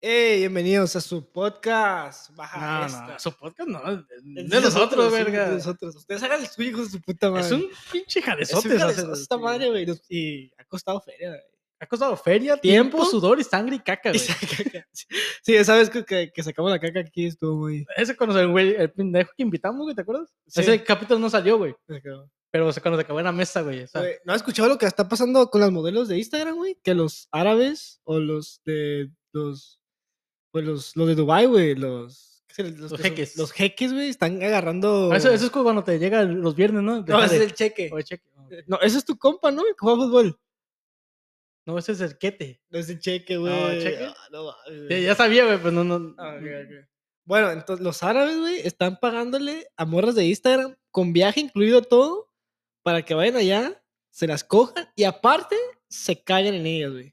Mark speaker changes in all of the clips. Speaker 1: Hey, bienvenidos a su podcast. Baja
Speaker 2: No,
Speaker 1: esta.
Speaker 2: no, su podcast no. es De,
Speaker 1: Es
Speaker 2: nosotros,
Speaker 1: sí,
Speaker 2: verga.
Speaker 1: De nosotros. Ustedes hagan el suyo, hijos de su puta madre.
Speaker 2: es un pinche
Speaker 1: Es un
Speaker 2: jalezote.
Speaker 1: hijo de
Speaker 2: hacer-
Speaker 1: su- esta madre, güey. nos- Y ha costado feria, güey.
Speaker 2: Ha costado feria,
Speaker 1: Tiempo.
Speaker 2: tiempo, sudor y sangre y caca,
Speaker 1: Y
Speaker 2: güey.
Speaker 1: saca caca. Sí, esa vez que, que, que sacamos la caca aquí estuvo muy.
Speaker 2: Ese cuando el güey, el pendejo que invitamos, güey, ¿te acuerdas?
Speaker 1: Sí.
Speaker 2: Ese capítulo no salió, güey.
Speaker 1: se acabó.
Speaker 2: Pero o sea, cuando se acabó en la mesa, güey. o sea,
Speaker 1: Güey, ¿No has escuchado lo que está pasando con las modelos de Instagram, güey? Que los árabes o los de los. Pues los, los de Dubai, güey. Los, ¿qué se les-
Speaker 2: Los
Speaker 1: que son-
Speaker 2: jeques.
Speaker 1: Los jeques, güey. Están agarrando.
Speaker 2: eso, eso es como cuando te llega el- los viernes,
Speaker 1: No,
Speaker 2: ¿no?
Speaker 1: ese
Speaker 2: Deja
Speaker 1: es
Speaker 2: de-
Speaker 1: el cheque.
Speaker 2: Oye, cheque. No, ok.
Speaker 1: No, ese es tu compa, ¿no? Que juega fútbol.
Speaker 2: No, ese es el quete.
Speaker 1: No es el cheque, güey.
Speaker 2: cheque.
Speaker 1: Ah, no mames,
Speaker 2: Ya,
Speaker 1: güey.
Speaker 2: ya sabía, güey, pues no, no.
Speaker 1: Ah, ok, ok. Bueno, entonces los árabes, güey, están pagándole a morras de Instagram con viaje incluido todo para que vayan allá, se las cojan y aparte se caguen en ellas, güey.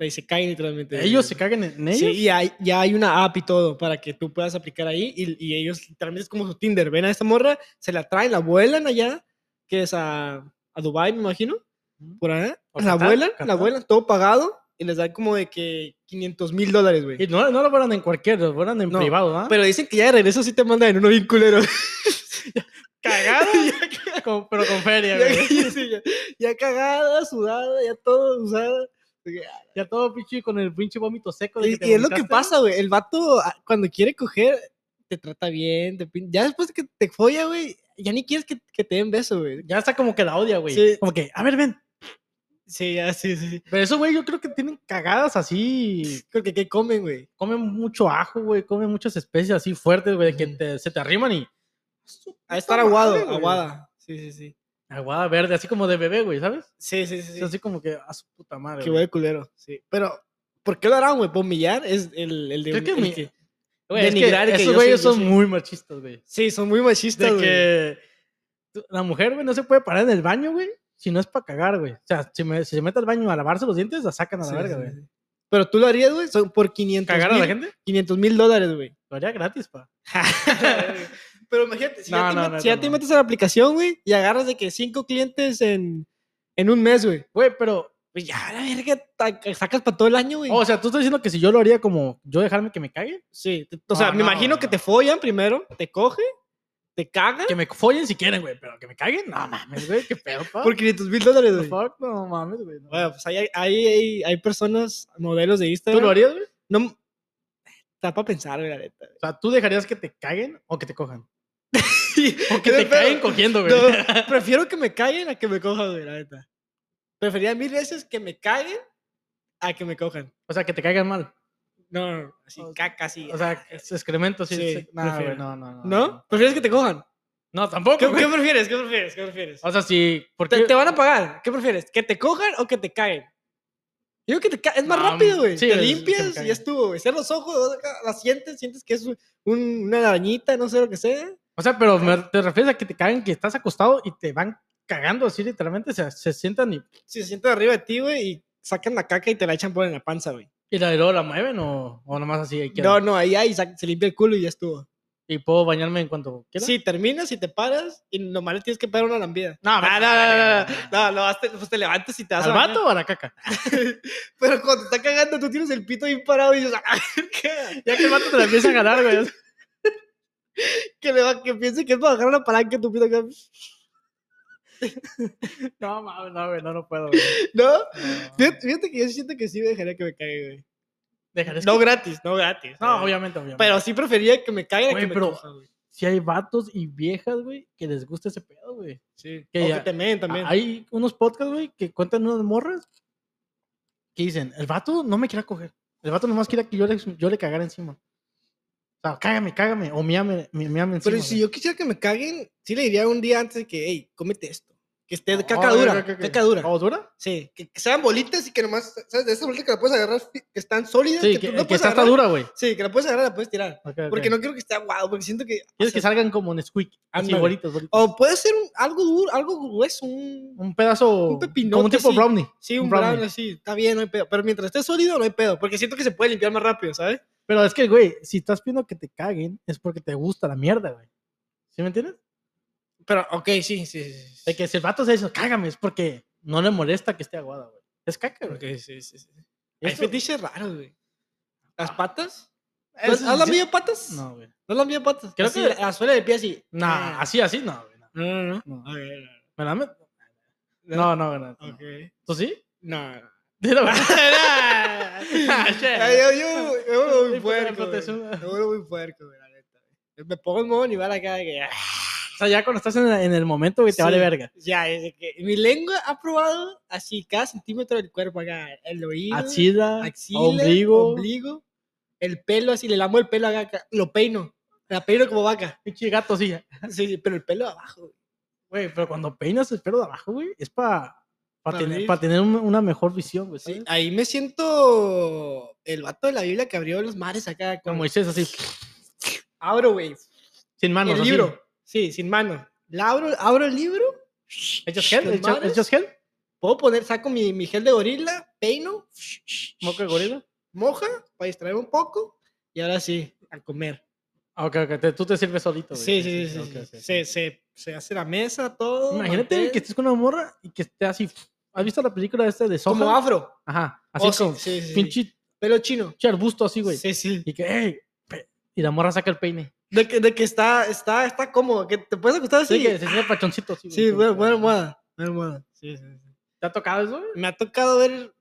Speaker 1: Ahí se caen literalmente. güey.
Speaker 2: Ellos se cagan en en ellos.
Speaker 1: Sí, y hay- ya hay una app y todo para que tú puedas aplicar ahí y, y ellos literalmente es como su Tinder. Ven a esta morra, se la traen, la vuelan allá, que es a, a Dubai, me imagino,
Speaker 2: Ujú.
Speaker 1: por allá.
Speaker 2: O
Speaker 1: La
Speaker 2: Qatar,
Speaker 1: vuelan, la
Speaker 2: Qatar.
Speaker 1: vuelan, todo pagado y les dan como de que 500 mil dólares, güey.
Speaker 2: Y no, no lo fueron en cualquier, lo fueron en
Speaker 1: No,
Speaker 2: privado, ¿ah?
Speaker 1: Pero dicen que ya de regreso sí te mandan en uno bien culero.
Speaker 2: cagado, con- pero con feria,
Speaker 1: ya,
Speaker 2: güey.
Speaker 1: ya- sí, ya- ya cagada, sudada, ya todo usada.
Speaker 2: Ya todo pinche con el pinche vómito seco. de
Speaker 1: Y,
Speaker 2: te
Speaker 1: y es lo que
Speaker 2: vomitaste.
Speaker 1: pasa, güey. El vato, ah, cuando quiere coger, te trata bien. te pin- ya después que te folla, güey, ya ni quieres que, que te den beso, güey.
Speaker 2: Ya está como que la odia, güey.
Speaker 1: Sí.
Speaker 2: Como que, a ver, ven.
Speaker 1: Sí, ya, sí, sí. sí.
Speaker 2: Pero eso, güey, yo creo que tienen cagadas así.
Speaker 1: Porque ¿qué comen, güey?
Speaker 2: Comen mucho ajo, güey. Comen muchas especies así fuertes, güey, que
Speaker 1: Ujú.
Speaker 2: te- se te arriman y.
Speaker 1: A estar aguado, aguada. Sí, sí, sí.
Speaker 2: Aguada verde, así como de bebé, güey, ¿sabes?
Speaker 1: Sí, sí, sí.
Speaker 2: Es Así como que a su puta madre.
Speaker 1: Qué
Speaker 2: güey.
Speaker 1: güey culero, sí. Pero, ¿por qué lo harán, güey? ¿Por humillar? Es el, el de...
Speaker 2: Creo
Speaker 1: humi-
Speaker 2: que
Speaker 1: el
Speaker 2: humi- Güey, es que
Speaker 1: denigrar que
Speaker 2: esos
Speaker 1: yo soy-
Speaker 2: güeyes
Speaker 1: yo
Speaker 2: son
Speaker 1: soy-
Speaker 2: muy machistas, güey.
Speaker 1: Sí, son muy machistas,
Speaker 2: De
Speaker 1: güey.
Speaker 2: que tú- la mujer, güey, no se puede parar en el baño, güey, si no es para cagar, güey. O sea, si, me- si se mete al baño a lavarse los dientes, la sacan a la
Speaker 1: Sí,
Speaker 2: verga,
Speaker 1: sí,
Speaker 2: güey.
Speaker 1: sí. Pero tú lo harías, güey, son por 500
Speaker 2: ¿Cagar a la
Speaker 1: mil,
Speaker 2: gente?
Speaker 1: 500 mil dólares, güey.
Speaker 2: Lo haría gratis, pa.
Speaker 1: Pero imagínate, si
Speaker 2: No,
Speaker 1: ya, te,
Speaker 2: no,
Speaker 1: met-
Speaker 2: no,
Speaker 1: si ya
Speaker 2: no,
Speaker 1: te
Speaker 2: no.
Speaker 1: metes a la aplicación, güey, y agarras de que cinco clientes en, en un mes, güey.
Speaker 2: Güey, pero
Speaker 1: Pues ya, la verga, ta- sacas para todo el año, güey.
Speaker 2: O sea, tú estás diciendo que si yo lo haría como yo dejarme que me cague,
Speaker 1: sí, te- o sea,
Speaker 2: no,
Speaker 1: me
Speaker 2: no,
Speaker 1: imagino que
Speaker 2: no.
Speaker 1: te follan primero, te coge, te cagan
Speaker 2: que me follen si quieren, güey, pero que me caguen, no mames, güey, qué pedo, pa.
Speaker 1: por 500 mil dólares,
Speaker 2: The
Speaker 1: güey.
Speaker 2: fuck? No mames, güey. no.
Speaker 1: Bueno, pues hay, hay, hay, hay personas, modelos de
Speaker 2: ¿Tú
Speaker 1: Instagram.
Speaker 2: lo harías, güey?
Speaker 1: No, está para pensar, güey, la neta.
Speaker 2: O sea, ¿tú dejarías que te caguen o que te cojan? O que
Speaker 1: Pero-
Speaker 2: te caguen cogiendo, güey.
Speaker 1: No, prefiero que me caguen a que me cojan, güey, la neta. Preferiría mil veces que me caguen a que me cojan.
Speaker 2: O sea, que te caigan mal.
Speaker 1: No, no, no, así,
Speaker 2: O-
Speaker 1: caca, así.
Speaker 2: O sea, que es excremento, sí.
Speaker 1: Sí,
Speaker 2: sí. Nah, güey,
Speaker 1: prefiero.
Speaker 2: no, no, no.
Speaker 1: ¿No? ¿Prefieres que te cojan?
Speaker 2: No, tampoco.
Speaker 1: ¿Qué,
Speaker 2: güey.
Speaker 1: qué prefieres? ¿Qué prefieres? ¿Qué prefieres?
Speaker 2: O sea, sí. Porque...
Speaker 1: ¿Te, te van a pagar? ¿Qué prefieres? ¿Que te cojan o que te caguen? Yo digo que te ca- Es más
Speaker 2: No,
Speaker 1: rápido, güey.
Speaker 2: sí,
Speaker 1: te
Speaker 2: es que me
Speaker 1: limpias y
Speaker 2: caguen.
Speaker 1: ya estuvo, güey. Cierras los ojos, vas acá, la sientes, sientes que es un- un- una arañita, no sé lo que sea.
Speaker 2: O sea, pero me- te refieres a que te caguen, que estás acostado y te van cagando así literalmente, se, se sientan y,
Speaker 1: Si se sienta arriba de ti, güey, y sacan la caca y te la echan por en la panza, güey.
Speaker 2: y la, y luego la mueven o, o nomás así. ahí queda?
Speaker 1: No, no, ahí, ahí sa- se limpia el culo y ya estuvo.
Speaker 2: Y puedo bañarme en cuanto quiera.
Speaker 1: Sí, terminas y te paras y nomás le tienes que pegar una lambida.
Speaker 2: No,
Speaker 1: No, no, no, no, no, no, hazte- pues te levantas y te vas
Speaker 2: ¿Al
Speaker 1: a bañar.
Speaker 2: vato o a la caca?
Speaker 1: Pero cuando te está cagando, tú tienes el pito bien parado y dices, "Ah, ¿qué?
Speaker 2: Ya que el vato te la empieza a ganar, güey.
Speaker 1: Que, le va, que piense que es para agarrar la palanca tu pito acá.
Speaker 2: No, mames, no, güey, no, no puedo, güey.
Speaker 1: ¿No?
Speaker 2: No.
Speaker 1: Fíjate, fíjate que yo siento que sí me dejaría que me caiga, güey.
Speaker 2: Dejaré
Speaker 1: No
Speaker 2: escapar.
Speaker 1: gratis, no gratis.
Speaker 2: No,
Speaker 1: eh.
Speaker 2: obviamente, obviamente.
Speaker 1: Pero sí prefería que me caiga a
Speaker 2: Güey,
Speaker 1: que me
Speaker 2: pero-
Speaker 1: coja, güey.
Speaker 2: si hay vatos y viejas, güey, que les gusta ese pedo, güey.
Speaker 1: Sí.
Speaker 2: que
Speaker 1: o que
Speaker 2: ya-
Speaker 1: te meen también.
Speaker 2: Hay unos podcasts, güey, que cuentan unas morras que dicen, el vato no me quiera coger. El vato nomás quiera que yo le, yo le cagara encima. O sea, cágame, cágame. O miame, mi- miame encima.
Speaker 1: Pero si yo quisiera que me caguen, sí le diría un día antes de que, hey, cómete esto. Que esté de
Speaker 2: güey.
Speaker 1: caca
Speaker 2: Oh,
Speaker 1: dura,
Speaker 2: ok, ok, ok.
Speaker 1: caca dura.
Speaker 2: ¿O dura?
Speaker 1: Sí, que, que sean bolitas y que nomás, ¿sabes? De esas bolitas que la puedes agarrar, fi- que están sólidas.
Speaker 2: Sí,
Speaker 1: tú
Speaker 2: que,
Speaker 1: la
Speaker 2: que
Speaker 1: puedes
Speaker 2: está hasta
Speaker 1: agarrar.
Speaker 2: dura, güey.
Speaker 1: Sí, que la puedes agarrar, la puedes tirar.
Speaker 2: Ok, ok.
Speaker 1: Porque no quiero que esté guau, porque siento que... o
Speaker 2: Quieres que
Speaker 1: sea,
Speaker 2: salgan como en squeak. Así,
Speaker 1: Ándale.
Speaker 2: bolitas, bolitas.
Speaker 1: O puede ser un- algo duro, algo grueso, un...
Speaker 2: Un pedazo.
Speaker 1: Un pepinote,
Speaker 2: Como un tipo
Speaker 1: sí.
Speaker 2: brownie.
Speaker 1: Sí, un,
Speaker 2: un
Speaker 1: brownie,
Speaker 2: brownie.
Speaker 1: así, está bien, no hay pedo. Pero mientras esté sólido, no hay pedo. Porque siento que se puede limpiar más rápido, ¿sabes?
Speaker 2: Pero es que, güey, si estás pidiendo que te caguen, es porque te gusta la mierda, güey. ¿Sí me entiendes?
Speaker 1: Pero, ok, sí, sí, sí. sí.
Speaker 2: De que si el vato se dice, cágame, es porque no le molesta que esté aguada, güey. Es caca, güey.
Speaker 1: Ok, sí, sí, sí. Hay
Speaker 2: Eso-
Speaker 1: fetiches raros, güey. ¿Las patas?
Speaker 2: Eso
Speaker 1: ¿Has
Speaker 2: sí-
Speaker 1: lambido patas?
Speaker 2: No, güey.
Speaker 1: ¿No has lambido patas?
Speaker 2: Creo
Speaker 1: Creo que
Speaker 2: que-
Speaker 1: la suela del pie así.
Speaker 2: Nah, así, así, no, güey. no.
Speaker 1: No, no, no.
Speaker 2: No.
Speaker 1: A ver,
Speaker 2: ¿Me la met-
Speaker 1: No,
Speaker 2: No, no, no. no.
Speaker 1: Ok.
Speaker 2: ¿Tú sí?
Speaker 1: No. no.
Speaker 2: Dilo, güey.
Speaker 1: Ah,
Speaker 2: che.
Speaker 1: yo, yo, yo me vuelvo muy
Speaker 2: Sí, porque
Speaker 1: puerco.
Speaker 2: la
Speaker 1: güey.
Speaker 2: protección-
Speaker 1: Me vuelvo muy puerco, güey, la neta. güey. Me pongo en modo nivel acá de que. ah,
Speaker 2: O sea, ya cuando estás en, en el momento, güey, te
Speaker 1: Sí.
Speaker 2: vale verga.
Speaker 1: Ya, es de que mi lengua ha probado así cada centímetro del cuerpo acá. El oído,
Speaker 2: Axila,
Speaker 1: axila,
Speaker 2: ombligo.
Speaker 1: ombligo, el pelo así, le lamo el pelo acá, acá, lo peino. La peino como vaca.
Speaker 2: pinche gato, sí.
Speaker 1: Sí, sí, pero el pelo abajo. güey.
Speaker 2: Güey, pero cuando peinas el pelo de abajo, güey, es para
Speaker 1: Pa'
Speaker 2: tener,
Speaker 1: abrir.
Speaker 2: pa' tener un- una mejor visión, güey.
Speaker 1: Sí,
Speaker 2: ¿sabes?
Speaker 1: ahí me siento el vato de la Biblia que abrió los mares acá. con-
Speaker 2: Como dices así,
Speaker 1: abro, güey.
Speaker 2: sin manos.
Speaker 1: pues, El
Speaker 2: así.
Speaker 1: libro. Sí, sin mano. La abro, abro el libro.
Speaker 2: ¿Echas gel?
Speaker 1: los
Speaker 2: ¿Echas-
Speaker 1: mares,
Speaker 2: ¿Echas gel?
Speaker 1: Puedo poner, saco mi, mi gel de gorila, peino,
Speaker 2: ¿Moco de gorila?
Speaker 1: moja para distraer un poco y ahora sí, a comer.
Speaker 2: Ah, Ok, ok, te- tú te sirves solito, güey.
Speaker 1: Sí, sí, sí.
Speaker 2: ok,
Speaker 1: sí,
Speaker 2: ok,
Speaker 1: sí.
Speaker 2: ok.
Speaker 1: Se, se, se hace la mesa, todo.
Speaker 2: Imagínate güey, que
Speaker 1: mantel,
Speaker 2: estés con una morra y que esté así. ¿Has visto la película esta de Soho?
Speaker 1: Como afro.
Speaker 2: Ajá, así
Speaker 1: Oh, sí,
Speaker 2: con
Speaker 1: sí, sí, sí.
Speaker 2: pinche,
Speaker 1: Pelo chino.
Speaker 2: pinche arbusto así, güey.
Speaker 1: Sí, sí.
Speaker 2: Y que, ey, pe- y la morra saca el peine.
Speaker 1: De que, de que está, está, está cómodo, que te puedes acostar así.
Speaker 2: Sí, que se siente pachoncito. así, güey,
Speaker 1: Sí,
Speaker 2: como
Speaker 1: bueno,
Speaker 2: que-
Speaker 1: buena almohada. Buena almohada. Sí, sí, sí.
Speaker 2: ¿Te ha tocado eso, güey?
Speaker 1: Me ha tocado ver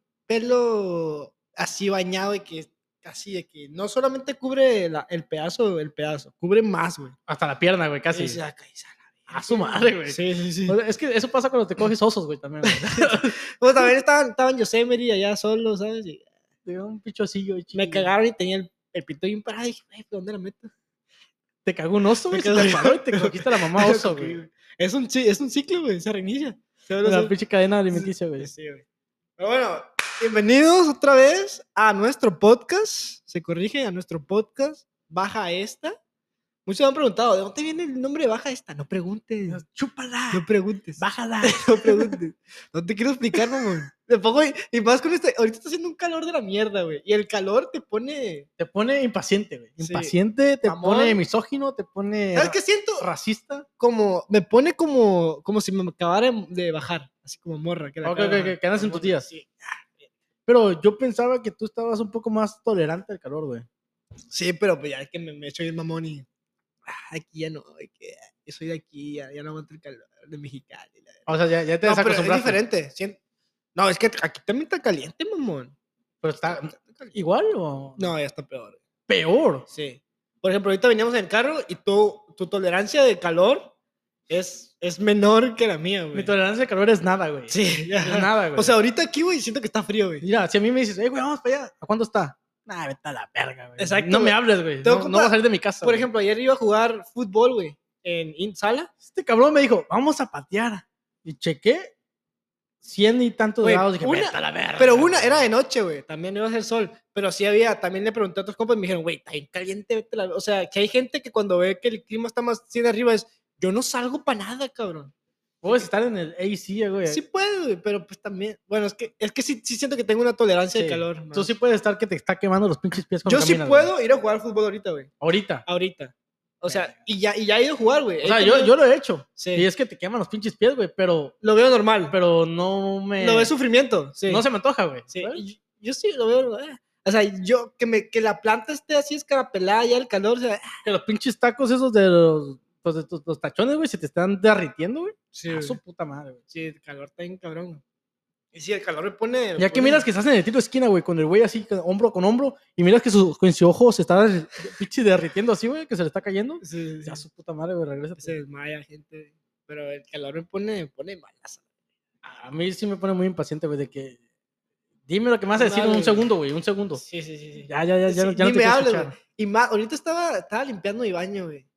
Speaker 1: pelo así bañado y que así de que no solamente cubre la- el pedazo, el pedazo, cubre más, güey.
Speaker 2: Hasta la pierna, güey, casi.
Speaker 1: Y dices, "Ah, cállese a la
Speaker 2: A su
Speaker 1: verga".
Speaker 2: madre, güey.
Speaker 1: Sí, sí, sí.
Speaker 2: O sea, Es que eso pasa cuando te coges osos, güey, también. güey.
Speaker 1: Pues también estaban, estaban Yosemite allá solo, ¿sabes? Y
Speaker 2: Te da un pichocillo. y
Speaker 1: me
Speaker 2: chingue.
Speaker 1: cagaron y tenía el, el pito bien parado. Y dije, "Güey, ¿pero ¿dónde la meto?
Speaker 2: Te cagó un oso,
Speaker 1: Me
Speaker 2: güey. se
Speaker 1: cagó-
Speaker 2: Te paró y te cogiste a la mamá oso,
Speaker 1: Cogí,
Speaker 2: güey.
Speaker 1: Es un, ci- es un ciclo, güey, se reinicia. Se abre,
Speaker 2: La
Speaker 1: se-
Speaker 2: pinche cadena alimenticia, güey.
Speaker 1: Sí, güey. Pero bueno, bienvenidos otra vez a nuestro podcast. Se corrige a nuestro podcast. Baja esta. Muchos me han preguntado, ¿de dónde viene el nombre de Baja esta? No preguntes.
Speaker 2: Chúpala.
Speaker 1: No pues, preguntes.
Speaker 2: Bájala.
Speaker 1: No preguntes. No te quiero explicar, mamón. Te pongo y, y más con este. Ahorita está haciendo un calor de la mierda, güey. Y el calor te pone.
Speaker 2: Te pone impaciente, güey.
Speaker 1: Sí.
Speaker 2: Impaciente, te
Speaker 1: Mamón.
Speaker 2: pone misógino, te pone
Speaker 1: ¿Sabes
Speaker 2: ra-
Speaker 1: qué siento?
Speaker 2: racista.
Speaker 1: Como. Me pone como. Como si me acabara de bajar. Así como morra. Que la
Speaker 2: Ok,
Speaker 1: acaba de
Speaker 2: ok,
Speaker 1: bajar.
Speaker 2: ok, que andas en tus días.
Speaker 1: Sí.
Speaker 2: Pero yo pensaba que tú estabas un poco más tolerante al calor, güey.
Speaker 1: Sí, pero pues ya es que me, me echo el mamón y. ah, aquí ya no, es que yo soy de aquí, ya, ya no aguanto el calor de Mexicali. la-
Speaker 2: O sea, ya, ya te
Speaker 1: No, pero es
Speaker 2: desacostumbraste.
Speaker 1: diferente. sien- No, es que aquí también está caliente, mamón.
Speaker 2: Pero está
Speaker 1: Está caliente.
Speaker 2: igual o
Speaker 1: No, ya está peor.
Speaker 2: peor.
Speaker 1: Sí. Por ejemplo, ahorita veníamos en el carro y tu, tu tolerancia de calor es, es menor que la mía,
Speaker 2: Mi
Speaker 1: güey.
Speaker 2: tolerancia al calor es nada, güey.
Speaker 1: Sí,
Speaker 2: Es
Speaker 1: ya.
Speaker 2: nada, güey.
Speaker 1: O sea, ahorita aquí, güey, siento que está frío, güey.
Speaker 2: Mira, si a mí me dices, hey, güey, vamos para allá, ¿a cuánto está? Nah, vete a la verga, güey.
Speaker 1: Exacto,
Speaker 2: No me
Speaker 1: güey.
Speaker 2: hables, güey.
Speaker 1: Tengo
Speaker 2: No, no
Speaker 1: compa-
Speaker 2: voy a salir de mi casa.
Speaker 1: Por
Speaker 2: güey.
Speaker 1: ejemplo, ayer iba a jugar fútbol, güey, en in sala.
Speaker 2: este cabrón me dijo, vamos a patear. Y chequé, cien y tantos
Speaker 1: Güey,
Speaker 2: grados. Dije,
Speaker 1: una-
Speaker 2: vete a la verga.
Speaker 1: Pero una era de noche, güey. También iba a hacer sol. Pero sí había, también le pregunté a otros compas y me dijeron, güey, está bien caliente, vete a la... O sea, que hay gente que cuando ve que el clima está más así de arriba es, yo no salgo para nada, cabrón.
Speaker 2: Puedes estar en el AC, güey.
Speaker 1: Sí puedo, güey, pero pues también... Bueno, es que, es que sí, sí siento que tengo una tolerancia
Speaker 2: Sí.
Speaker 1: de calor.
Speaker 2: Tú
Speaker 1: man.
Speaker 2: sí puedes estar que te está quemando los pinches pies cuando
Speaker 1: yo sí
Speaker 2: caminas, güey.
Speaker 1: puedo ir a jugar fútbol ahorita, güey.
Speaker 2: Ahorita.
Speaker 1: Ahorita. O sea,
Speaker 2: Verga.
Speaker 1: y ya, y ya he ido a jugar, güey.
Speaker 2: O sea, yo, yo lo he hecho.
Speaker 1: Sí.
Speaker 2: Y es que te queman los pinches pies, güey, pero,
Speaker 1: Lo veo normal.
Speaker 2: pero no me...
Speaker 1: Lo veo sufrimiento. Sí.
Speaker 2: No se me antoja, güey.
Speaker 1: Sí,
Speaker 2: ¿sabes?
Speaker 1: y Yo, yo sí lo veo... eh. O sea, yo, que, me, que la planta esté así escarapelada, ya el calor, o sea,
Speaker 2: Que los pinches tacos esos de los, pues, de tus- los tachones, güey, se te están derritiendo, güey.
Speaker 1: Sí,
Speaker 2: A
Speaker 1: güey.
Speaker 2: su puta madre, güey.
Speaker 1: ah, Sí, el calor está bien cabrón. güey. Y sí, el calor me pone. me
Speaker 2: Ya que
Speaker 1: pone-
Speaker 2: miras que estás en el tiro de esquina, güey, con el güey así, con- hombro con hombro, y miras que su, con su ojo se está derri- pinche derritiendo así, güey, que se le está cayendo.
Speaker 1: Sí, sí,
Speaker 2: Ya
Speaker 1: sí,
Speaker 2: su puta madre, güey, regresa.
Speaker 1: Se desmaya gente. Pero el calor me pone, me pone malas.
Speaker 2: A mí sí me pone muy impaciente, güey, de que. Dime lo que me vas a decir en
Speaker 1: Madre,
Speaker 2: un
Speaker 1: güey.
Speaker 2: segundo, güey, un segundo.
Speaker 1: Sí, sí, sí. sí.
Speaker 2: Ya, ya, ya, ya,
Speaker 1: Sí,
Speaker 2: ya no
Speaker 1: ni
Speaker 2: te
Speaker 1: me
Speaker 2: quiero
Speaker 1: hables,
Speaker 2: escuchar.
Speaker 1: güey. Y más, ahorita estaba, estaba limpiando mi baño, güey.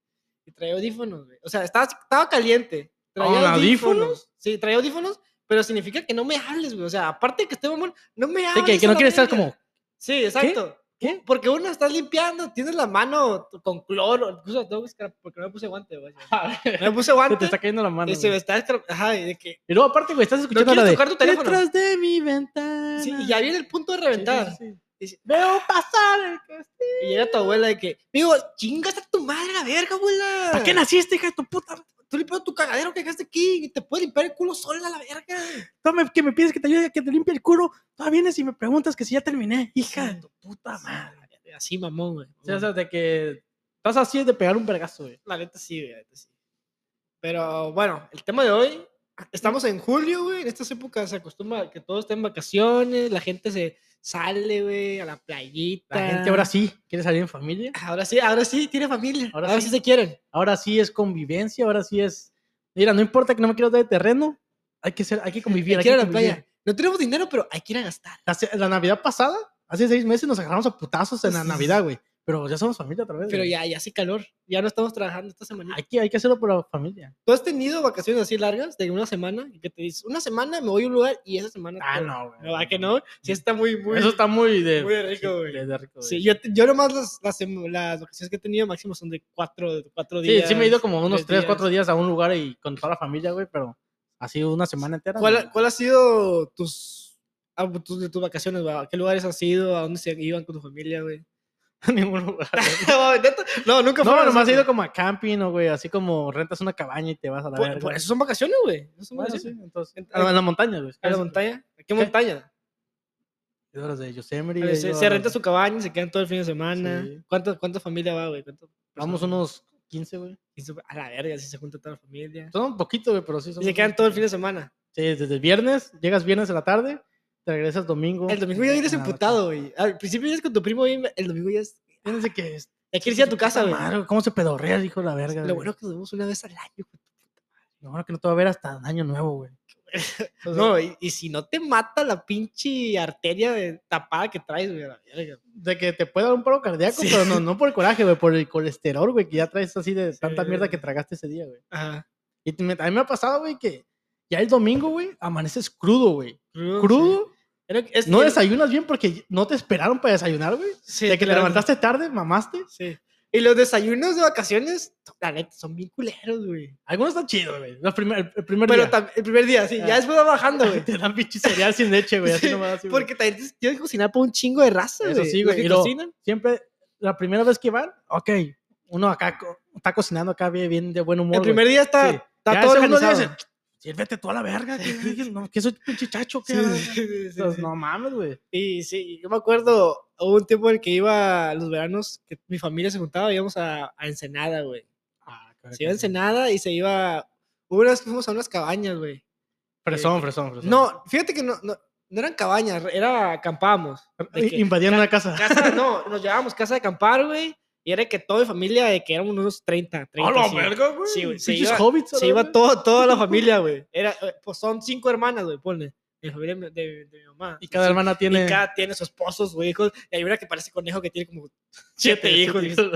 Speaker 1: Y traía audífonos, güey. O sea, estaba, estaba caliente. Traía
Speaker 2: ¿Con audífonos?
Speaker 1: Sí, traía audífonos, pero significa que no me hables, güey. O sea, aparte de que esté mamón, Ah, no me
Speaker 2: Sí,
Speaker 1: hables.
Speaker 2: que, que
Speaker 1: a
Speaker 2: no
Speaker 1: la
Speaker 2: quieres estar
Speaker 1: verga.
Speaker 2: como.
Speaker 1: Sí, exacto.
Speaker 2: ¿Qué?
Speaker 1: Porque uno estás limpiando, tienes la mano con cloro. Incluso tengo que escar- porque no me puse guante, güey.
Speaker 2: Se
Speaker 1: No me puse guante.
Speaker 2: te está cayendo la mano.
Speaker 1: Y se me
Speaker 2: güey.
Speaker 1: está escar- Ajá, y de que.
Speaker 2: Y luego, aparte, güey, estás escuchando
Speaker 1: quieres
Speaker 2: la de.
Speaker 1: tocar tu teléfono?
Speaker 2: Detrás de mi ventana.
Speaker 1: sí, y ya viene el punto de
Speaker 2: Sí, sí,
Speaker 1: reventar.
Speaker 2: sí, sí.
Speaker 1: Dice-
Speaker 2: Veo pasar el castillo.
Speaker 1: Y llega tu abuela de que. Digo, chingas a tu madre la verga, abuela.
Speaker 2: ¿Para qué naciste, hija de tu puta?
Speaker 1: Tú limpias tu cagadero que dejaste aquí y te puedes limpiar el culo sola la verga.
Speaker 2: Toma, que me pides que te ayude, que te limpie el culo. Todavía vienes y me preguntas que si ya terminé, hija de tu puta madre.
Speaker 1: Sí, Así, mamón, güey.
Speaker 2: O sea, o sea, de que estás así de pegar un vergazo, güey.
Speaker 1: La neta sí, güey, la neta sí. Pero bueno, el tema de hoy, estamos en julio, güey. En estas épocas se acostumbra que todo está en vacaciones, la gente se sale, güey, a la playita.
Speaker 2: La gente ahora sí quiere salir en familia.
Speaker 1: Ahora sí, ahora sí, tiene familia. Ahora,
Speaker 2: Ahora
Speaker 1: sí.
Speaker 2: sí.
Speaker 1: se quieren.
Speaker 2: Ahora sí es convivencia, ahora sí es. Mira, no importa que no me quieras dar de terreno, hay que ser, hay que convivir.
Speaker 1: Hay
Speaker 2: Hay
Speaker 1: que ir a
Speaker 2: que
Speaker 1: la
Speaker 2: convivir.
Speaker 1: playa. No tenemos dinero, pero hay que ir a gastar.
Speaker 2: La, se- la Navidad pasada, hace seis meses, nos agarramos a putazos en la
Speaker 1: Sí.
Speaker 2: Navidad, güey. Pero ya somos familia otra vez.
Speaker 1: Pero
Speaker 2: güey.
Speaker 1: ya, ya hace calor. Ya no estamos trabajando esta semana.
Speaker 2: Hay que, hay que hacerlo por la familia.
Speaker 1: ¿Tú has tenido vacaciones así largas de una semana? Y que te dices, una semana me voy a un lugar y esa semana.
Speaker 2: Ah,
Speaker 1: todo"?
Speaker 2: no, güey.
Speaker 1: No, ¿a que no? Sí, está muy, muy.
Speaker 2: Eso está muy de.
Speaker 1: muy rico, güey.
Speaker 2: de- de rico, güey.
Speaker 1: Sí, yo, te- yo nomás las, las, sem- las vacaciones que he tenido máximo son de cuatro, de cuatro
Speaker 2: Sí,
Speaker 1: días.
Speaker 2: sí me he ido como unos
Speaker 1: tres
Speaker 2: 3, 4 días a un lugar y con toda la familia, güey, pero así una semana entera.
Speaker 1: ¿Cuál,
Speaker 2: no.
Speaker 1: cuál ha sido tus, ah, tus, de tus vacaciones, güey? ¿A qué lugares has ido? ¿A dónde se iban con tu familia, güey?
Speaker 2: Ningún lugar. güey.
Speaker 1: no, neta, no, nunca
Speaker 2: No,
Speaker 1: fueron
Speaker 2: nomás
Speaker 1: así,
Speaker 2: he ido
Speaker 1: güey.
Speaker 2: como a camping o, güey, así como rentas una cabaña y te vas a la
Speaker 1: Por,
Speaker 2: verga.
Speaker 1: por eso son vacaciones, güey. Eso son
Speaker 2: Bueno, sí,
Speaker 1: vacaciones.
Speaker 2: entonces.
Speaker 1: pues, Ent-
Speaker 2: a la- a la montaña, güey.
Speaker 1: Ah, ¿A la montaña? ¿A qué
Speaker 2: ¿Qué?
Speaker 1: montaña?
Speaker 2: He ido a las de Yosemite.
Speaker 1: A ver,
Speaker 2: he
Speaker 1: se,
Speaker 2: ido a
Speaker 1: se
Speaker 2: las-
Speaker 1: renta su cabaña, se quedan todo el fin de semana.
Speaker 2: Sí.
Speaker 1: ¿Cuánto- ¿Cuánta familia va, güey? ¿Cuánto-
Speaker 2: Vamos unos 15, güey.
Speaker 1: Y se- A la verga, si se junta toda la familia. pues,
Speaker 2: Son un poquito, güey, pero sí son.
Speaker 1: Y se quedan todo el fin de semana.
Speaker 2: Sí, desde el viernes, llegas viernes a la tarde, te regresas domingo.
Speaker 1: El domingo ya vienes
Speaker 2: en la noche.
Speaker 1: emputado, güey. Al principio vienes con tu primo y el domingo ya es...
Speaker 2: Fíjense que. es-
Speaker 1: Ya quieres ir a tu casa, güey.
Speaker 2: Pues, Madre, ¿Cómo se pedorrea, hijo de la verga?
Speaker 1: Lo
Speaker 2: güey.
Speaker 1: bueno que nos vemos una vez al año, güey.
Speaker 2: Lo bueno que no te va a ver hasta año nuevo, güey. Entonces,
Speaker 1: Pues, No, y, y si no te mata la pinche arteria de- tapada que traes, güey, a la verga.
Speaker 2: De que te puede dar un paro cardíaco,
Speaker 1: Sí.
Speaker 2: pero no, no por el coraje, güey, por el colesterol, güey, que ya traes así de tanta
Speaker 1: Sí.
Speaker 2: mierda que tragaste ese día, güey.
Speaker 1: Ajá.
Speaker 2: Y te- me- a mí me ha pasado, güey, que ya el domingo, güey, amaneces crudo, güey.
Speaker 1: Crudo.
Speaker 2: Crudo, no
Speaker 1: es
Speaker 2: desayunas bien porque no te esperaron para desayunar, güey.
Speaker 1: Sí,
Speaker 2: De que te
Speaker 1: claro.
Speaker 2: levantaste tarde, mamaste.
Speaker 1: Sí. Y los desayunos de vacaciones, la neta, son bien culeros, güey.
Speaker 2: Algunos están chidos, güey. Los primer- el, el primer
Speaker 1: Pero
Speaker 2: día.
Speaker 1: tam- el primer día, sí, ya
Speaker 2: Ah.
Speaker 1: después va bajando, güey.
Speaker 2: te dan pinche cereal sin leche, güey. Así
Speaker 1: Sí,
Speaker 2: nomás, así, güey.
Speaker 1: Porque también tienes- tienes que cocinar por un chingo de raza,
Speaker 2: Eso
Speaker 1: güey.
Speaker 2: sí,
Speaker 1: Los
Speaker 2: güey,
Speaker 1: que
Speaker 2: y luego-
Speaker 1: cocinan.
Speaker 2: Siempre, la primera vez que van, ok, uno acá co- está cocinando acá bien, bien de buen humor.
Speaker 1: El
Speaker 2: güey.
Speaker 1: primer día está,
Speaker 2: Sí.
Speaker 1: está
Speaker 2: Ya
Speaker 1: todo
Speaker 2: el segundo día
Speaker 1: organizado.
Speaker 2: dicen, Sírvete tú a la verga. Que, no, que soy pinche chacho. Que
Speaker 1: Sí, sí, sí, sí, sí.
Speaker 2: No mames, güey.
Speaker 1: Y sí, yo me acuerdo, hubo un tiempo en el que iba a los veranos, que mi familia se juntaba, íbamos a, a Ensenada, güey.
Speaker 2: Ah,
Speaker 1: Se iba a Ensenada y se iba... Hubo una vez que fuimos a unas cabañas, güey.
Speaker 2: Fresón, fresón, fresón.
Speaker 1: No, fíjate que no, no, no eran cabañas, era acampábamos. de que-
Speaker 2: Invadían una casa.
Speaker 1: casa, no, nos llevábamos casa de acampar, güey. Y era que toda mi familia, de que éramos unos 30, 30. sí.
Speaker 2: güey!
Speaker 1: Sí, güey, se
Speaker 2: Pinches
Speaker 1: iba-
Speaker 2: hobbits, a
Speaker 1: Se
Speaker 2: la
Speaker 1: iba
Speaker 2: verga.
Speaker 1: todo, toda la familia, güey. Era, eh, pues son cinco hermanas, güey, ponle. De, la familia de, de- de mi mamá.
Speaker 2: Y cada hermana
Speaker 1: Y
Speaker 2: tiene...
Speaker 1: cada tiene sus esposos, güey, hijos. Y hay una que parece conejo que tiene como siete hijos. y dices,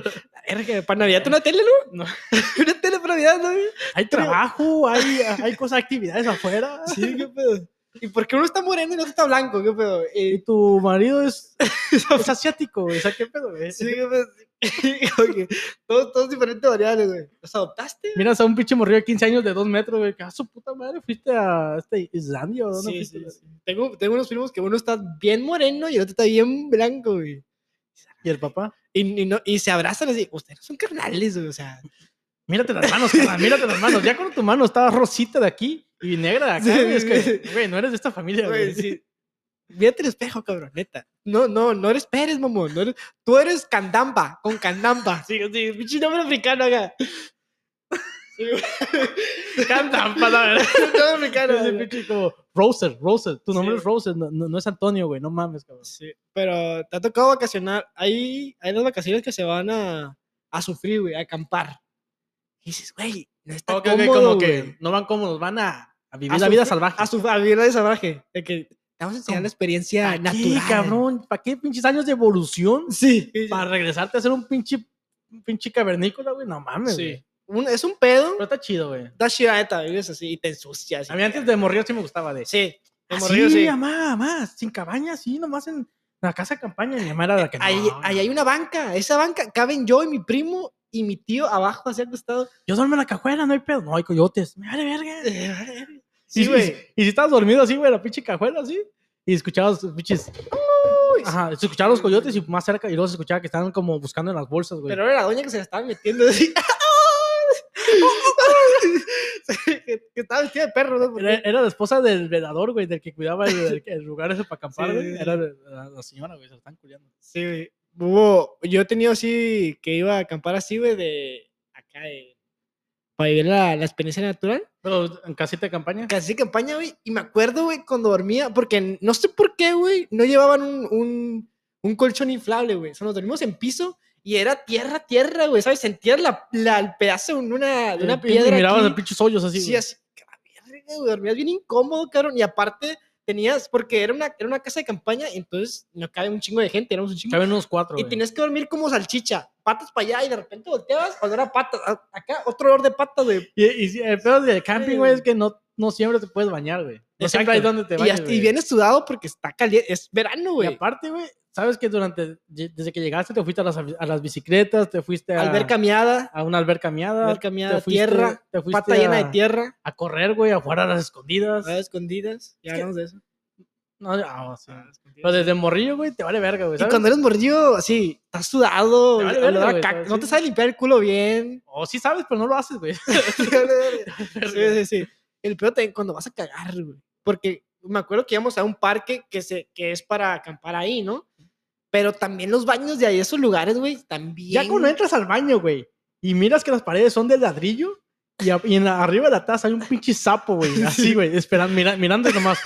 Speaker 1: "Verga, para Navidad, ¿tú una tele, no?
Speaker 2: No.
Speaker 1: una tele para Navidad, ¿no? güey?"
Speaker 2: Hay trabajo, hay, hay cosas, actividades afuera.
Speaker 1: Sí, qué pedo. ¿Y por qué uno está moreno y el otro está blanco? ¿Qué pedo?
Speaker 2: Y
Speaker 1: Eh,
Speaker 2: tu marido es, es asiático, güey. O sea, qué pedo, güey.
Speaker 1: sí, qué pedo. Como que todos, todos diferentes variables, güey. ¿Los adoptaste?
Speaker 2: Miras a un pinche morrillo de 15 años de 2 metros, güey. que, ¡Ah, su puta madre! ¿Fuiste a este Islandia o dónde
Speaker 1: Sí,
Speaker 2: fuiste,
Speaker 1: sí,
Speaker 2: güey?
Speaker 1: sí. Tengo, tengo unos primos que uno está bien moreno y el otro está bien blanco, güey.
Speaker 2: ¿Y el papá?
Speaker 1: Y, y no, y se abrazan así. Ustedes no son carnales, güey. O sea,
Speaker 2: Mírate las manos, carnal, mírate las manos. Ya con tu mano estaba rosita de aquí y negra de acá.
Speaker 1: Sí,
Speaker 2: güey, es
Speaker 1: sí,
Speaker 2: que, güey, no eres de esta familia,
Speaker 1: Güey,
Speaker 2: güey.
Speaker 1: sí. Mírate el espejo, cabrón, neta. No, no, no eres Pérez, mamón. no eres- Tú eres Candamba, con Candamba. Sí, sí, pinche nombre africano acá.
Speaker 2: Cantan para ver.
Speaker 1: Nombre africano.
Speaker 2: Ese
Speaker 1: güey.
Speaker 2: pinche como, Roser, Roser. Tu nombre
Speaker 1: Sí.
Speaker 2: es Roser, no, no, no es Antonio, güey. No mames, cabrón.
Speaker 1: Sí, pero te ha tocado vacacionar. Hay, hay las vacaciones que se van a, a sufrir, güey, a acampar. Y dices, güey, no está
Speaker 2: Ok, ok,
Speaker 1: cómodo,
Speaker 2: como que
Speaker 1: güey.
Speaker 2: no van cómodos, van a, a vivir
Speaker 1: A
Speaker 2: la vida
Speaker 1: sufrir-
Speaker 2: salvaje.
Speaker 1: A su a vivir la vida salvaje. De que te vamos a enseñar
Speaker 2: ¿Cómo?
Speaker 1: la experiencia
Speaker 2: ¿Para qué,
Speaker 1: natural.
Speaker 2: cabrón? ¿Para qué pinches años de evolución?
Speaker 1: Sí.
Speaker 2: Para regresarte a ser un pinche, un pinche cavernícola, güey. No mames,
Speaker 1: Sí.
Speaker 2: güey.
Speaker 1: Un- es un pedo.
Speaker 2: Pero está chido, güey.
Speaker 1: Da chida neta, vives así y te ensucias. y
Speaker 2: A mí antes de morir sí me gustaba de.
Speaker 1: Sí, de
Speaker 2: Así,
Speaker 1: morrillo, sí.
Speaker 2: mamá, mamá, sin cabaña, sí, nomás en la casa de campaña. Mi mamá era la que no,
Speaker 1: Eh, Ahí,
Speaker 2: no.
Speaker 1: ahí hay una banca. Esa banca caben yo y mi primo y mi tío abajo así acostado.
Speaker 2: Yo duermo en la cajuela, no hay pedo. No hay coyotes. Me vale verga. Y
Speaker 1: Eh, Sí,
Speaker 2: si-
Speaker 1: güey.
Speaker 2: Y, si estabas dormido así, güey, en la pinche cajuela, así. Y escuchabas los pinches.
Speaker 1: Uy,
Speaker 2: Ajá, se escuchaban los coyotes y más cerca. Y luego se escuchaba que estaban como buscando en las bolsas, güey.
Speaker 1: Pero era la doña que se la estaba metiendo así. Sí, que, que estaba vestida de perro, ¿no?
Speaker 2: Era, era la esposa del velador, güey, del que cuidaba el, el- el lugar ese para acampar,
Speaker 1: Sí,
Speaker 2: güey.
Speaker 1: sí, sí.
Speaker 2: Era la, la- la señora, güey, se la están cuidando.
Speaker 1: Sí, güey. hubo- yo he tenido así, que iba a acampar así, güey, de acá, de- para vivir la, la experiencia natural.
Speaker 2: Pero en casita de campaña.
Speaker 1: Casi campaña, güey. Y me acuerdo, güey, cuando dormía, porque no sé por qué, güey, no llevaban un, un, un colchón inflable, güey. O sea, nos dormimos en piso y era tierra, tierra, güey, ¿sabes? Sentías la, la- el pedazo de una, de una
Speaker 2: Y-
Speaker 1: piedra.
Speaker 2: Y mirabas
Speaker 1: aquí.
Speaker 2: los pinches hoyos así.
Speaker 1: Sí,
Speaker 2: güey.
Speaker 1: así, que la verga, güey, dormías bien incómodo, cabrón. Y aparte tenías, porque era una, era una casa de campaña, entonces no cabe un chingo de gente, éramos un chingo.
Speaker 2: Caben unos cuatro.
Speaker 1: y
Speaker 2: güey.
Speaker 1: tenías que dormir como salchicha, patas para allá y de repente volteabas, olor a patas, a- acá otro olor de patas, güey.
Speaker 2: Y, y si- el pedo del camping, güey,
Speaker 1: güey.
Speaker 2: es que no, no siempre te puedes bañar, güey. No
Speaker 1: Exacto.
Speaker 2: siempre hay donde te
Speaker 1: Y,
Speaker 2: bañes.
Speaker 1: hasta- y
Speaker 2: güey.
Speaker 1: vienes sudado porque está caliente, es verano,
Speaker 2: Y
Speaker 1: güey.
Speaker 2: aparte, güey, sabes que durante, ye- desde que llegaste te fuiste a las, avi- a las bicicletas, te fuiste a,
Speaker 1: Alberca miada,
Speaker 2: a una alberca miada.
Speaker 1: alberca miada,
Speaker 2: te fuiste-
Speaker 1: tierra,
Speaker 2: te fuiste
Speaker 1: pata llena de
Speaker 2: a-
Speaker 1: tierra, Eh.
Speaker 2: A correr, güey, a jugar a las escondidas.
Speaker 1: a escondidas, ya
Speaker 2: Es que-
Speaker 1: hablamos de eso.
Speaker 2: No, ah, sí.
Speaker 1: Ah,
Speaker 2: Pero desde morrillo, güey, te vale verga, güey.
Speaker 1: Y
Speaker 2: ¿sabes?
Speaker 1: cuando eres morrillo, así, estás sudado,
Speaker 2: Te vale
Speaker 1: el olor
Speaker 2: verga,
Speaker 1: a
Speaker 2: güey,
Speaker 1: caca,
Speaker 2: sí.
Speaker 1: no te sabes limpiar el culo bien.
Speaker 2: O sí sabes, pero no lo haces, güey.
Speaker 1: Te vale verga. Sí, sí, sí. El peor también cuando vas a cagar, güey. Porque me acuerdo que íbamos a un parque que, se, que es para acampar ahí, ¿no? Pero también los baños de ahí, esos lugares, güey, también.
Speaker 2: Ya cuando entras al baño, güey, y miras que las paredes son de ladrillo y, a- y en la- arriba de la taza hay un pinche sapo, güey, así, güey, esperando, mira, mirando nomás.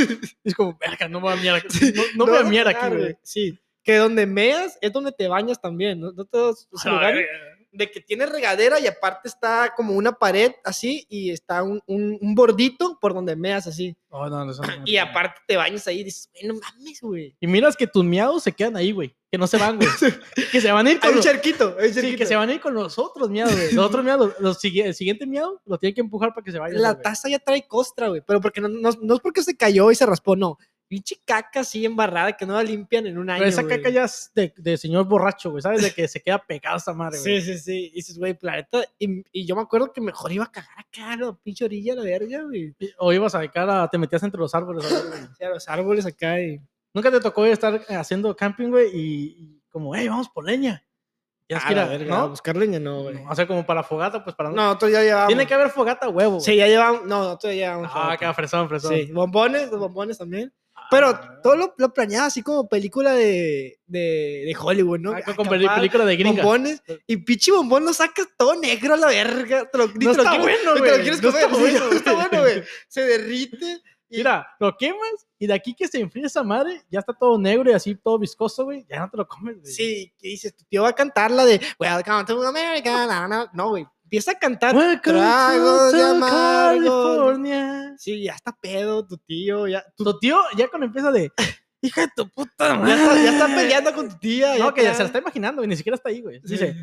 Speaker 2: Es como, verga, no me voy a mirar, no, no me voy a
Speaker 1: vas
Speaker 2: miar
Speaker 1: cagar,
Speaker 2: aquí, güey.
Speaker 1: Sí. Que donde meas es donde te bañas también, ¿no? ¿No te das esos
Speaker 2: A la
Speaker 1: lugares?
Speaker 2: verga.
Speaker 1: de que tiene regadera y aparte está como una pared así y está un, un, un bordito por donde meas así.
Speaker 2: No, Oh, no, no, eso no me
Speaker 1: Y
Speaker 2: gusta.
Speaker 1: aparte te bañas ahí y dices, güey, no mames, güey.
Speaker 2: Y miras que tus miados se quedan ahí, güey, que no se van, güey. que se van a ir
Speaker 1: Hay
Speaker 2: con
Speaker 1: un
Speaker 2: los,
Speaker 1: charquito, hay un
Speaker 2: sí, que
Speaker 1: charquito.
Speaker 2: se van a ir con los otros miados, güey. Los otros miados, los, los sigui- el siguiente miado lo tienen que empujar para que se vaya.
Speaker 1: La
Speaker 2: güey.
Speaker 1: taza ya trae costra, güey. Pero porque no, no, no es porque se cayó y se raspó, no. Pinche caca así embarrada que no la limpian en un año.
Speaker 2: Pero esa caca
Speaker 1: güey.
Speaker 2: ya es de, de señor borracho, güey, ¿sabes? De que se queda pegada esa madre, güey.
Speaker 1: Sí, sí, sí. Y dices, güey, planeta. Y, y yo me acuerdo que mejor iba a cagar acá, la pinche orilla, la verga, güey.
Speaker 2: O ibas a sacar a, te metías entre los árboles, a ver, güey.
Speaker 1: O sea, los árboles acá y.
Speaker 2: Nunca te tocó estar eh, haciendo camping, güey, y, y como, hey, vamos por leña. Ya es
Speaker 1: Ah,
Speaker 2: que
Speaker 1: la
Speaker 2: era,
Speaker 1: verga, A
Speaker 2: ¿no?
Speaker 1: buscar leña, no, güey.
Speaker 2: No, O sea, como para la fogata, pues para.
Speaker 1: No, nosotros ya llevábamos.
Speaker 2: Tiene que haber fogata, huevo.
Speaker 1: Sí, ya llevamos. No, nosotros ya
Speaker 2: güey.
Speaker 1: llevamos.
Speaker 2: Ah, acá, fresón, fresón.
Speaker 1: Sí, bombones, los bombones también. Pero
Speaker 2: Ah,
Speaker 1: todo lo, lo planeaba así como película de, de, de Hollywood, ¿no?
Speaker 2: ah,
Speaker 1: Ah,
Speaker 2: con
Speaker 1: capaz,
Speaker 2: peli- película de gringa.
Speaker 1: bombones. Y pinche bombón lo sacas todo negro a la verga. Te lo, ni
Speaker 2: No
Speaker 1: te lo
Speaker 2: está
Speaker 1: quieres- ni
Speaker 2: bueno,
Speaker 1: te
Speaker 2: güey.
Speaker 1: lo quieres
Speaker 2: No está
Speaker 1: comer, sí,
Speaker 2: bueno,
Speaker 1: no está
Speaker 2: güey.
Speaker 1: bueno, güey. Se derrite. y-
Speaker 2: Mira, lo quemas y de aquí que se enfría esa madre, ya está todo negro y así todo viscoso, güey. Ya no te lo comes, güey.
Speaker 1: Sí, que dices, tu tío va a cantar la de Welcome to America. No, no, no, güey. Empieza a cantar.
Speaker 2: Welcome
Speaker 1: Tragos
Speaker 2: to
Speaker 1: de amargos.
Speaker 2: California.
Speaker 1: Sí, ya está pedo tu tío. Ya, tu-
Speaker 2: Tu tío, ya cuando empieza de. Hija de tu puta
Speaker 1: ya,
Speaker 2: madre.
Speaker 1: está, ya está peleando con tu tía.
Speaker 2: No, que ya se la
Speaker 1: está-
Speaker 2: está imaginando, güey. Ni siquiera está ahí, güey.
Speaker 1: Sí.
Speaker 2: Dice,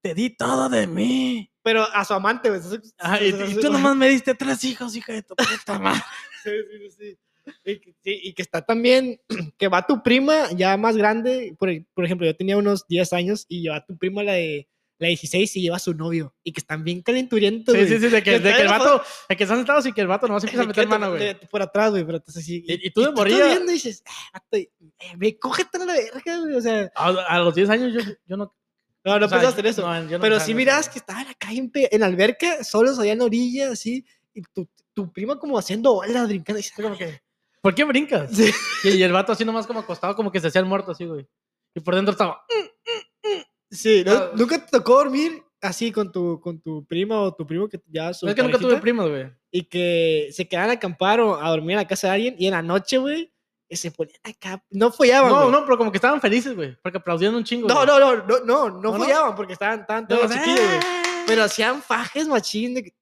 Speaker 2: te di todo de mí.
Speaker 1: Pero a su amante, güey. Entonces,
Speaker 2: Ajá, y, y tú nomás me diste tres hijos, hija de tu puta madre.
Speaker 1: Sí, sí, sí, sí. Y, que- sí, y que está también, que va tu prima ya más grande, por, e- por ejemplo, yo tenía unos 10 años y lleva tu prima la de la 16 y lleva a su novio y que están bien calenturientos,
Speaker 2: Sí,
Speaker 1: güey.
Speaker 2: sí, sí, de que,
Speaker 1: Que
Speaker 2: de que el
Speaker 1: traiga
Speaker 2: vato, de que están sentados y que el vato nomás
Speaker 1: Le
Speaker 2: empieza a meter
Speaker 1: quiere
Speaker 2: mano,
Speaker 1: tocar-
Speaker 2: güey.
Speaker 1: le- Por atrás, güey, pero estás así.
Speaker 2: Y- y tú de
Speaker 1: estás
Speaker 2: morrilla-
Speaker 1: viendo y dices, "Ah, vato, eh, ve, cógete a la verga, güey. O sea,
Speaker 2: A, a los 10 años yo, yo no.
Speaker 1: no, no
Speaker 2: o sea,
Speaker 1: pensaste en eso.
Speaker 2: no, yo no
Speaker 1: pero
Speaker 2: pensaba
Speaker 1: sí
Speaker 2: en eso,
Speaker 1: mirabas
Speaker 2: güey.
Speaker 1: que estaba en la calle, en pe- en la alberca, solos allá en la orilla, así, y tu, tu prima como haciendo olas, brincando. Y dices, como que,
Speaker 2: ¿Por qué brincas?
Speaker 1: Sí.
Speaker 2: Y, y el vato así nomás como acostado, como que se hacía el muerto así, güey. Y por dentro estaba.
Speaker 1: Sí, ¿no?
Speaker 2: Ah,
Speaker 1: ¿nunca te tocó dormir así con tu, con tu prima o tu primo que ya su
Speaker 2: Es que nunca
Speaker 1: parejita?
Speaker 2: tuve primos, güey.
Speaker 1: Y que se quedaban a acampar o a dormir en la casa de alguien y en la noche, güey, que se ponían acá. No follaban,
Speaker 2: No,
Speaker 1: güey.
Speaker 2: no, pero como que estaban felices, güey. Porque aplaudían un chingo.
Speaker 1: no,
Speaker 2: güey.
Speaker 1: no, no, no, no, no
Speaker 2: no?
Speaker 1: follaban porque estaban tan,
Speaker 2: Todos,
Speaker 1: tan chiquillos, güey.
Speaker 2: "Ah".
Speaker 1: Pero hacían fajes machín. de que-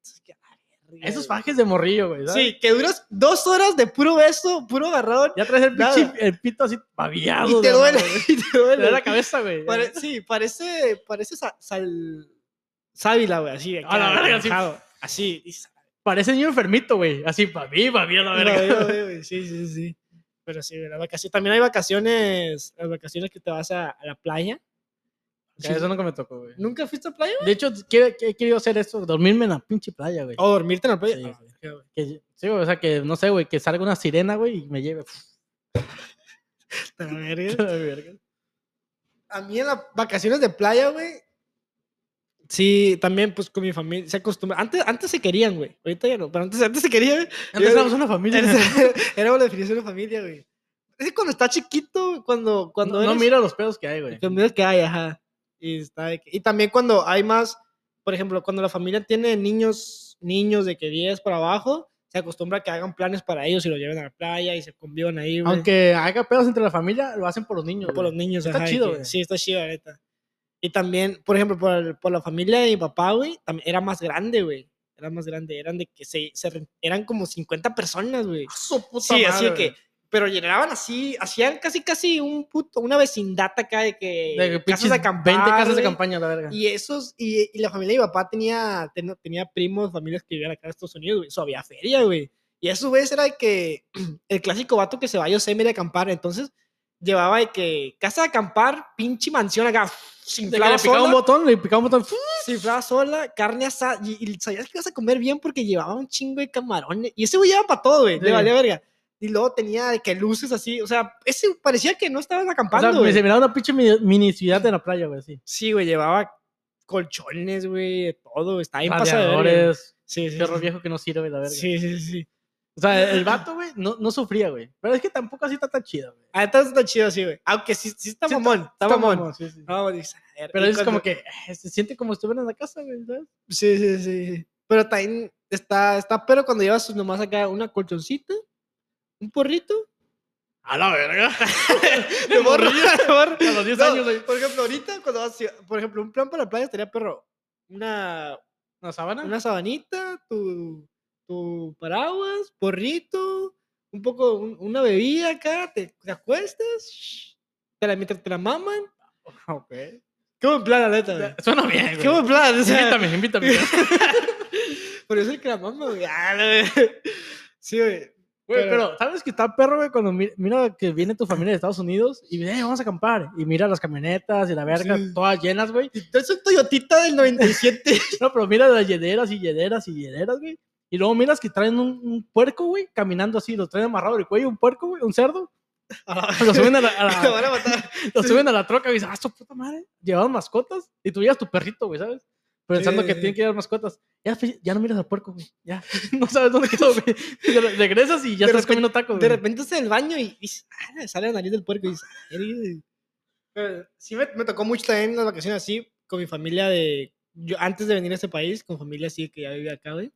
Speaker 1: ah,
Speaker 2: Esos fajes de morrillo, güey. ¿sabes?
Speaker 1: Sí, que duras dos horas de puro beso, puro agarrón.
Speaker 2: Ya traes el,
Speaker 1: Nada.
Speaker 2: pinche- el pito así babiado.
Speaker 1: Y te
Speaker 2: de
Speaker 1: duele,
Speaker 2: amor, güey.
Speaker 1: y te
Speaker 2: Te duele
Speaker 1: duele.
Speaker 2: la cabeza, güey.
Speaker 1: Pare- sí, parece, parece sa- sal, sábila, güey, así.
Speaker 2: A la
Speaker 1: acá,
Speaker 2: verga, sí.
Speaker 1: enojado, Así, dices,
Speaker 2: Parece niño enfermito, güey. Así, para mí, para mí, a la
Speaker 1: Lo
Speaker 2: verga.
Speaker 1: veo, veo, güey. Sí, sí, sí. Pero sí, güey, las vacaciones. También hay vacaciones, las vacaciones que te vas a, a la playa.
Speaker 2: Ya, Eso nunca me tocó, güey.
Speaker 1: ¿Nunca fuiste a playa?
Speaker 2: De hecho, quiero- que- he querido hacer esto, dormirme en la pinche playa, güey.
Speaker 1: ¿O dormirte en la playa?
Speaker 2: Sí,
Speaker 1: Ah, qué güey.
Speaker 2: Que- sí, güey, o sea, que no sé, güey, que salga una sirena, güey, y me lleve.
Speaker 1: Te la verga.
Speaker 2: La verga.
Speaker 1: a mí en las vacaciones de playa, güey. Sí, también pues con mi familia se acostumbra. Antes, antes se querían, güey. Ahorita ya no, pero antes, antes se querían. güey.
Speaker 2: Antes éramos una familia.
Speaker 1: Era- Era la definición de familia, güey. Es que cuando está chiquito, cuando, cuando
Speaker 2: no, no
Speaker 1: eres-
Speaker 2: mira los pedos que hay, güey.
Speaker 1: que mira que hay, ajá. Y, está de que- y también cuando hay más, por ejemplo, cuando la familia tiene niños, niños de que 10 para abajo, se acostumbra a que hagan planes para ellos y lo lleven a la playa y se convivan ahí, güey.
Speaker 2: Aunque haga pedos entre la familia, lo hacen por los niños.
Speaker 1: por los
Speaker 2: güey.
Speaker 1: niños,
Speaker 2: Está
Speaker 1: ajá, de
Speaker 2: chido,
Speaker 1: que-
Speaker 2: güey.
Speaker 1: Sí, está chido, la neta. Y también, por ejemplo, por, el- por la familia de mi papá, güey, también era más grande, güey. Era más grande, eran de que se, se re- eran como 50 personas, güey.
Speaker 2: ¡Ah, su puta
Speaker 1: Sí, así de
Speaker 2: madre,
Speaker 1: que, pero llenaban así, hacían casi, casi un puto, una vecindad acá de que,
Speaker 2: güey. De que
Speaker 1: eh, casas
Speaker 2: pinches
Speaker 1: de acampar,
Speaker 2: 20 casas de
Speaker 1: güey.
Speaker 2: campaña, la verga.
Speaker 1: Y esos, y, y la familia de mi papá tenía, ten- tenía primos, familias que vivían acá en Estados Unidos, güey. Eso había feria, güey. Y a su vez era de que el clásico vato que se va a Yosemite a acampar. Entonces llevaba de que casa de acampar, pinche mansión acá, se
Speaker 2: De que le
Speaker 1: inflaba
Speaker 2: picaba un
Speaker 1: sola,
Speaker 2: botón, le picaba un botón. ¡fu!
Speaker 1: se inflaba sola, carne asada. Y, y sabías que ibas a comer bien porque llevaba un chingo de camarones. Y ese güey llevaba para todo, güey.
Speaker 2: Sí.
Speaker 1: Le valía verga. Y luego tenía de que luces así. O sea, ese parecía que no estaban
Speaker 2: O
Speaker 1: acampando,
Speaker 2: sea,
Speaker 1: güey.
Speaker 2: me se miraba una pinche mini, mini ciudad de la playa, güey, así.
Speaker 1: Sí, güey, llevaba colchones, güey, de todo. Está bien pasado de verga, güey.
Speaker 2: Radiadores,
Speaker 1: Sí, sí.
Speaker 2: perro
Speaker 1: sí.
Speaker 2: viejo que no sirve, la verga.
Speaker 1: Sí, sí, sí.
Speaker 2: O sea, el vato, güey, no, no sufría, güey. Pero es que tampoco así está tan chido, güey.
Speaker 1: Ah, entonces está chido así, güey. Aunque sí, sí está
Speaker 2: Sí,
Speaker 1: mamón. Está, mamón.
Speaker 2: sí, sí.
Speaker 1: Está mamón, dices, a ver,
Speaker 2: Pero
Speaker 1: y
Speaker 2: es como
Speaker 1: cuando-
Speaker 2: que eh, se siente como si estuviera en la casa, güey, ¿sabes?
Speaker 1: Sí, sí, sí. sí. Pero también está, está, pero cuando llevas nomás acá una colchoncita, un porrito.
Speaker 2: A la verga.
Speaker 1: De morro, de morro.
Speaker 2: A los 10
Speaker 1: No,
Speaker 2: años, güey.
Speaker 1: Por ejemplo, ahorita cuando vas, por ejemplo, un plan para la playa estaría perro. Una,
Speaker 2: ¿Una sábana?
Speaker 1: una sabanita, tu, tu paraguas, porrito, un poco, un- una bebida acá, te, te acuestas, shh, te la, mientras te la maman.
Speaker 2: Ok.
Speaker 1: Qué buen plan, la neta, güey.
Speaker 2: Suena bien, güey.
Speaker 1: Qué buen plan, o sea,
Speaker 2: Invítame, invítame.
Speaker 1: por eso el que la mama, güey. Ah, la ve- Sí, güey.
Speaker 2: Güey,
Speaker 1: Pero-
Speaker 2: pero ¿sabes que está perro, güey? Cuando mi- mira que viene tu familia de Estados Unidos y dice, "Eh, vamos a acampar. Y mira las camionetas y la verga,
Speaker 1: Sí.
Speaker 2: todas llenas, güey.
Speaker 1: Es un Toyotita del 97.
Speaker 2: No, pero mira las llederas y llederas y llederas, güey. Y luego miras que traen un, un puerco, güey, caminando así, lo traen amarrado del cuello, un puerco, güey, un cerdo. Ah, Lo suben a la, a la-
Speaker 1: Lo van a matar.
Speaker 2: lo suben a la troca y dices, ah, su puta madre, llevaban mascotas. Y tú llevas tu perrito, güey, ¿sabes? Pensando
Speaker 1: Sí,
Speaker 2: que
Speaker 1: sí,
Speaker 2: tienen
Speaker 1: sí.
Speaker 2: que llevar mascotas. Ya, pues, ya no miras al puerco, güey. Ya, no sabes dónde quedó, güey. Ya re- Regresas y ya
Speaker 1: De
Speaker 2: estás
Speaker 1: repente-
Speaker 2: comiendo tacos,
Speaker 1: De
Speaker 2: güey.
Speaker 1: repente estás en el baño y, y ah, sale la nariz del puerco y dices, "Ah, verga, güey". Pero sí me, me tocó mucho también las vacaciones así con mi familia de... Yo, antes de venir a este país, con familia así que ya vivía acá, güey.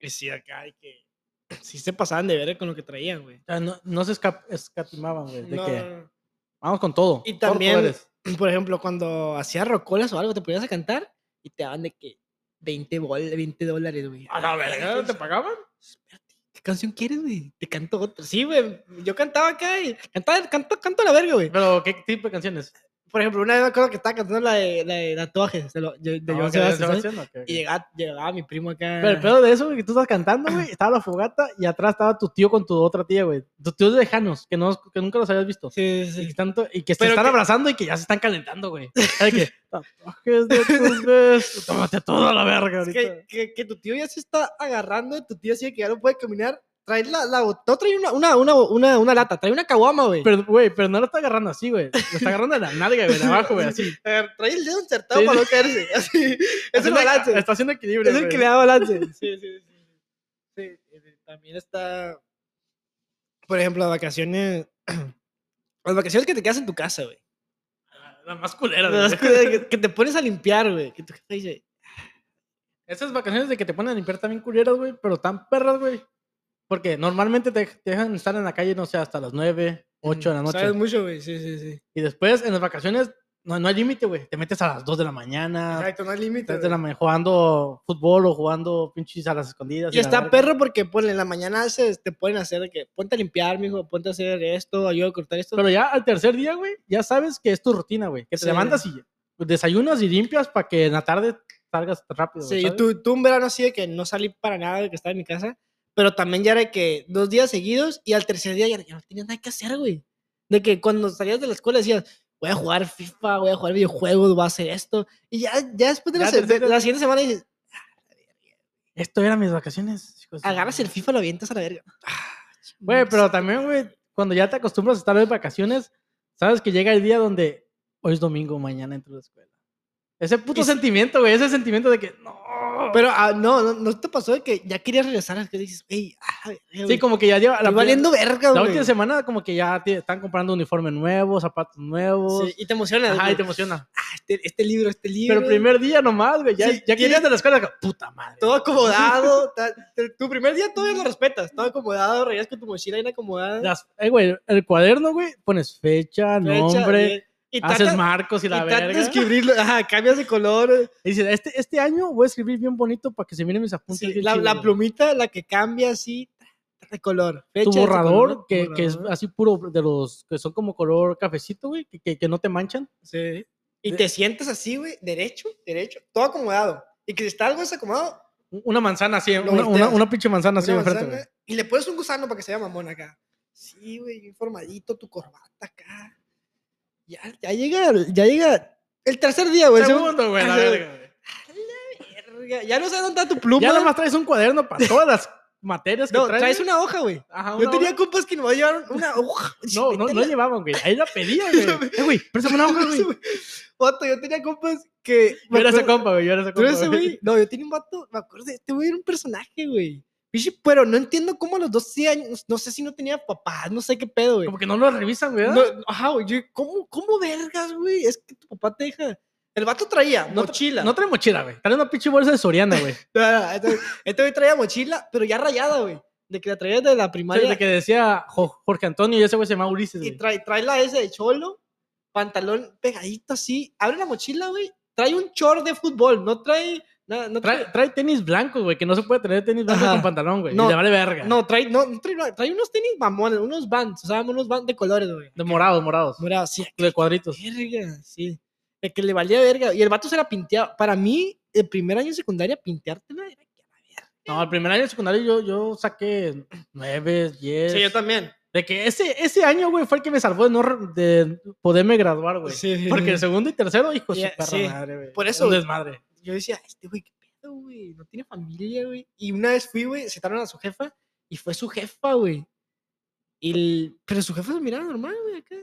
Speaker 1: Y sí, acá hay que... Sí se pasaban de ver con lo que traían, güey.
Speaker 2: O sea, no, no se esca- escatimaban, güey. De
Speaker 1: No,
Speaker 2: que
Speaker 1: no, no.
Speaker 2: vamos con todo.
Speaker 1: Y
Speaker 2: todo
Speaker 1: también-
Speaker 2: tú eres.
Speaker 1: por ejemplo, cuando hacías rocolas o algo, te ponías a cantar y te daban de que 20, bol- 20 dólares, güey.
Speaker 2: A la verga, ¿te pagaban?
Speaker 1: ¿Qué canción quieres, güey? Te canto otra. Sí, güey. Yo cantaba acá y cantaba, canto, canto a la verga, güey.
Speaker 2: Pero, ¿qué tipo de canciones?
Speaker 1: Por ejemplo, una vez me acuerdo que estaba cantando la de, la de tatuajes de, lo, de, de
Speaker 2: No,
Speaker 1: Joan
Speaker 2: ¿qué de
Speaker 1: Sebastián, ¿sabes?
Speaker 2: Sebastián? Ah, Ok, ok.
Speaker 1: Y llegaba, llegaba mi primo acá.
Speaker 2: Pero el pedo de eso, güey, que tú estás cantando, güey, estaba la fogata y atrás estaba tu tío con tu otra tía, güey. Tus tíos lejanos, que, no, que nunca los habías visto.
Speaker 1: Sí, sí,
Speaker 2: Y
Speaker 1: sí.
Speaker 2: que, tanto, y que se
Speaker 1: Pero
Speaker 2: están
Speaker 1: que-
Speaker 2: abrazando y que ya se están calentando, güey. Ay, que tatuajes de tus besos. Tómate toda la verga
Speaker 1: Es
Speaker 2: ahorita.
Speaker 1: que, que, que tu tío ya se está agarrando de tu tío así de que ya no puede caminar. Trae la, la bot- no trae una, una, una, una, una lata, trae una caguama, güey.
Speaker 2: Pero, güey, pero no lo está agarrando así, güey. Lo está agarrando de la nalga, güey, de abajo, güey, así.
Speaker 1: A ver, trae el dedo insertado
Speaker 2: Sí,
Speaker 1: para
Speaker 2: sí.
Speaker 1: no caerse. Así. Es el
Speaker 2: Haciendo-
Speaker 1: balance.
Speaker 2: Está haciendo equilibrio,
Speaker 1: Es el
Speaker 2: güey.
Speaker 1: que le da balance. Sí, sí, sí. Sí, eh, también está. Por ejemplo, las vacaciones. Las vacaciones que te quedas en tu casa, güey.
Speaker 2: La más culera,
Speaker 1: Las
Speaker 2: güey.
Speaker 1: que, que- que te pones a limpiar, güey. Que tu jefe dice,
Speaker 2: Esas vacaciones de que te ponen a limpiar también culeras, güey, pero tan perras, güey. Porque normalmente te, te dejan estar en la calle, no sé, hasta las 9, 8 de la noche.
Speaker 1: Sabes mucho, güey. Sí, sí, sí.
Speaker 2: Y después, en las vacaciones, no, no hay límite, güey. Te metes a las 2 de la mañana,
Speaker 1: no hay límite.
Speaker 2: 3 Ah, de la mañana, jugando fútbol o jugando pinches a las escondidas.
Speaker 1: Y
Speaker 2: la
Speaker 1: está
Speaker 2: verga.
Speaker 1: perro porque ponle, en la mañana haces- te pueden hacer de que ponte a limpiar, mijo, ponte a hacer esto, ayuda a cortar esto.
Speaker 2: Pero ya al tercer día, güey, ya sabes que es tu rutina, güey. Que te
Speaker 1: Sí.
Speaker 2: levantas y desayunas y limpias para que en la tarde salgas rápido.
Speaker 1: Sí,
Speaker 2: ¿sabes?
Speaker 1: tú, tú un verano así de que no salí para nada, de que estaba en mi casa, pero también ya era de que dos días seguidos y al tercer día ya, ya no tenía nada que hacer, güey. De que cuando salías de la escuela decías, voy a jugar FIFA, voy a jugar videojuegos, voy a hacer esto. Y ya, ya después de, la,
Speaker 2: Ya
Speaker 1: se-
Speaker 2: te
Speaker 1: de-
Speaker 2: sientes-
Speaker 1: la siguiente semana dices,
Speaker 2: Esto eran mis vacaciones. hijos de-
Speaker 1: agarras el FIFA, lo avientas a la verga.
Speaker 2: Ah, Güey, pero también, güey, cuando ya te acostumbras a estar de vacaciones, sabes que llega el día donde hoy es domingo, mañana entro a la escuela. Ese puto
Speaker 1: Y-
Speaker 2: sentimiento, güey, ese sentimiento de que no.
Speaker 1: Pero ah, no, no, ¿no te pasó de que ya querías regresar? Que dices, ey, ah, eh,
Speaker 2: sí, como que ya lleva.
Speaker 1: la
Speaker 2: primera-
Speaker 1: valiendo verga,
Speaker 2: la
Speaker 1: güey.
Speaker 2: última semana, como que ya te están comprando uniforme nuevo, zapatos nuevos.
Speaker 1: Sí, y te emocionas.
Speaker 2: Ajá,
Speaker 1: güey.
Speaker 2: y te emociona.
Speaker 1: Ah, este, este libro, este libro.
Speaker 2: Pero el primer día nomás, güey. Ya,
Speaker 1: Sí,
Speaker 2: ya
Speaker 1: sí.
Speaker 2: querías de la escuela. que, Puta madre.
Speaker 1: Todo acomodado. ta- te- tu primer día todavía lo respetas. Todo acomodado, regresas con tu mochila bien acomodada.
Speaker 2: Las- eh, güey, el cuaderno, güey, pones
Speaker 1: fecha,
Speaker 2: fecha, nombre,
Speaker 1: bien. Y
Speaker 2: haces
Speaker 1: tratas,
Speaker 2: marcos y
Speaker 1: y
Speaker 2: la
Speaker 1: tratas de
Speaker 2: verga.
Speaker 1: escribirlo. Ajá, cambias de color.
Speaker 2: Y dices, este, este año voy a escribir bien bonito para que se miren mis apuntes.
Speaker 1: Sí,
Speaker 2: bien
Speaker 1: la,
Speaker 2: chidos,
Speaker 1: la
Speaker 2: güey.
Speaker 1: plumita, la que cambia así, de color.
Speaker 2: Tu
Speaker 1: fecha, este
Speaker 2: borrador,
Speaker 1: color, tu
Speaker 2: que, que es
Speaker 1: borrador.
Speaker 2: así puro, de los que son como color cafecito, güey, que, que, que no te manchan.
Speaker 1: Sí. Y te sientas así, güey, derecho, derecho, todo acomodado. Y que si está algo desacomodado,
Speaker 2: Una manzana así, una,
Speaker 1: volteas.
Speaker 2: una, una pinche manzana así
Speaker 1: una
Speaker 2: enfrente,
Speaker 1: manzana,
Speaker 2: güey.
Speaker 1: y le pones un gusano para que se vea mamón acá. Sí, güey, bien formadito, tu corbata acá. Ya, ya llega, ya llega el tercer día, güey. el segundo-
Speaker 2: Segundo, güey, la
Speaker 1: Ah, sí,
Speaker 2: verga, güey.
Speaker 1: verga, Ya no sabes dónde está tu pluma.
Speaker 2: Ya nada más traes un cuaderno para todas las materias que
Speaker 1: no,
Speaker 2: traes.
Speaker 1: traes
Speaker 2: güey.
Speaker 1: una hoja, güey.
Speaker 2: Ajá,
Speaker 1: Yo
Speaker 2: una
Speaker 1: tenía
Speaker 2: hoja.
Speaker 1: compas que no llevaron una hoja.
Speaker 2: No, no, no
Speaker 1: Métela.
Speaker 2: llevaban, güey. Ahí la pedía, güey. Eh, güey, préstame una hoja, güey.
Speaker 1: Vato, yo tenía compas que.
Speaker 2: Yo
Speaker 1: me
Speaker 2: era ese
Speaker 1: acuerdo-
Speaker 2: compa, güey. Yo era ese
Speaker 1: ¿Tú eres
Speaker 2: compa,
Speaker 1: ese güey? No, yo tenía un vato, me acuerdo, este güey era un personaje, güey. Pinche, pero no entiendo cómo a los 12 años, no sé si no tenía papás, no sé qué pedo, güey.
Speaker 2: Como que no lo revisan, güey. ¿verdad?
Speaker 1: No, ajá, güey, yo, ¿cómo, ¿cómo vergas, güey? Es que tu papá te deja. El vato traía
Speaker 2: No tra-
Speaker 1: mochila.
Speaker 2: No trae mochila, güey. Trae una pinche bolsa de Soriana, güey. O
Speaker 1: No, no, este- este güey traía mochila, pero ya rayada, güey. De que la traía desde la
Speaker 2: sea,
Speaker 1: primaria.
Speaker 2: de que decía Jo- Jorge Antonio y ese güey se llama Ulises,
Speaker 1: Y
Speaker 2: güey.
Speaker 1: trae, trae la S de cholo, pantalón pegadito así. Abre la mochila, güey. Trae un short de fútbol, no trae. nada, no
Speaker 2: Trae, trae tenis blancos, güey, que no se puede tener tenis blancos
Speaker 1: Ajá.
Speaker 2: con pantalón, güey.
Speaker 1: No,
Speaker 2: y le vale verga.
Speaker 1: No, trae, no, no trae, nada, trae unos tenis mamones, unos vans, o sea, unos vans de colores, güey.
Speaker 2: De morados, morados.
Speaker 1: Morado, sí,
Speaker 2: De cuadritos.
Speaker 1: verga, sí. De que le valía verga. Y el vato se la pinteaba. Para mí, el primer año de secundaria, pinteártela era que la verga.
Speaker 2: No, el primer año de secundario yo, yo saqué nueve, diez.
Speaker 1: también.
Speaker 2: De que ese, ese año, güey, fue el que me salvó de no re- de poderme graduar, güey.
Speaker 1: Sí.
Speaker 2: Porque el segundo y tercero, hijo de
Speaker 1: Ya,
Speaker 2: su perra
Speaker 1: sí.
Speaker 2: madre, güey.
Speaker 1: Por
Speaker 2: Era
Speaker 1: eso,
Speaker 2: Un
Speaker 1: güey.
Speaker 2: desmadre.
Speaker 1: Yo decía, este güey, qué pedo, güey. No tiene familia, güey. Y una vez fui, güey, sentaron a su jefa y fue su jefa, güey. Y el- Pero su jefa se miraba normal, güey, acá.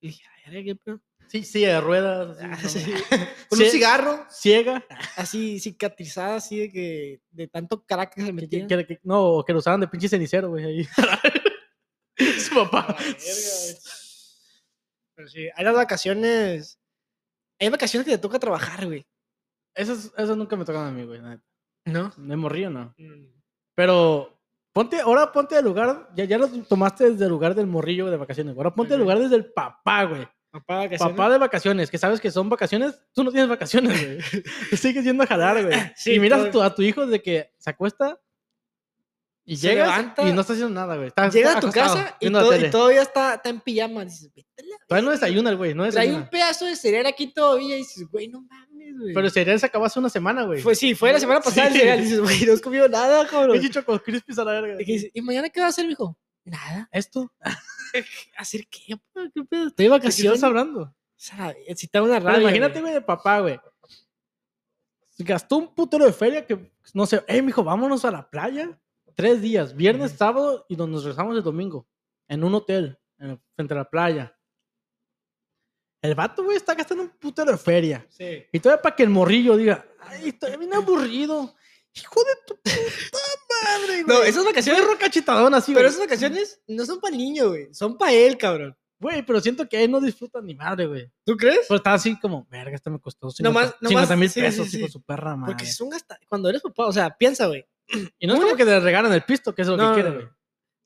Speaker 1: Y dije, "A ver, qué pedo.
Speaker 2: Sí, sí, de ruedas.
Speaker 1: Ah,
Speaker 2: así,
Speaker 1: sí. Ah,
Speaker 2: no,
Speaker 1: Con
Speaker 2: Sí.
Speaker 1: un cigarro,
Speaker 2: Ciega.
Speaker 1: así cicatrizada, así de que de tanto crack que se
Speaker 2: Que-
Speaker 1: metía.
Speaker 2: que- que- no, que lo usaban de pinche cenicero, güey. ahí. Su
Speaker 1: Ah,
Speaker 2: papá.
Speaker 1: Pero sí, hay las vacaciones. Hay vacaciones que te toca trabajar, güey.
Speaker 2: Esas, esas nunca me tocaban a mí, güey. la neta.
Speaker 1: ¿No?
Speaker 2: Me morrí o no.
Speaker 1: Mm,
Speaker 2: Pero ponte, ahora ponte del lugar. Ya, ya lo tomaste desde el lugar del morrillo de vacaciones. güey. Ahora ponte el
Speaker 1: Ok.
Speaker 2: lugar desde el papá, güey.
Speaker 1: Papá, vacaciones.
Speaker 2: Papá de vacaciones, que sabes que son vacaciones. Tú no tienes vacaciones, güey. Te Sigues yendo a jalar, güey.
Speaker 1: Sí,
Speaker 2: y miras
Speaker 1: todo.
Speaker 2: a tu, a tu hijo desde que se acuesta y
Speaker 1: Se
Speaker 2: llegas
Speaker 1: levanta.
Speaker 2: y no está haciendo nada, güey. Está- está
Speaker 1: Llega a tu
Speaker 2: acostado,
Speaker 1: casa y,
Speaker 2: viendo la
Speaker 1: todo- y
Speaker 2: tele.
Speaker 1: todavía está, está en pijama. Dices, "Vete a la
Speaker 2: Todavía
Speaker 1: verga".
Speaker 2: no desayuna el güey, no
Speaker 1: Trae
Speaker 2: desayuna.
Speaker 1: un pedazo de cereal aquí todavía y dices, güey, no mames, güey.
Speaker 2: Pero el cereal se acabó hace una semana, güey.
Speaker 1: Fue- sí, fue la semana pasada
Speaker 2: Sí.
Speaker 1: el cereal. Dices, güey, no has comido nada, cabrón.
Speaker 2: Pinche Choco Crispies a la verga.
Speaker 1: Y que dices, ¿Y mañana qué vas a hacer, mijo? Nada.
Speaker 2: ¿Esto?
Speaker 1: ¿Hacer qué? pa? ¿Qué pedo? Estoy de
Speaker 2: ¿De qué estás
Speaker 1: vacaciones.
Speaker 2: hablando?
Speaker 1: Sabe, Si está una
Speaker 2: Pero
Speaker 1: radio.
Speaker 2: imagínate, güey, de papá, güey. Gastó un putero de feria que, no sé, hey, mijo, vámonos a la playa. Tres días, viernes,
Speaker 1: Ujú.
Speaker 2: sábado y nos nos regresamos el domingo. En un hotel, en el- frente a la playa. El vato, güey, está gastando un putero de feria.
Speaker 1: Sí.
Speaker 2: Y todavía para que el morrillo diga, ay, estoy bien aburrido. Hijo de tu puta madre, güey.
Speaker 1: No, esas vacaciones.
Speaker 2: Perro cachetadón así,
Speaker 1: Pero
Speaker 2: güey.
Speaker 1: esas vacaciones no son para niño, güey. Son para él, cabrón.
Speaker 2: Güey, pero siento que él no disfruta ni madre, güey.
Speaker 1: ¿Tú crees?
Speaker 2: Pues está así como, verga, esto me costó 50
Speaker 1: Nomás- nomás-
Speaker 2: mil
Speaker 1: sí, sí,
Speaker 2: pesos,
Speaker 1: sí.
Speaker 2: hijo de su perra madre.
Speaker 1: Porque es un gasta. Cuando eres papá, o sea, piensa, güey.
Speaker 2: Y no es como que le regalan el pisto, que es lo
Speaker 1: No, no,
Speaker 2: que quiere,
Speaker 1: no.
Speaker 2: güey.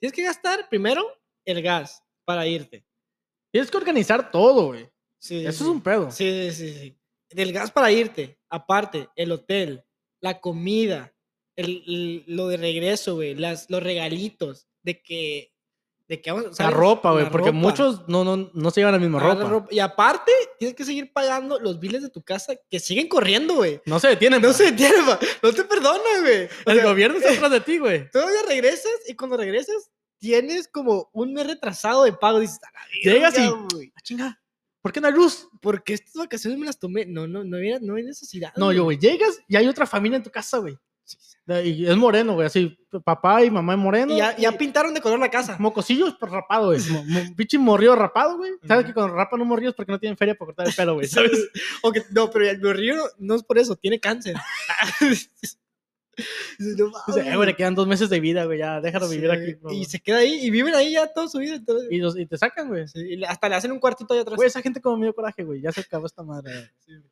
Speaker 1: Tienes que gastar primero el gas para irte.
Speaker 2: Tienes que organizar todo, güey.
Speaker 1: Sí, sí,
Speaker 2: Eso
Speaker 1: sí.
Speaker 2: es un pedo.
Speaker 1: Sí, sí, sí, sí. Del gas para irte, aparte, el hotel, la comida, el, el- lo de regreso, güey, las, los regalitos, de que, de que vamos,
Speaker 2: la
Speaker 1: ¿sabes?
Speaker 2: ropa, güey,
Speaker 1: La
Speaker 2: porque
Speaker 1: ropa.
Speaker 2: muchos no, no, no se llevan la misma
Speaker 1: Ah, la
Speaker 2: ropa.
Speaker 1: ropa. Y aparte, tienes que seguir pagando los biles de tu casa que siguen corriendo, güey.
Speaker 2: No se detienen.
Speaker 1: No
Speaker 2: pa.
Speaker 1: se entiende, pa. no te perdonan, güey. O sea,
Speaker 2: El
Speaker 1: eh,
Speaker 2: gobierno está atrás de ti, güey.
Speaker 1: todavía regresas y cuando regresas tienes como un mes retrasado de pago. Dices, "A la
Speaker 2: Llegas y-
Speaker 1: verga, güey,
Speaker 2: Ah, chinga. ¿Por qué no hay luz?
Speaker 1: ¿Por qué estas vacaciones me las tomé? No, no, no había, no había necesidad.
Speaker 2: No, yo, güey, llegas y hay otra familia en tu casa, güey. Y es moreno, güey, así, papá y mamá es moreno.
Speaker 1: Y ya, ya pintaron de color la casa.
Speaker 2: Mocosillos pues, rapado, güey. Mo- mo- Pinche morrillo rapado, güey. Sabes
Speaker 1: Ujú.
Speaker 2: que cuando rapan un morrillo es porque no tienen feria para cortar el pelo, güey. ¿Sabes?
Speaker 1: O que- no, pero el morrillo no es por eso, tiene cáncer. Dices, "No
Speaker 2: Dice,
Speaker 1: mames,
Speaker 2: eh, güey, le quedan dos meses de vida, güey, ya, déjalo
Speaker 1: Sí,
Speaker 2: vivir aquí. por
Speaker 1: Y
Speaker 2: favor".
Speaker 1: se queda ahí y viven ahí ya toda su vida. entonces,
Speaker 2: Y, los- y te sacan, güey.
Speaker 1: sí, y le- hasta le hacen un cuartito allá atrás.
Speaker 2: Güey, esa gente como medio coraje, güey. Ya se acabó esta madre. güey.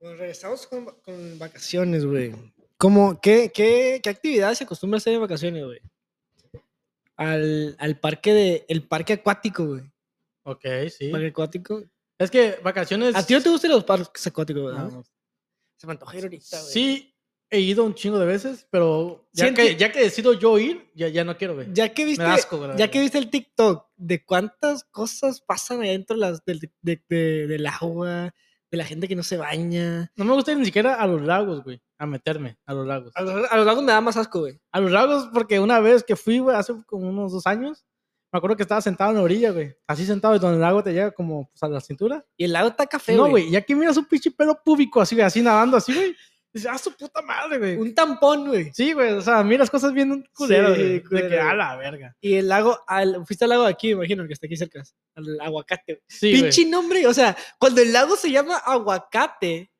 Speaker 1: Bueno, regresamos con, va- con vacaciones, güey. ¿Cómo, qué, qué, qué actividad se acostumbra a hacer en vacaciones, güey? Al, al parque de. El parque acuático, güey.
Speaker 2: Ok, sí.
Speaker 1: Parque acuático.
Speaker 2: Es que vacaciones.
Speaker 1: A ti no te gustan los parques acuáticos,
Speaker 2: No,
Speaker 1: ¿verdad?
Speaker 2: no.
Speaker 1: Se me antoja ir ahorita, güey.
Speaker 2: Sí, he ido un chingo de veces, pero ya,
Speaker 1: Siento-
Speaker 2: que, ya que decido yo ir, ya, ya no quiero, güey.
Speaker 1: Ya que viste,
Speaker 2: Me da asco, güey, la
Speaker 1: ya que
Speaker 2: verdad.
Speaker 1: viste el TikTok de cuántas cosas pasan adentro las del, de- de- del agua, de la gente que no se baña.
Speaker 2: No me gusta ir ni siquiera a los lagos, güey. A meterme a los lagos.
Speaker 1: A los, a los lagos me da más asco, güey.
Speaker 2: A los lagos, porque una vez que fui, güey, hace como unos dos años, me acuerdo que estaba sentado en la orilla, güey. Así sentado, y donde el lago te llega como pues, a la cintura.
Speaker 1: Y el lago está café,
Speaker 2: no, güey. Y aquí miras un pinche pelo púbico, así, güey, así nadando, así, güey. Dices, ah, su puta madre, güey.
Speaker 1: Un tampón, güey.
Speaker 2: Sí, güey. O sea, miras cosas bien culeras,
Speaker 1: Sí,
Speaker 2: güey. De que
Speaker 1: culero,
Speaker 2: a
Speaker 1: güey.
Speaker 2: la verga.
Speaker 1: Y el lago, al, fuiste al lago de aquí, me imagino, que está aquí cerca, al aguacate. güey.
Speaker 2: Sí,
Speaker 1: Pinche nombre, o sea, cuando el lago se llama aguacate,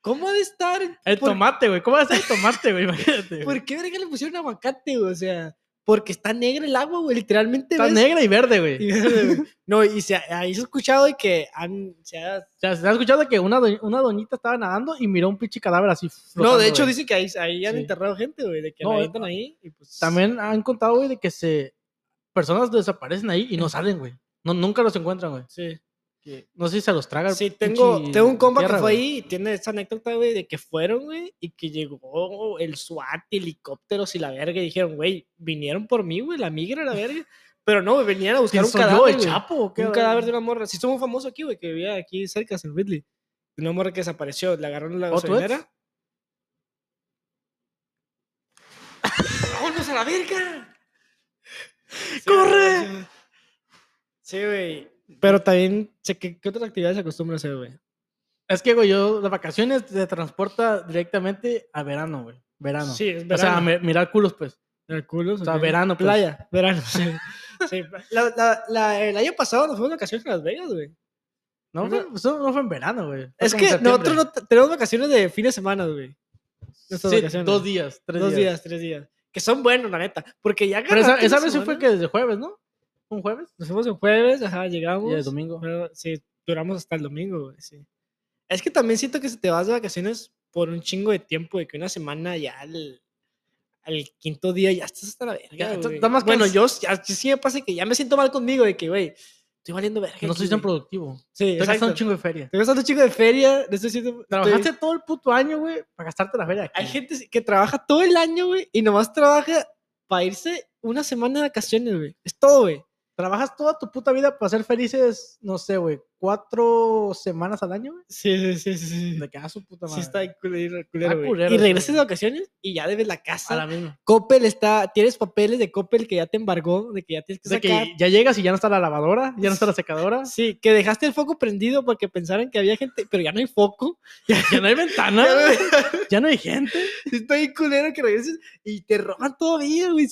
Speaker 1: ¿cómo ha de estar?
Speaker 2: El
Speaker 1: por,
Speaker 2: tomate, güey. ¿Cómo va a ser el tomate, güey? Imagínate. güey.
Speaker 1: ¿Por qué verga le pusieron aguacate, güey? O sea, porque está negra el agua, güey, literalmente.
Speaker 2: Está
Speaker 1: ves-
Speaker 2: negra y verde, güey.
Speaker 1: y verde, güey. no, y se, ha- ahí se ha escuchado de que han... se ha-
Speaker 2: O sea, ¿se ha escuchado que una, do- una doñita estaba nadando y miró un pinche cadáver así?
Speaker 1: no,
Speaker 2: flotando,
Speaker 1: de hecho
Speaker 2: güey?
Speaker 1: dice que ahí, ahí han
Speaker 2: Sí.
Speaker 1: enterrado gente, güey, de que
Speaker 2: No,
Speaker 1: la avientan ahí y pues...
Speaker 2: También han contado, güey, de que se... Personas desaparecen ahí y no salen, güey. No, nunca los encuentran, güey.
Speaker 1: Sí,
Speaker 2: Que- No sé si se los traga. el
Speaker 1: Sí, tengo,
Speaker 2: pinche
Speaker 1: tengo un compa
Speaker 2: tierra,
Speaker 1: que fue
Speaker 2: güey.
Speaker 1: ahí y tiene esa anécdota, güey, de que fueron, güey, y que llegó el SWAT, helicópteros y la verga, y dijeron, güey, vinieron por mí, güey, la migra, la verga. Pero no, güey, venían a buscar
Speaker 2: ¿Quién
Speaker 1: un
Speaker 2: soy yo,
Speaker 1: cadáver,
Speaker 2: el
Speaker 1: güey.
Speaker 2: Chapo o qué?
Speaker 1: un cadáver de una morra. Sí, estuvo muy famoso aquí, güey, que vivía aquí cerca, en Ridley. Una morra que desapareció, la agarraron en la
Speaker 2: ¿O tu ex?
Speaker 1: gasolinera. ¡Vámonos a la verga! Sí,
Speaker 2: ¡Corre!
Speaker 1: sí, güey. Sí, güey. Pero también, sé que- ¿qué otras actividades se acostumbra a hacer, güey?
Speaker 2: Es que, güey, yo... Las vacaciones te transporta directamente a verano, güey. Verano.
Speaker 1: Sí, es verano.
Speaker 2: O sea, me- mirar culos, pues.
Speaker 1: El culo,
Speaker 2: O sea,
Speaker 1: ok.
Speaker 2: verano, pues.
Speaker 1: Playa, verano, sí. Sí, la- la- la- el año pasado nos fuimos de vacaciones a Las Vegas, güey.
Speaker 2: No,
Speaker 1: Una-
Speaker 2: fue- eso no fue en verano, güey. Fue
Speaker 1: Es
Speaker 2: como en
Speaker 1: que nosotros
Speaker 2: septiembre.
Speaker 1: no t- tenemos vacaciones de fin de semana, güey. nuestras
Speaker 2: Sí,
Speaker 1: vacaciones.
Speaker 2: dos días, tres
Speaker 1: Dos días.
Speaker 2: días.
Speaker 1: tres días. Que son buenos, la neta. Porque ya
Speaker 2: Pero esa,
Speaker 1: agarrar fin
Speaker 2: esa
Speaker 1: de
Speaker 2: vez sí fue
Speaker 1: semana-
Speaker 2: que desde jueves, ¿no? ¿Un jueves?
Speaker 1: Nos fuimos el jueves, ajá, llegamos.
Speaker 2: Y el domingo.
Speaker 1: Pero, sí, duramos hasta el domingo, güey, sí. Es que también siento que si te vas de vacaciones por un chingo de tiempo, de que una semana ya al, al quinto día ya estás hasta la
Speaker 2: Ya,
Speaker 1: verga,
Speaker 2: estás-
Speaker 1: güey.
Speaker 2: estás más
Speaker 1: Bueno,
Speaker 2: cans-
Speaker 1: yo, ya- sí- sí me pasa que ya me siento mal conmigo de que, güey, estoy valiendo verga.
Speaker 2: No
Speaker 1: aquí,
Speaker 2: soy tan
Speaker 1: güey.
Speaker 2: productivo.
Speaker 1: Sí,
Speaker 2: Estoy gastando
Speaker 1: exacto.
Speaker 2: un chingo de feria.
Speaker 1: Estoy gastando un chingo de feria, no estoy siendo... estoy-
Speaker 2: Trabajaste todo el puto año, güey, para gastarte la feria. aquí.
Speaker 1: Hay gente que trabaja todo el año, güey, y nomás trabaja para irse una semana de vacaciones, güey. Es todo, güey.
Speaker 2: Trabajas toda tu puta vida para ser felices, no sé, güey, cuatro semanas al año, güey.
Speaker 1: Sí, sí, sí, sí, sí.
Speaker 2: De que ah, su puta madre.
Speaker 1: Sí está culero, Ah, culero, güey.
Speaker 2: culero
Speaker 1: Y
Speaker 2: eso,
Speaker 1: regresas de
Speaker 2: güey.
Speaker 1: vacaciones y ya debes la
Speaker 2: a
Speaker 1: casa.
Speaker 2: la misma.
Speaker 1: Coppel está, tienes papeles de Coppel que ya te embargó, de que ya tienes que
Speaker 2: De
Speaker 1: sacar.
Speaker 2: que ya llegas y ya no está la lavadora, ya no está la secadora,
Speaker 1: Sí, que dejaste el foco prendido porque pensaron que había gente, pero ya no hay foco.
Speaker 2: ya no hay ventana, ya no hay gente.
Speaker 1: está bien culero que regreses y te roban todavía, güey.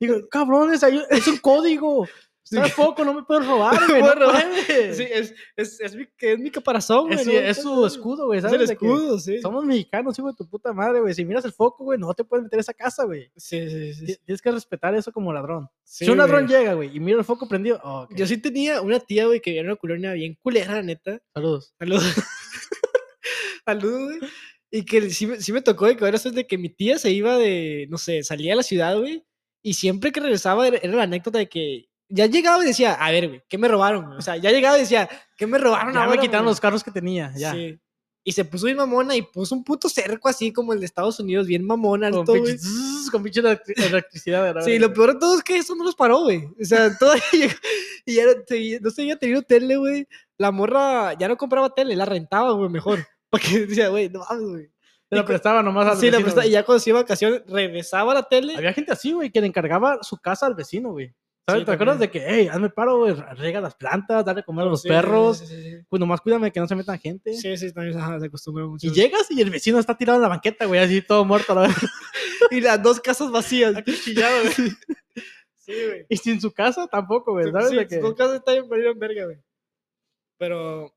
Speaker 2: Digo, cabrones, hay un- es un código. Está poco, no me puedes robar,
Speaker 1: No me
Speaker 2: güey. No
Speaker 1: puedes robar.
Speaker 2: puedes.
Speaker 1: Sí, es, es, es mi, que es mi caparazón, güey.
Speaker 2: Es,
Speaker 1: ¿no?
Speaker 2: es su escudo, güey.
Speaker 1: Es
Speaker 2: ¿sabes?
Speaker 1: el
Speaker 2: De que
Speaker 1: escudo, sí.
Speaker 2: Somos mexicanos, hijo de tu puta madre, güey. Si miras el foco, güey, no te puedes meter a esa casa, güey.
Speaker 1: Sí, sí, sí.
Speaker 2: Ti-
Speaker 1: sí.
Speaker 2: Tienes que respetar eso como ladrón.
Speaker 1: Sí,
Speaker 2: si un ladrón
Speaker 1: güey.
Speaker 2: llega, güey, y mira el foco prendido, oh, ok.
Speaker 1: Yo sí tenía una tía, güey, que vivía en una colonia bien culera, la neta.
Speaker 2: saludos.
Speaker 1: Saludos. Saludos, güey. Y que sí, me- sí me tocó de que ahora es de que mi tía se iba de, no sé, salía a la ciudad, güey. Y siempre que regresaba era, era la anécdota de que ya llegaba y decía, a ver, güey, ¿qué me robaron? güey?". O sea, ya llegaba y decía, ¿qué me robaron?
Speaker 2: ya me
Speaker 1: ahora,
Speaker 2: quitaron
Speaker 1: Ah, güey?".
Speaker 2: los carros que tenía, ya.
Speaker 1: Sí. Y se puso bien mamona y puso un puto cerco así como el de Estados Unidos, bien mamón,
Speaker 2: Con
Speaker 1: alto,
Speaker 2: pinche,
Speaker 1: güey.
Speaker 2: zzz, con pinche electri- electricidad. ¿verdad?
Speaker 1: Sí, lo peor de todo es que eso no los paró, güey. O sea, todavía llegó- y ya no, seguía- no seguía tenido tele, güey. La morra ya no compraba tele, la rentaba, güey, mejor. Porque decía, güey, no mames, güey.
Speaker 2: Te la prestaba nomás al
Speaker 1: Sí, la
Speaker 2: vecino,
Speaker 1: prestaba,
Speaker 2: güey.
Speaker 1: y ya cuando se iba a vacaciones, regresaba a la tele.
Speaker 2: Había gente así, güey, que le encargaba su casa al vecino, güey. ¿Sabes?
Speaker 1: Sí,
Speaker 2: ¿Te acuerdas de
Speaker 1: también.
Speaker 2: que, hey, hazme paro, güey, riega las plantas, dale comer a los
Speaker 1: Sí,
Speaker 2: perros,
Speaker 1: Sí, sí, sí.
Speaker 2: pues nomás cuídame que no se metan gente.
Speaker 1: Sí, sí, también ajá, se acostumbra mucho.
Speaker 2: Y llegas y el vecino está tirado en la banqueta, güey, así todo muerto, a la verga,
Speaker 1: Y las dos casas vacías.
Speaker 2: cuchillado, güey.
Speaker 1: Sí, güey. Pues,
Speaker 2: Y sin su casa tampoco, güey, ¿sabes?
Speaker 1: Sí,
Speaker 2: De que-
Speaker 1: sus dos casas están bien perdidas en verga, güey. Pero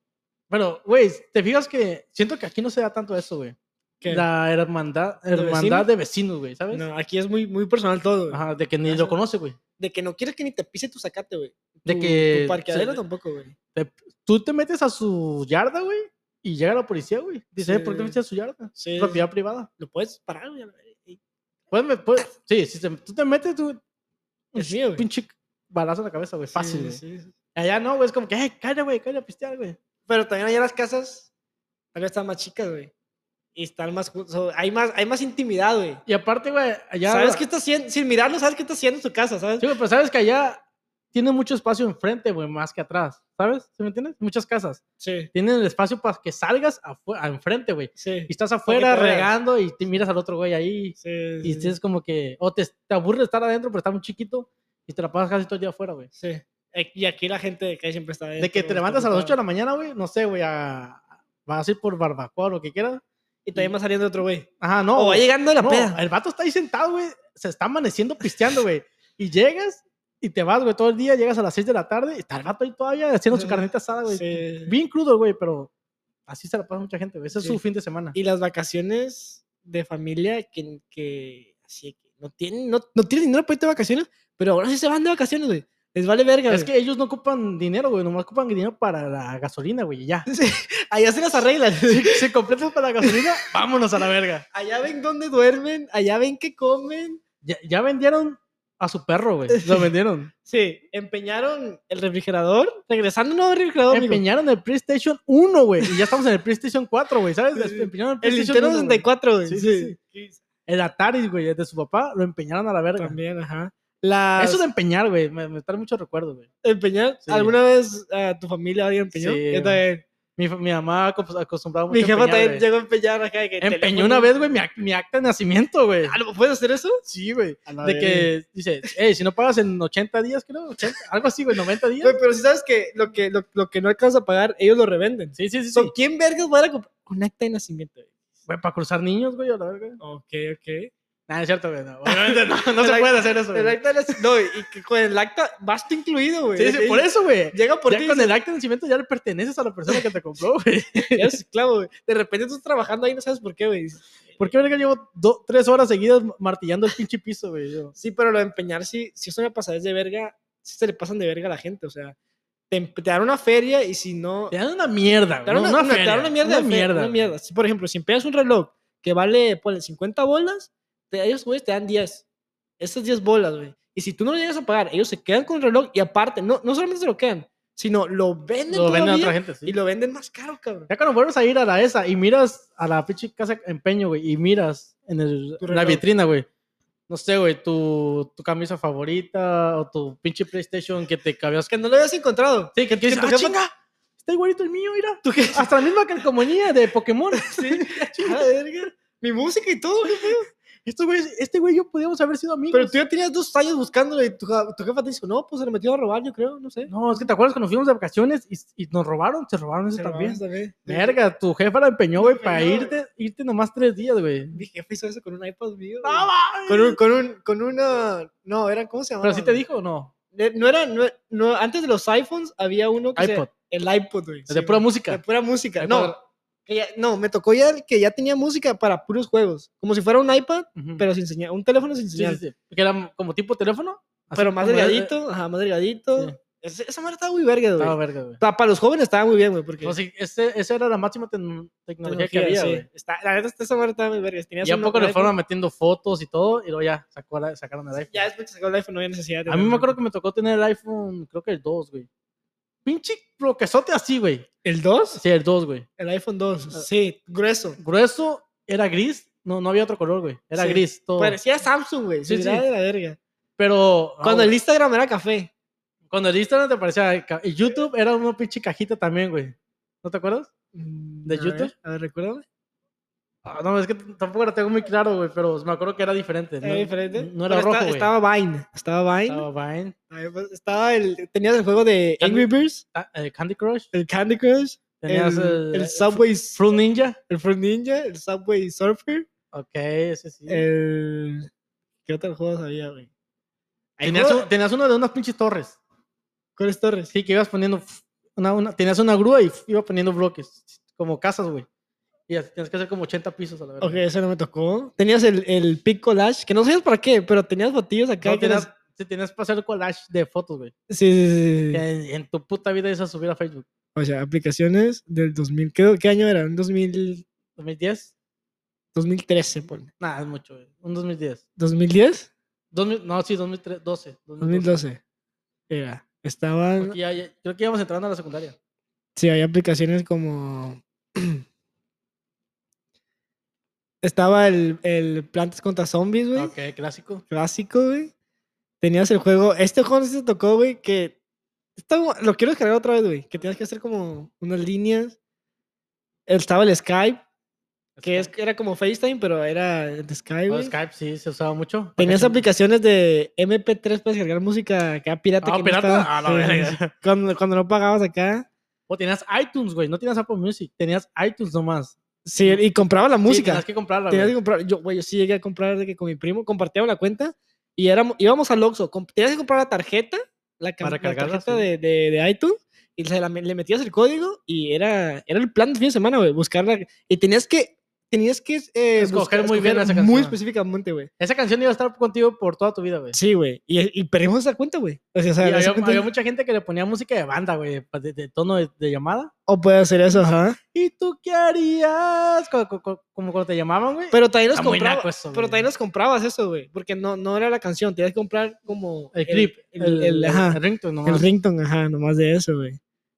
Speaker 2: Pero, güey, te fijas que siento que aquí no se da tanto eso, güey.
Speaker 1: ¿Qué?
Speaker 2: La hermandad,
Speaker 1: ¿De
Speaker 2: hermandad de vecinos, güey, ¿sabes?
Speaker 1: No, Ah, aquí es muy, muy personal todo. güey.
Speaker 2: Ajá, de que ni
Speaker 1: Ajá.
Speaker 2: lo conoce, güey.
Speaker 1: De que no quieres que ni te pise tu sacate, güey.
Speaker 2: De
Speaker 1: Tu-
Speaker 2: que
Speaker 1: Tu parqueadero
Speaker 2: se-
Speaker 1: tampoco, güey.
Speaker 2: Te- tú te metes a su yarda, güey, y llega la policía, güey. Dice,
Speaker 1: Sí.
Speaker 2: "Eh, ¿por qué te metiste a su yarda?
Speaker 1: Sí.
Speaker 2: Propiedad privada.
Speaker 1: Lo puedes parar, güey. a la verga, y-
Speaker 2: Pues, me- pues, sí, si te- tú te metes, tú.
Speaker 1: Es mío, güey.
Speaker 2: Pinche balazo en la cabeza, güey. Fácil,
Speaker 1: Sí, sí,
Speaker 2: güey.
Speaker 1: sí.
Speaker 2: Allá no, güey, es como que, eh, cállate, güey, cállate a pistear, güey.
Speaker 1: Pero también allá las casas, tal vez están más chicas, güey. Y están más, ju- so- hay más, hay más intimidad, güey.
Speaker 2: Y aparte, güey, allá.
Speaker 1: ¿Sabes qué está haciendo? Sin mirarlo, ¿sabes qué está haciendo en su casa? ¿Sabes?
Speaker 2: Sí, güey, pero sabes que allá tiene mucho espacio enfrente, güey, más que atrás. ¿Sabes? ¿Sí me entiendes? Muchas casas.
Speaker 1: Sí,
Speaker 2: Tienen el espacio para que salgas afuera, enfrente, güey.
Speaker 1: sí.
Speaker 2: Y estás afuera
Speaker 1: te veas.
Speaker 2: regando y te miras al otro güey ahí.
Speaker 1: Sí,
Speaker 2: Y
Speaker 1: sí,
Speaker 2: es como que, o te, te aburre estar adentro, pero está muy chiquito y te la pasas casi todo el día afuera, güey.
Speaker 1: sí. E- Y aquí la gente de calle siempre está
Speaker 2: De que te levantas a las 8 de la mañana, güey, no sé, güey, a- vas a ir por barbacoa o lo que quieras.
Speaker 1: Y también va saliendo otro güey.
Speaker 2: Ajá, no.
Speaker 1: o va
Speaker 2: güey.
Speaker 1: llegando de la
Speaker 2: No,
Speaker 1: peda.
Speaker 2: el vato está ahí sentado, güey. Se está amaneciendo pisteando, güey. Y llegas y te vas, güey, todo el día. Llegas a las 6 de la tarde y está el vato ahí todavía haciendo su
Speaker 1: Sí.
Speaker 2: carnita asada, güey.
Speaker 1: Sí.
Speaker 2: Bien crudo, güey, pero así se la pasa mucha gente, güey. Ese es
Speaker 1: Sí.
Speaker 2: su fin de semana.
Speaker 1: Y las vacaciones de familia que, que así que no tienen, no, no tienen dinero para irte de vacaciones, pero ahora sí se van de vacaciones, güey. Les vale verga,
Speaker 2: es
Speaker 1: güey.
Speaker 2: que ellos no ocupan dinero, güey. Nomás ocupan dinero para la gasolina, güey. y Ya.
Speaker 1: Allá se las arreglan.
Speaker 2: Si, si completas para la gasolina, vámonos a la verga.
Speaker 1: Allá ven dónde duermen, allá ven qué comen.
Speaker 2: Ya, ya vendieron a su perro, güey. Lo vendieron.
Speaker 1: Sí, empeñaron el refrigerador, regresando no al refrigerador, amigo.
Speaker 2: Empeñaron el PlayStation 1, güey. Y ya estamos en el PlayStation 4, güey. ¿Sabes?
Speaker 1: Sí, sí.
Speaker 2: Empeñaron el
Speaker 1: El
Speaker 2: PlayStation
Speaker 1: Nintendo
Speaker 2: 1, güey.
Speaker 1: 64, güey.
Speaker 2: Sí,
Speaker 1: Sí,
Speaker 2: sí, El Atari, güey, el de su papá, lo empeñaron a la verga.
Speaker 1: También, ajá. Las,
Speaker 2: Eso de empeñar, güey, me, me trae muchos recuerdos, güey.
Speaker 1: empeñar.
Speaker 2: Sí.
Speaker 1: ¿Alguna vez a tu familia alguien empeñó?
Speaker 2: Sí,
Speaker 1: Yo
Speaker 2: güey.
Speaker 1: también.
Speaker 2: Mi, fa- mi mamá acos- acostumbraba mucho
Speaker 1: Mi
Speaker 2: a
Speaker 1: jefa
Speaker 2: empeñar,
Speaker 1: también
Speaker 2: güey.
Speaker 1: llegó a empeñar acá. de que
Speaker 2: Empeñó
Speaker 1: teléfono.
Speaker 2: una vez, güey, mi, ac- mi acta de nacimiento, güey.
Speaker 1: Ah, ¿lo- ¿Puedes hacer eso?
Speaker 2: Sí, güey. De
Speaker 1: De que.
Speaker 2: que dice, hey, si no pagas en 80 días, creo, 80, algo así, güey, 90 días.
Speaker 1: Güey, pero si sabes que lo que, lo, lo que no alcanza a pagar, ellos lo revenden.
Speaker 2: Sí, sí, sí,
Speaker 1: So,
Speaker 2: sí.
Speaker 1: ¿Quién vergas va a ir a comprar? Un acta de nacimiento. güey.
Speaker 2: Güey, para cruzar niños, güey, a la verga.
Speaker 1: Ok, ok.
Speaker 2: Nada, es cierto, güey. No, obviamente no, no se puede hacer eso,
Speaker 1: El
Speaker 2: güey.
Speaker 1: acta de nacimiento. No, y que con el acta vas tú incluido, güey.
Speaker 2: Sí, sí, por eso, güey.
Speaker 1: Llega por
Speaker 2: Ya
Speaker 1: ti y
Speaker 2: con el acta de nacimiento ya le perteneces a la persona que te compró, güey.
Speaker 1: dice, eres esclavo, güey. De repente tú estás trabajando ahí, no sabes por qué, güey.
Speaker 2: ¿Por qué, verga, llevo do- tres horas seguidas martillando el pinche piso, güey? Yo.
Speaker 1: Sí, pero lo de empeñar, sí, si es una pasadez de verga, sí se le pasan de verga a la gente. O sea, te, em- te dan una feria y si no.
Speaker 2: Te dan una mierda, güey.
Speaker 1: Te dan una,
Speaker 2: no
Speaker 1: una- te dan
Speaker 2: feria,
Speaker 1: una mierda. de fe- una
Speaker 2: güey.
Speaker 1: mierda. Si, por ejemplo, si empeñas un reloj que vale, ponle 50 bolas, te, ellos, güey, te dan 10. Esas 10 bolas, güey. Y si tú no lo llegas a pagar, ellos se quedan con el reloj y aparte, no, no solamente se lo quedan, sino lo venden,
Speaker 2: Lo venden a
Speaker 1: todavía
Speaker 2: otra gente, sí.
Speaker 1: y lo venden más caro, cabrón.
Speaker 2: Ya cuando vuelves a ir a la esa y miras a la pinche casa empeño, güey, y miras en, el-
Speaker 1: Tu
Speaker 2: en la
Speaker 1: reloj.
Speaker 2: vitrina, güey. No sé, güey, tu, tu camisa favorita o tu pinche PlayStation que te cabías.
Speaker 1: Que no lo habías encontrado.
Speaker 2: Sí, que tú dices,
Speaker 1: tu
Speaker 2: "Ah,
Speaker 1: jefa-
Speaker 2: chinga, Ah, Está igualito el mío, mira.
Speaker 1: ¿Tú qué?
Speaker 2: Hasta la misma calcomanía de Pokémon.
Speaker 1: Sí, a la Ah, verga. Mi música y todo, güey.
Speaker 2: Este güey, este güey y yo podíamos haber sido amigos.
Speaker 1: Pero tú ya tenías dos años buscándolo y tu, ja- tu jefa te dijo, no, pues se lo metió a robar, yo creo, no sé.
Speaker 2: No, es que te acuerdas cuando fuimos de vacaciones y, y nos robaron, se robaron eso
Speaker 1: Se lo
Speaker 2: también.
Speaker 1: vamos a ver.
Speaker 2: Verga, tu jefa la empeñó, güey,
Speaker 1: Lo
Speaker 2: para
Speaker 1: empeñó,
Speaker 2: irte, irte nomás tres días, güey.
Speaker 1: Mi jefa hizo eso con un iPad mío.
Speaker 2: No
Speaker 1: güey.
Speaker 2: mames.
Speaker 1: Con un, con un, con una, no, era, ¿cómo se llamaba?
Speaker 2: Pero sí te
Speaker 1: güey?
Speaker 2: dijo o no.
Speaker 1: Eh, No era, no, no, antes de los iPhones había uno que se-
Speaker 2: iPod.
Speaker 1: el iPod, güey.
Speaker 2: Es
Speaker 1: sí,
Speaker 2: de pura
Speaker 1: güey, de
Speaker 2: música.
Speaker 1: pura música.
Speaker 2: iPod
Speaker 1: No,
Speaker 2: era-
Speaker 1: que ya- no, me tocó ya el que ya tenía música para puros juegos. Como si fuera un iPad,
Speaker 2: Ujú.
Speaker 1: pero sin señal, un teléfono sin
Speaker 2: Sí,
Speaker 1: señal.
Speaker 2: sí, sí. Que era como tipo teléfono. así
Speaker 1: Pero más
Speaker 2: como era-
Speaker 1: delgadito, ajá, más delgadito.
Speaker 2: Sí.
Speaker 1: Ese- Esa madre estaba muy verga, güey.
Speaker 2: Estaba verga, güey.
Speaker 1: Pa- Para los jóvenes estaba muy bien, güey, porque...
Speaker 2: O sea, ese- esa era la máxima tecno- tecnología, que
Speaker 1: Tecnología,
Speaker 2: había,
Speaker 1: sí.
Speaker 2: güey.
Speaker 1: Está- la neta, esta madre estaba muy verga. Tenía
Speaker 2: Y a
Speaker 1: su
Speaker 2: poco le
Speaker 1: iPhone.
Speaker 2: fueron metiendo fotos y todo, y luego ya sacó la- sacaron el iPhone.
Speaker 1: Ya después que sacó el iPhone no había necesidad de
Speaker 2: a mí me
Speaker 1: tenerlo.
Speaker 2: acuerdo que me tocó tener el iPhone, creo que el 2, güey. Pinche bloquezote así, güey.
Speaker 1: ¿El 2?
Speaker 2: Sí, el 2, güey.
Speaker 1: El iPhone 2. Sí, grueso.
Speaker 2: Grueso, era gris. No, no había otro color, güey. Era
Speaker 1: Sí.
Speaker 2: gris, todo.
Speaker 1: Parecía Samsung, güey.
Speaker 2: Sí,
Speaker 1: Sí,
Speaker 2: sí.
Speaker 1: de la verga.
Speaker 2: Pero no,
Speaker 1: Cuando
Speaker 2: güey.
Speaker 1: el Instagram era café.
Speaker 2: cuando el Instagram te parecía. ca- Y YouTube era una pinche cajita también, güey. ¿No te acuerdas?
Speaker 1: ¿De
Speaker 2: Mm, YouTube?
Speaker 1: a ver, recuérdame.
Speaker 2: Ah, no, es que t- tampoco la tengo muy claro, güey, pero me acuerdo que era diferente.
Speaker 1: Era
Speaker 2: no,
Speaker 1: diferente.
Speaker 2: No era
Speaker 1: Pero
Speaker 2: rojo,
Speaker 1: esta-
Speaker 2: güey.
Speaker 1: Estaba Vine. Estaba Vine.
Speaker 2: Estaba Vine.
Speaker 1: Ahí, pues, Estaba el... Tenías el juego de
Speaker 2: Candy-
Speaker 1: Angry Birds,
Speaker 2: Ah, el Candy Crush.
Speaker 1: el Candy Crush,
Speaker 2: Tenías
Speaker 1: el,
Speaker 2: el,
Speaker 1: el Subway... Fr-
Speaker 2: Fruit Ninja.
Speaker 1: El Fruit Ninja, el Subway Surfer,
Speaker 2: Ok, ese sí.
Speaker 1: el... ¿Qué otro juego había, güey? Hay
Speaker 2: tenías,
Speaker 1: juegos-
Speaker 2: un- tenías uno de unas pinches torres.
Speaker 1: ¿Cuáles torres?
Speaker 2: Sí, que ibas poniendo. Una, una, tenías una grúa y iba poniendo bloques, como casas, güey. Y así tienes que hacer como 80 pisos a la verdad.
Speaker 1: Ok, ese no me tocó. Tenías el, el pic collage, que no sabías para qué, pero tenías botillos acá.
Speaker 2: No,
Speaker 1: que
Speaker 2: tenías,
Speaker 1: las-
Speaker 2: sí, tenías para hacer collage de fotos, güey.
Speaker 1: Sí, sí, sí, sí, sí.
Speaker 2: En, en tu puta vida ibas a subir a Facebook.
Speaker 1: O sea, aplicaciones del 2000. ¿Qué, qué año era? ¿Un 2000,
Speaker 2: ¿2010?
Speaker 1: 2013, ponle.
Speaker 2: Nada, es mucho, güey. Un 2010.
Speaker 1: ¿2010?
Speaker 2: 2000 no, sí, 2012. 2012.
Speaker 1: 2012. Era. Estaban.
Speaker 2: Porque ya- ya- creo que íbamos entrando a la secundaria.
Speaker 1: Sí, hay aplicaciones como. Estaba el, el Plantas contra Zombies, güey.
Speaker 2: Ok, clásico.
Speaker 1: Clásico, güey. Tenías el juego. Este juego no sé si te tocó, güey, que. está gu- lo quiero descargar otra vez, güey. Que tenías que hacer como unas líneas. Estaba el Skype, que es, era como FaceTime, pero era el Skype,
Speaker 2: Oh,
Speaker 1: güey.
Speaker 2: Skype sí se usaba mucho.
Speaker 1: Tenías
Speaker 2: Aplicación-
Speaker 1: aplicaciones de MP3 para descargar música acá pirata.
Speaker 2: Ah,
Speaker 1: que no
Speaker 2: pirata.
Speaker 1: estaba-
Speaker 2: Ah, la
Speaker 1: sí, sí,
Speaker 2: verga.
Speaker 1: sí. Cuando, cuando no pagabas acá.
Speaker 2: O tenías iTunes, güey. No tenías Apple Music. Tenías iTunes nomás.
Speaker 1: Sí, y compraba la
Speaker 2: Sí,
Speaker 1: música.
Speaker 2: tenías que comprarla,
Speaker 1: Tenías que
Speaker 2: güey.
Speaker 1: comprar. Yo, güey, yo sí llegué a comprar de que con mi primo, compartíamos la cuenta y éramos, íbamos al Oxxo. comp- Tenías que comprar la tarjeta, la, cam-
Speaker 2: Para
Speaker 1: la
Speaker 2: cargarla,
Speaker 1: tarjeta
Speaker 2: sí.
Speaker 1: de, de- de iTunes y se la me- le metías el código y era, era el plan de fin de semana, güey, buscarla. Y tenías que, tenías que eh,
Speaker 2: Escoger muy bien esa
Speaker 1: Muy
Speaker 2: canción.
Speaker 1: específicamente, güey.
Speaker 2: Esa canción iba a estar contigo por toda tu vida, güey.
Speaker 1: Sí, güey. Y, y perdimos esa cuenta, güey. O sea, o
Speaker 2: Y
Speaker 1: sea, esa
Speaker 2: había,
Speaker 1: cuenta-
Speaker 2: había mucha gente que le ponía música de banda, güey, pa- de, de tono de, de llamada.
Speaker 1: O puede hacer eso, ajá.
Speaker 2: ¿Y tú qué harías? Co- co- co- Como, cuando te llamaban, güey.
Speaker 1: Pero también los
Speaker 2: Está muy
Speaker 1: compraba-
Speaker 2: naco eso,
Speaker 1: Pero
Speaker 2: güey.
Speaker 1: también los comprabas eso, güey. Porque no, no era la canción. Tenías que comprar como.
Speaker 2: el clip,
Speaker 1: El, el, ajá,
Speaker 2: el ringtone nomás.
Speaker 1: el ringtone, ajá, nomás de eso, güey.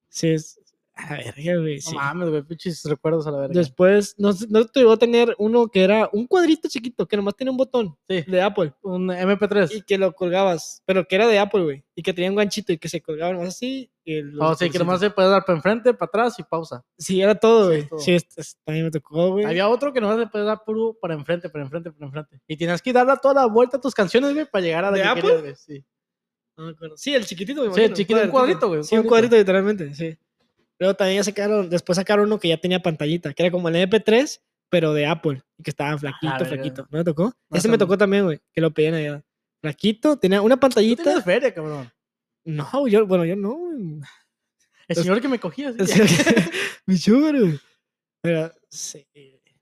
Speaker 1: Sí, es. A ver, güey.
Speaker 2: No
Speaker 1: sí.
Speaker 2: mames, güey, pinches recuerdos a la verga.
Speaker 1: Después, no, sé- no te llegó a tener uno que era un cuadrito chiquito, que nomás tenía un botón
Speaker 2: Sí,
Speaker 1: de Apple
Speaker 2: un
Speaker 1: y
Speaker 2: MP3.
Speaker 1: que lo colgabas, pero que era de Apple, güey, y que tenía un ganchito y que se colgaba nomás así. Y los
Speaker 2: O sea, Oh, que
Speaker 1: colorcitos.
Speaker 2: nomás se puede dar para enfrente, para atrás y pausa.
Speaker 1: Sí, era todo,
Speaker 2: Sí,
Speaker 1: güey.
Speaker 2: es todo.
Speaker 1: Sí, es- es- también me tocó, güey.
Speaker 2: Había otro que nomás se puede dar puro para enfrente, para enfrente, para enfrente. Y tenías que darle toda la vuelta a tus canciones, güey, para llegar a la
Speaker 1: ¿De
Speaker 2: que
Speaker 1: Apple?
Speaker 2: querías, güey, Sí.
Speaker 1: No me acuerdo. Sí, el chiquitito, me
Speaker 2: Sí, el
Speaker 1: imagino,
Speaker 2: chiquito, un cuadrito, güey, un
Speaker 1: Sí, un
Speaker 2: cuadrito.
Speaker 1: cuadrito, literalmente, sí. Luego también ya sacaron, después sacaron uno que ya tenía pantallita, que era como el MP3, pero de Apple, y que estaba flaquito,
Speaker 2: Ah, verga.
Speaker 1: flaquito. ¿No me tocó?
Speaker 2: No,
Speaker 1: Ese
Speaker 2: ese
Speaker 1: me
Speaker 2: no.
Speaker 1: tocó también, güey, que lo pedían allá. Flaquito, tenía una
Speaker 2: Tú
Speaker 1: pantallita.
Speaker 2: tenías feria, cabrón.
Speaker 1: No, yo, bueno, yo no. güey.
Speaker 2: El
Speaker 1: Los-
Speaker 2: señor que me cogía. sí.
Speaker 1: O sea que- Mi sugar, güey. Pero sí,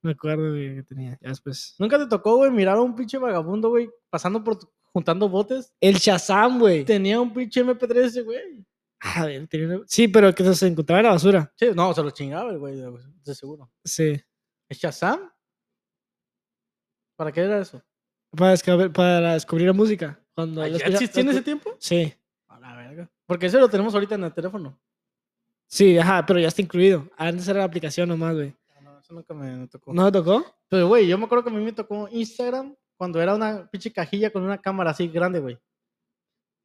Speaker 1: me acuerdo, güey, que tenía. Ya después.
Speaker 2: Nunca te tocó, güey, mirar a un pinche vagabundo, güey, pasando por tu- juntando botes.
Speaker 1: El Shazam, güey.
Speaker 2: Tenía un pinche MP3 ese, güey.
Speaker 1: A ver, tenía una- Sí, pero que se encontraba en la basura.
Speaker 2: Sí, no, se lo chingaba el güey, de de seguro.
Speaker 1: Sí.
Speaker 2: ¿Es Shazam? ¿Para qué era eso?
Speaker 1: Para descubrir, para descubrir la música. Cuando
Speaker 2: Ah, ¿Ya
Speaker 1: la escucha-
Speaker 2: existía en
Speaker 1: la
Speaker 2: ese
Speaker 1: escu-
Speaker 2: tiempo?
Speaker 1: Sí.
Speaker 2: A la verga. Porque ese lo tenemos ahorita en el teléfono.
Speaker 1: Sí, ajá, pero ya está incluido. Antes era la aplicación nomás, güey.
Speaker 2: Ah, No, eso nunca me tocó.
Speaker 1: ¿No te tocó?
Speaker 2: Pero, güey, yo me acuerdo que a mí me tocó Instagram cuando era una pinche cajilla con una cámara así grande, güey.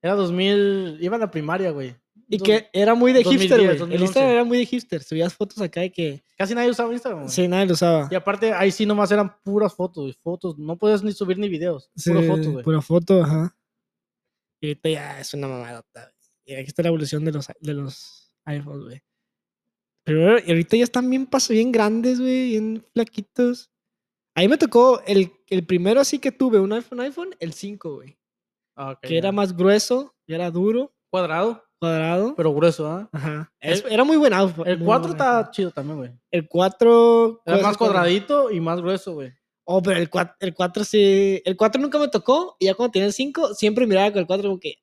Speaker 2: Era 2000, iba a la primaria, güey.
Speaker 1: Y
Speaker 2: Dos-
Speaker 1: que era muy de hipster,
Speaker 2: 2010,
Speaker 1: güey. El
Speaker 2: 2011.
Speaker 1: Instagram era muy de hipster. Subías fotos acá y que.
Speaker 2: Casi nadie usaba Instagram, güey.
Speaker 1: Sí, nadie lo usaba.
Speaker 2: Y aparte, ahí sí nomás eran puras fotos, güey, fotos. No podías ni subir ni videos. puras
Speaker 1: Sí,
Speaker 2: fotos, güey.
Speaker 1: Pura foto, ajá. Y ahorita ya es una mamadota. güey. Y aquí está la evolución de los, de los iPhones, güey. Pero y ahorita ya están bien paso, bien grandes, güey, bien flaquitos. A mí me tocó el, el primero así que tuve, un iPhone, iPhone, el 5, güey.
Speaker 2: Ah, ok,
Speaker 1: Que
Speaker 2: ya.
Speaker 1: era más grueso, y era duro,
Speaker 2: cuadrado,
Speaker 1: cuadrado.
Speaker 2: pero grueso, ¿ah?
Speaker 1: Ajá.
Speaker 2: El-
Speaker 1: Es- era muy buen iPhone.
Speaker 2: El
Speaker 1: muy
Speaker 2: 4
Speaker 1: buen
Speaker 2: está
Speaker 1: iPhone.
Speaker 2: chido también, güey.
Speaker 1: El 4.
Speaker 2: Era más cuadradito y más grueso, güey.
Speaker 1: Oh, pero el 4, el 4 sí. El 4 nunca me tocó. Y ya cuando tenía el 5, siempre miraba con el 4 como que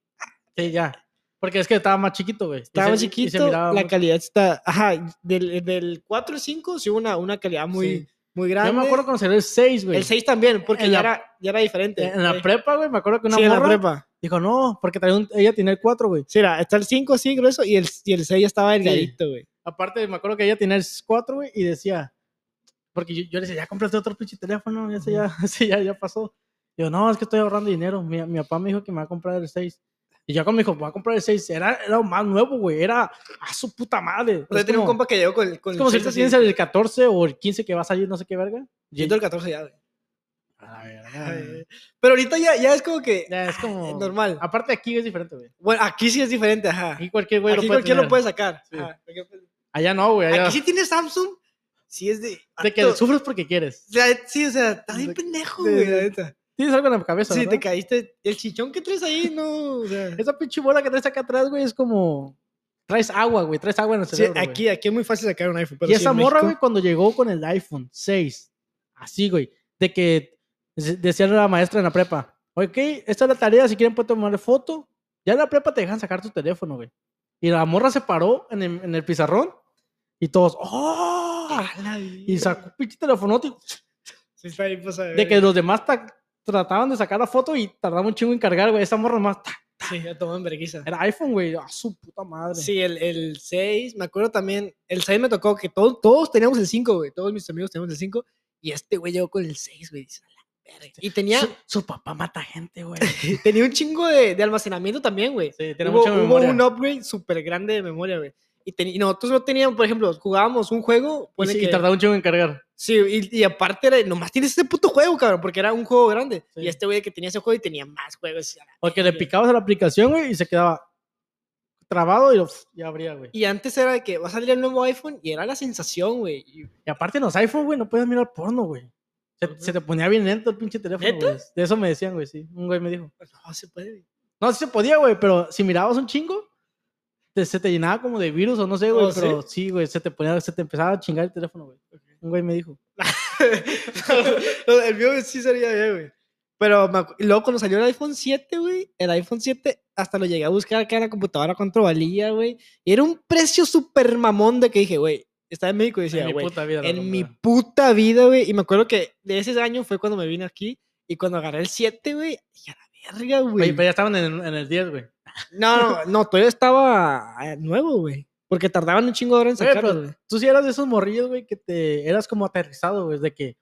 Speaker 2: Sí, ya. Porque es que estaba más chiquito, güey. Y
Speaker 1: Estaba
Speaker 2: se- y- y se
Speaker 1: chiquito,
Speaker 2: miraba
Speaker 1: la
Speaker 2: muy-
Speaker 1: calidad está. Ajá, del, del 4 al 5 sí hubo una, una calidad muy,
Speaker 2: Sí.
Speaker 1: muy grande.
Speaker 2: Yo me acuerdo cuando salió el 6, güey.
Speaker 1: El 6 también, porque
Speaker 2: En
Speaker 1: ya,
Speaker 2: la-
Speaker 1: era, ya era diferente.
Speaker 2: En la
Speaker 1: Sí.
Speaker 2: prepa, güey, me acuerdo que una
Speaker 1: sí, en la
Speaker 2: morra
Speaker 1: prepa.
Speaker 2: dijo, no, porque traía un- ella tenía el 4, güey.
Speaker 1: Sí, era, está el 5 así grueso y el, y el 6 ya estaba delgadito, güey.
Speaker 2: Aparte, me acuerdo que ella tenía el 4, güey, y decía, porque yo, yo le decía, ya compraste otro pinche teléfono, ya, sé, ya, sí, ya, ya pasó. Yo, no, es que estoy ahorrando dinero. Mi, mi papá me dijo que me va a comprar el 6. Y ya cuando me dijo, me va a comprar el 6, era, era más nuevo, güey, era a su puta madre.
Speaker 1: Yo
Speaker 2: Es
Speaker 1: tenía un
Speaker 2: como-
Speaker 1: compa que llegó con, con
Speaker 2: Es como
Speaker 1: el
Speaker 2: si ahorita
Speaker 1: 6
Speaker 2: tienes
Speaker 1: así,
Speaker 2: el 14 o el 15 que va a salir, no sé qué verga. Y
Speaker 1: yendo al 14 ya, güey.
Speaker 2: A ver, a ver.
Speaker 1: Pero ahorita ya, ya es como que.
Speaker 2: Ya, es como. ah,
Speaker 1: normal.
Speaker 2: Aparte, aquí es diferente, güey.
Speaker 1: Bueno, aquí sí es diferente, ajá.
Speaker 2: Aquí cualquier güey
Speaker 1: Aquí
Speaker 2: lo puede.
Speaker 1: cualquiera lo
Speaker 2: tener.
Speaker 1: puede sacar.
Speaker 2: Sí.
Speaker 1: ajá, cualquier-
Speaker 2: Allá no, güey. Allá.
Speaker 1: Aquí sí tiene Samsung. Sí es de.
Speaker 2: De que
Speaker 1: vato,
Speaker 2: sufres porque quieres.
Speaker 1: o sea, Sí, o sea, está bien
Speaker 2: De-
Speaker 1: pendejo,
Speaker 2: de-
Speaker 1: güey,
Speaker 2: de-
Speaker 1: la neta.
Speaker 2: Tienes algo en la cabeza,
Speaker 1: Sí,
Speaker 2: ¿verdad?
Speaker 1: te caíste. El chichón que traes ahí, no. O sea,
Speaker 2: Esa pinche bola que traes acá atrás, güey, es como. Traes agua, güey. Traes agua en el
Speaker 1: Sí,
Speaker 2: cerebro. güey.
Speaker 1: aquí, aquí es muy fácil sacar un iPhone. pero
Speaker 2: y
Speaker 1: sí,
Speaker 2: esa
Speaker 1: en
Speaker 2: morra, güey,
Speaker 1: México-
Speaker 2: cuando llegó con el iPhone 6, así, güey, de que de- decía la maestra en la prepa, ok, esta es la tarea, si quieren pueden tomarle foto. Ya en la prepa te dejan sacar tu teléfono, güey. Y la morra se paró en el, en el pizarrón y todos, ¡oh!
Speaker 1: ¡Ah, la
Speaker 2: Y sacó un pinche telefonote y-
Speaker 1: Sí, está ahí, pues, a ver.
Speaker 2: de que los demás ta- trataban de sacar la foto y tardaban un chingo en cargar, güey. Esa morra más,
Speaker 1: Sí, ya tomaban vergüenza.
Speaker 2: era iPhone, güey. ¡A su puta madre!
Speaker 1: Sí, el, el 6, me acuerdo también, el 6 me tocó que todos, todos teníamos el 5, güey, todos mis amigos teníamos el 5, y este güey llegó con el 6, güey, dice, "A la verga". y tenía,
Speaker 2: Su, su papá mata gente, güey. Sí,
Speaker 1: tenía un chingo de, de almacenamiento también, güey.
Speaker 2: tiene
Speaker 1: hubo,
Speaker 2: mucha
Speaker 1: hubo
Speaker 2: memoria.
Speaker 1: un upgrade súper grande de memoria, güey. Y, teni- y nosotros no teníamos, por ejemplo, jugábamos un juego,
Speaker 2: Y,
Speaker 1: ponle
Speaker 2: sí, y
Speaker 1: que-
Speaker 2: tardaba un chingo en cargar.
Speaker 1: Sí, y, y aparte era, nomás tienes ese puto juego, cabrón, porque era un juego grande.
Speaker 2: Sí.
Speaker 1: Y este güey que tenía ese juego y tenía más juegos. y a la
Speaker 2: Porque le
Speaker 1: verga.
Speaker 2: picabas a la aplicación, güey, y se quedaba trabado y, lo- y abría, güey.
Speaker 1: Y antes era de que va a salir el nuevo iPhone y era la sensación, güey. Y
Speaker 2: Y aparte en los iPhone, güey, no puedes mirar porno, güey. Se, se te ponía bien lento el pinche teléfono,
Speaker 1: ¿Neta?
Speaker 2: güey. De eso me decían, güey, sí. Un güey me dijo.
Speaker 1: pues, no se puede, güey.
Speaker 2: No, sí se podía, güey, pero si mirabas un chingo, te- se te llenaba como de virus o no sé, güey.
Speaker 1: ¿Oh, sí?
Speaker 2: pero sí, güey, se te ponía, se te empezaba a chingar el teléfono, güey. Un güey me dijo.
Speaker 1: el mío sí sería bien, güey. Pero me acu- y luego cuando salió el iPhone 7, güey, el iPhone 7 hasta lo llegué a buscar acá en la computadora cuánto valía, güey. Y era un precio súper mamón de que dije, güey, estaba en México y
Speaker 2: en
Speaker 1: decía,
Speaker 2: mi
Speaker 1: güey,
Speaker 2: puta vida. la
Speaker 1: en mi
Speaker 2: compré.
Speaker 1: puta vida, güey. Y me acuerdo que de ese año fue cuando me vine aquí y cuando agarré el 7, güey, dije, a la verga,
Speaker 2: Oye,
Speaker 1: güey.
Speaker 2: pero ya estaban en, en el 10, güey.
Speaker 1: No, no, no, todavía estaba eh, nuevo, güey. Porque tardaban un chingo de horas en
Speaker 2: Oye, pero
Speaker 1: sacarlo, güey.
Speaker 2: Tú sí eras de esos morrillos, güey, que te eras como aterrizado, güey, de que,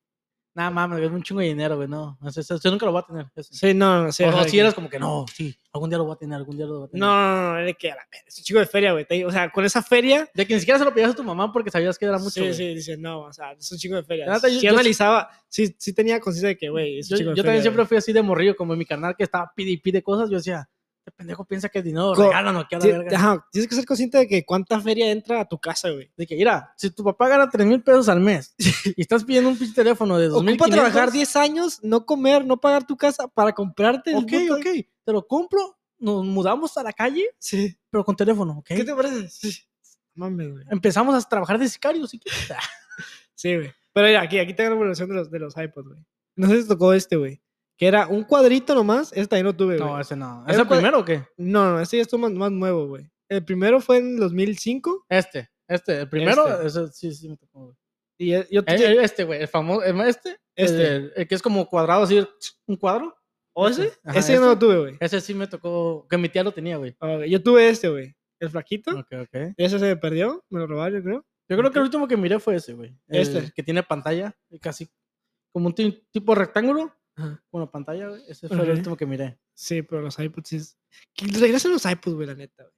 Speaker 2: nada mames, güey, es un chingo de dinero, güey, no, no sé, eso- yo nunca lo voy a tener. eso".
Speaker 1: Sí, no, no, sí.
Speaker 2: o
Speaker 1: ajá,
Speaker 2: no,
Speaker 1: de
Speaker 2: sí
Speaker 1: que-
Speaker 2: eras como que, no, sí, algún día lo voy a tener, algún día lo voy a tener.
Speaker 1: No, no, no, no, de que a la verga, es un chico de feria, güey. te- O sea, con esa feria.
Speaker 2: De que ni siquiera se lo pedías a tu mamá porque sabías que era mucho.
Speaker 1: sí,
Speaker 2: güey.
Speaker 1: sí, dice, no, o sea, es un chico de feria.
Speaker 2: La neta, yo-
Speaker 1: sí
Speaker 2: yo sí-
Speaker 1: analizaba, sí, sí tenía conciencia de que, güey, es un
Speaker 2: Yo,
Speaker 1: chico de feria.
Speaker 2: yo también siempre fui así de morrillo, como mi carnal que estaba pide y pide cosas, yo decía, este pendejo piensa que el dinero
Speaker 1: Co-
Speaker 2: regalan o que a la
Speaker 1: güey. Sí,
Speaker 2: verga.
Speaker 1: ajá, tienes que ser consciente de que cuánta feria entra a tu casa, güey.
Speaker 2: De que, mira, si tu papá gana 3 mil pesos al mes y estás pidiendo un pinche teléfono de 2 mil
Speaker 1: Ocupa trabajar 10 años, no comer, no pagar tu casa para comprarte. el
Speaker 2: Ok,
Speaker 1: puto-
Speaker 2: ok, te lo compro, nos mudamos a la calle,
Speaker 1: Sí.
Speaker 2: pero con teléfono, ¿ok?
Speaker 1: ¿Qué te parece? Sí. Mames, güey.
Speaker 2: empezamos a trabajar de sicarios. ¿sí?
Speaker 1: Sí, güey. Pero mira, aquí, aquí tengo la evaluación de los, de los iPods, güey. No sé si te tocó este, güey. Que era un cuadrito nomás. Este también lo tuve, güey.
Speaker 2: No, ese no.
Speaker 1: Era
Speaker 2: ¿Es el
Speaker 1: un cuad-
Speaker 2: primero o qué?
Speaker 1: No, no, este ya estuvo más, más nuevo, güey. El primero fue en 2005
Speaker 2: Este, este, el primero.
Speaker 1: Este.
Speaker 2: ese sí, sí, me tocó, güey.
Speaker 1: y el- yo
Speaker 2: Eh,
Speaker 1: tuve-
Speaker 2: eh, Este, güey, el famoso. el- Este, el,
Speaker 1: este.
Speaker 2: el- el que es como cuadrado, así, un cuadro.
Speaker 1: ¿O ese?
Speaker 2: este. Ajá,
Speaker 1: ese yo no lo
Speaker 2: este.
Speaker 1: tuve, güey.
Speaker 2: Ese sí me tocó, que mi tía lo tenía, güey.
Speaker 1: Ah, ok, Yo tuve este, güey. El flaquito.
Speaker 2: Ok, ok.
Speaker 1: Ese se me perdió. Me lo robaron, yo creo.
Speaker 2: Yo creo
Speaker 1: Ok.
Speaker 2: que el último que miré fue ese, güey. El
Speaker 1: Este.
Speaker 2: Que tiene pantalla, y casi como un ti- tipo rectángulo, con la pantalla, güey. Ese fue
Speaker 1: Ujú.
Speaker 2: el último que miré.
Speaker 1: Sí, pero los iPods sí. es- Que regresen los iPods, güey, la neta, güey.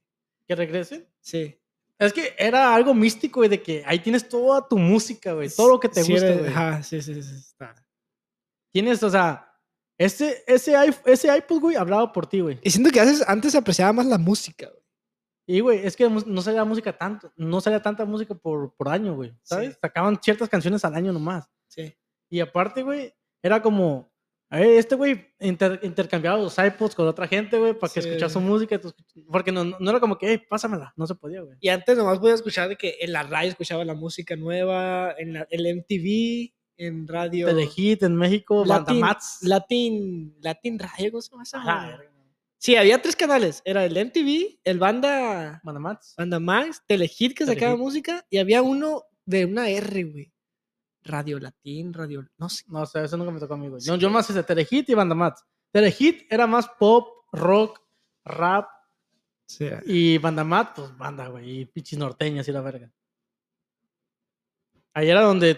Speaker 2: ¿Que regresen?
Speaker 1: Sí.
Speaker 2: Es que era algo místico, güey, de que ahí tienes toda tu música, güey. Todo lo que te
Speaker 1: Sí,
Speaker 2: gusta,
Speaker 1: era-
Speaker 2: güey.
Speaker 1: Ajá, sí, sí, sí. está.
Speaker 2: Tienes, o sea, ese, ese, iP- ese iPod, güey, hablaba por ti, güey.
Speaker 1: Y siento que antes, antes se apreciaba más la música, güey.
Speaker 2: Y, güey, es que mus- no salía música tanto, no salía tanta música por, por año, güey, ¿sabes?
Speaker 1: Sí.
Speaker 2: Sacaban ciertas canciones al año nomás.
Speaker 1: Sí.
Speaker 2: Y aparte, güey, era como, a ver, este güey inter- intercambiaba los iPods con otra gente, güey, para que
Speaker 1: Sí.
Speaker 2: escuchara su música. tú escuch- Porque no, no no era como que, hey, pásamela, no se podía, güey.
Speaker 1: Y antes nomás podía escuchar de que en la radio escuchaba la música nueva, en la, el MTV, en radio.
Speaker 2: Telehit en México, Banda
Speaker 1: Latin, Ah.
Speaker 2: Mats.
Speaker 1: Latin, Latin Radio, ¿cómo se llama esa
Speaker 2: a la
Speaker 1: madre?
Speaker 2: verga,
Speaker 1: Sí, había tres canales. Era el MTV, el Banda,
Speaker 2: Banda Mats.
Speaker 1: banda Max, Telehit que sacaba
Speaker 2: Telehit.
Speaker 1: música y había uno de una R, güey. Radio Latín, Radio, no sé.
Speaker 2: No, o sea, eso nunca me tocó a mí, güey.
Speaker 1: Sí.
Speaker 2: Yo, yo más hice Telehit y Banda Mats. Telehit era más pop, rock, rap y Banda Mats, pues banda, güey. Y pichis norteñas y la verga. Ahí era donde,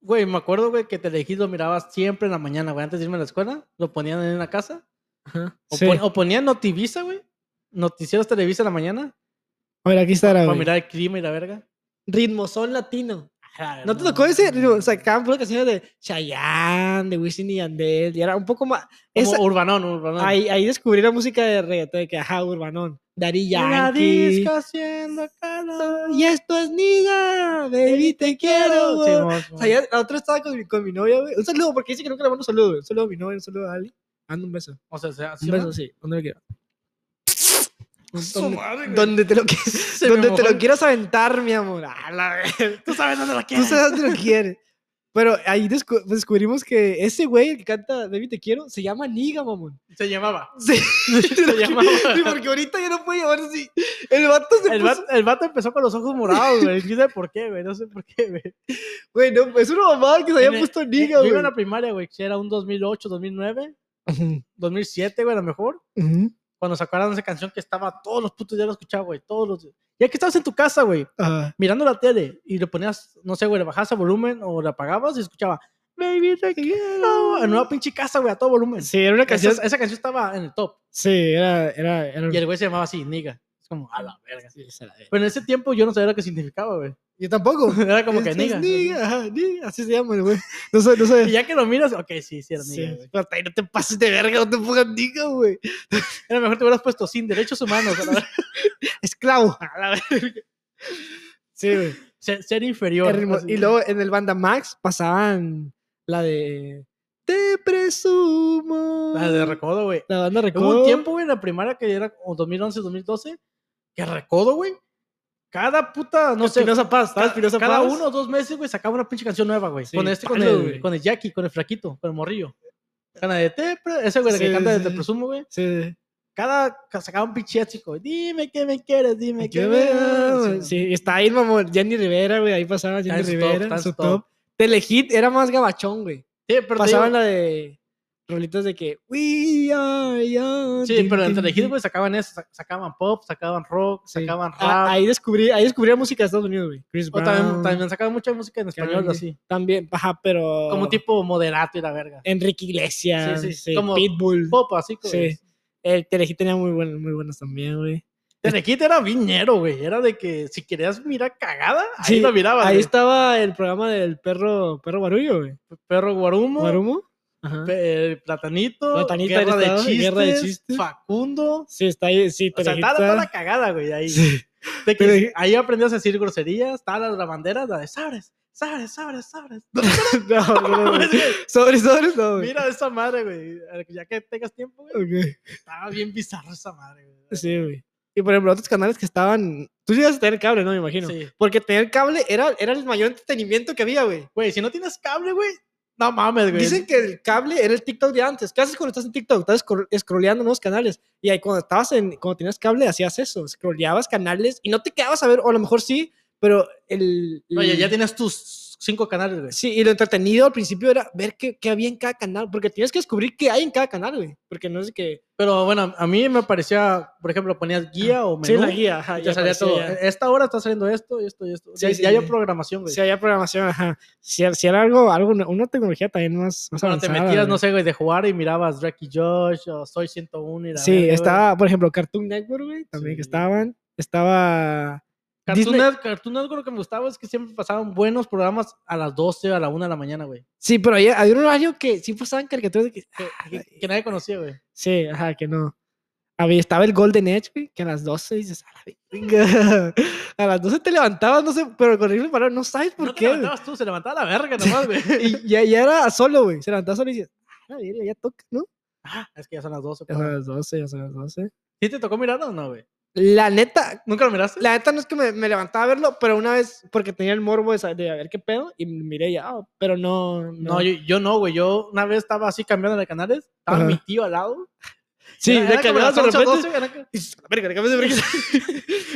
Speaker 2: güey, me acuerdo, güey, que Telehit lo mirabas siempre en la mañana, güey. Antes de irme a la escuela, lo ponían en la casa.
Speaker 1: Ajá.
Speaker 2: O,
Speaker 1: Sí.
Speaker 2: pon- o ponían Notivisa, güey. Noticieros Televisa en la mañana.
Speaker 1: A ver, aquí está
Speaker 2: Para
Speaker 1: Ah, güey.
Speaker 2: mirar el clima y la verga.
Speaker 1: Ritmo son latino.
Speaker 2: Ah,
Speaker 1: ¿No te tocó ese? Ritmo? Sacaban puras canciones de Chayanne, de Wisin y Yandel. Y era un poco más...
Speaker 2: Como
Speaker 1: esa-
Speaker 2: Urbanón, Urbanón.
Speaker 1: Ahí, ahí descubrí la música de reggaetón, de que ajá, urbanón. Daddy
Speaker 2: En la
Speaker 1: Yankee.
Speaker 2: disco haciendo calor.
Speaker 1: Y esto es Niga, baby, te quiero. güey.
Speaker 2: Simón,
Speaker 1: O
Speaker 2: Simón.
Speaker 1: sea, ya la otra estaba con mi, con mi novia, güey. Un saludo, porque dice que nunca le mando un saludo, güey. Un saludo a mi novia, un saludo a Ali. Ando un beso.
Speaker 2: O sea, sea-
Speaker 1: Un
Speaker 2: sí,
Speaker 1: beso,
Speaker 2: ¿verdad?
Speaker 1: sí, donde lo quiera.
Speaker 2: Su
Speaker 1: Donde,
Speaker 2: madre, güey.
Speaker 1: donde te lo, que-
Speaker 2: me
Speaker 1: donde
Speaker 2: mojó
Speaker 1: te
Speaker 2: el-
Speaker 1: lo quieras aventar, mi amor. A la ver-
Speaker 2: Tú sabes dónde la
Speaker 1: Tú
Speaker 2: quieres.
Speaker 1: sabes dónde lo quieres. Pero ahí descu- pues, descubrimos que ese güey, el que canta Baby Te Quiero, se llama Niga, mamón.
Speaker 2: Se llamaba.
Speaker 1: Sí,
Speaker 2: Se llamaba.
Speaker 1: sí, porque ahorita ya no puede llamar así. El vato se
Speaker 2: El
Speaker 1: puso-
Speaker 2: vato, el vato empezó con los ojos morados, güey. No sé por qué, güey. No sé por qué, güey.
Speaker 1: Güey, no, es una mamada que se
Speaker 2: En
Speaker 1: había
Speaker 2: el-
Speaker 1: puesto
Speaker 2: eh,
Speaker 1: Niga,
Speaker 2: Yo
Speaker 1: güey.
Speaker 2: iba en la primaria, güey. que Era un 2008, 2009, 2007, güey, a lo mejor.
Speaker 1: Ujú.
Speaker 2: Cuando sacaron esa canción que estaba todos los putos días la escuchaba, güey. Todos los días. Ya que estabas en tu casa, güey,
Speaker 1: Ajá.
Speaker 2: mirando la tele y le ponías, no sé, güey, le bajabas el volumen o le apagabas y escuchaba Baby, te quiero. En una pinche casa, güey, a todo volumen.
Speaker 1: Oh. Sí, era una
Speaker 2: Esa,
Speaker 1: canción.
Speaker 2: esa canción estaba en el top.
Speaker 1: Sí, era. era, era...
Speaker 2: eh, Y el güey se llamaba así, Niga. Es como, a la verga.
Speaker 1: Sí, eh. esa era de-
Speaker 2: Pero en ese tiempo yo no sabía lo que significaba, güey.
Speaker 1: Yo tampoco.
Speaker 2: Era como que
Speaker 1: Es- es
Speaker 2: Niga.
Speaker 1: Niga, ajá, Niga. Así se llama el güey. No sé, no sé.
Speaker 2: Y ya que lo miras, ok, sí, sí era
Speaker 1: Sí,
Speaker 2: Niga, güey.
Speaker 1: pero hasta ahí no te pases de verga, no te pongas niga, güey.
Speaker 2: A lo mejor te hubieras puesto sin derechos humanos. a la verga.
Speaker 1: Esclavo.
Speaker 2: A la verga.
Speaker 1: Sí, güey.
Speaker 2: ser, ser inferior.
Speaker 1: Qué hermoso.
Speaker 2: así.
Speaker 1: Y luego en el Banda Max pasaban la de Te presumo.
Speaker 2: La Ah, de Recodo, güey.
Speaker 1: La banda Recodo.
Speaker 2: Hubo un tiempo, güey, en la primaria que era como 2011, 2012, que Recodo, güey. Cada puta, no sé.
Speaker 1: Espinosa Paz,
Speaker 2: ca-
Speaker 1: ¿sabes? Espinosa
Speaker 2: cada
Speaker 1: Paz.
Speaker 2: uno o dos meses, güey, sacaba una pinche canción nueva, güey.
Speaker 1: Sí,
Speaker 2: con este, con
Speaker 1: palo,
Speaker 2: el,
Speaker 1: güey.
Speaker 2: con el Jackie, con el Flaquito, con el Morrillo. Con la de Te Pre- ese güey, el que
Speaker 1: Sí,
Speaker 2: canta de
Speaker 1: sí,
Speaker 2: Te
Speaker 1: sí.
Speaker 2: Presumo, güey.
Speaker 1: Sí.
Speaker 2: Cada ca- sacaba un pinche chico. Dime que me quieres, dime que
Speaker 1: ¿Qué
Speaker 2: me
Speaker 1: veo? Sí, está ahí, mamón. Jenny Rivera, güey. Ahí pasaba
Speaker 2: Está
Speaker 1: Jenny
Speaker 2: en su top,
Speaker 1: Rivera.
Speaker 2: está
Speaker 1: en
Speaker 2: en
Speaker 1: su
Speaker 2: su top.
Speaker 1: top. Telehit era más gabachón, güey.
Speaker 2: Sí, pero te
Speaker 1: Pasaban
Speaker 2: digo-
Speaker 1: la de rolitas de que We are young.
Speaker 2: Sí,
Speaker 1: tin,
Speaker 2: pero en
Speaker 1: tin,
Speaker 2: Telehit,
Speaker 1: tin".
Speaker 2: güey, sacaban eso, sa- sacaban pop, sacaban rock,
Speaker 1: Sí.
Speaker 2: sacaban rap.
Speaker 1: Ah, ahí descubrí, ahí descubrí la música de Estados Unidos, güey. Chris
Speaker 2: o
Speaker 1: Brown.
Speaker 2: también, también sacaban mucha música en
Speaker 1: Carol
Speaker 2: español,
Speaker 1: G.
Speaker 2: así.
Speaker 1: También, ajá, pero.
Speaker 2: Como tipo moderato y la verga.
Speaker 1: Enrique Iglesias,
Speaker 2: Sí, sí,
Speaker 1: sí,
Speaker 2: como-
Speaker 1: Pitbull.
Speaker 2: Pop, así como.
Speaker 1: Sí. El Telehit tenía muy buenos, muy buenos también, güey.
Speaker 2: Telehit era viñero, güey. Era de que si querías mirar cagada, ahí
Speaker 1: Sí,
Speaker 2: la mirabas.
Speaker 1: Ahí
Speaker 2: güey.
Speaker 1: estaba el programa del perro, perro barullo, güey.
Speaker 2: Perro Guarumo,
Speaker 1: ¿Marumo? Ajá.
Speaker 2: pe- el Platanito,
Speaker 1: Platanito,
Speaker 2: guerra,
Speaker 1: ahí
Speaker 2: de
Speaker 1: estaba,
Speaker 2: chistes,
Speaker 1: Guerra de Chistes.
Speaker 2: Facundo.
Speaker 1: Sí, está ahí, sí,
Speaker 2: O sea,
Speaker 1: Telehit.
Speaker 2: estaba toda la
Speaker 1: está-
Speaker 2: cagada, güey. Ahí.
Speaker 1: Sí.
Speaker 2: De que
Speaker 1: Pero-
Speaker 2: ahí aprendías a decir groserías, estaba la, la bandera, la de sabres, sabres, sabres, sabres.
Speaker 1: No, no, no, güey. Sobre, sobre, no, güey.
Speaker 2: Pues, Mira esa madre, güey. Ya que tengas tiempo, güey.
Speaker 1: Ok.
Speaker 2: Estaba bien bizarro esa madre, güey.
Speaker 1: Sí, güey. Y por ejemplo, otros canales que estaban. Tú llegas a tener cable, ¿no? Me imagino.
Speaker 2: Sí.
Speaker 1: Porque tener cable era, era el mayor entretenimiento que había, güey.
Speaker 2: Güey, si no tienes cable, güey, no mames, güey.
Speaker 1: Dicen que el cable era el TikTok de antes. ¿Qué haces cuando estás en TikTok? Estás scro- scrolleando nuevos canales. Y ahí cuando estabas en, cuando tenías cable, hacías eso. Scrolleabas canales y no te quedabas a ver, o a lo mejor sí, pero el.
Speaker 2: Oye, ya
Speaker 1: el-
Speaker 2: tienes tus cinco canales, güey.
Speaker 1: Sí, y lo entretenido al principio era ver qué, qué había en cada canal, porque tienes que descubrir qué hay en cada canal, güey. Porque no es que.
Speaker 2: Pero bueno, a mí me parecía, por ejemplo, ponías guía o menú.
Speaker 1: Ah, Sí, la guía, ajá.
Speaker 2: y te salía
Speaker 1: aparecía
Speaker 2: todo.
Speaker 1: ya.
Speaker 2: Esta hora está saliendo esto y esto y esto.
Speaker 1: Sí,
Speaker 2: ya
Speaker 1: sí,
Speaker 2: ya
Speaker 1: sí.
Speaker 2: había programación, güey.
Speaker 1: Si había programación, ajá. Si, si era algo, algo, una tecnología también más. más
Speaker 2: Cuando te
Speaker 1: avanzada,
Speaker 2: metías, no
Speaker 1: güey.
Speaker 2: sé, güey, de jugar y mirabas Drake y Josh o Soy 101 y la verga,
Speaker 1: Sí,
Speaker 2: güey.
Speaker 1: estaba, por ejemplo, Cartoon Network, güey, también que
Speaker 2: Sí.
Speaker 1: estaban. Estaba.
Speaker 2: Cartoon,
Speaker 1: Disney-
Speaker 2: Net- Cartoon Network lo que me gustaba es que siempre pasaban buenos programas a las 12 o a la 1 de la mañana, güey.
Speaker 1: Sí, pero había, había un horario que sí pasaban caricaturas de que.
Speaker 2: Que, que-
Speaker 1: Ay.
Speaker 2: que nadie conocía, güey.
Speaker 1: Sí, ajá, que no. Había, estaba el Golden Edge, güey, que a las 12 dices, a la verga". A las 12 te levantabas, no sé, pero con horrible palabra, no sabes por
Speaker 2: no te
Speaker 1: qué. güey.
Speaker 2: levantabas tú, se levantaba la verga nomás, güey.
Speaker 1: Y ya, ya era solo, güey. Se levantaba solo y dices, a la verga, ya toca, ¿no?
Speaker 2: Ah, es que ya son las 12.
Speaker 1: Ya
Speaker 2: pa.
Speaker 1: son las 12, ya son las 12.
Speaker 2: ¿Sí te tocó mirarlo o no, güey?
Speaker 1: La neta,
Speaker 2: ¿Nunca lo miraste?
Speaker 1: la neta no es que me, me levantaba a verlo, pero una vez, porque tenía el morbo de, sa- de a ver qué pedo, y miré ya, ah, pero no.
Speaker 2: No, yo, yo no, güey. Yo una vez estaba así cambiando de canales. Estaba
Speaker 1: Ajá.
Speaker 2: mi tío al lado.
Speaker 1: sí,
Speaker 2: Era-
Speaker 1: de
Speaker 2: era
Speaker 1: que
Speaker 2: como
Speaker 1: hablabas
Speaker 2: las
Speaker 1: de
Speaker 2: 11 o
Speaker 1: repente.
Speaker 2: 12, era que-
Speaker 1: y dices, "A la verga, déjame de ver qué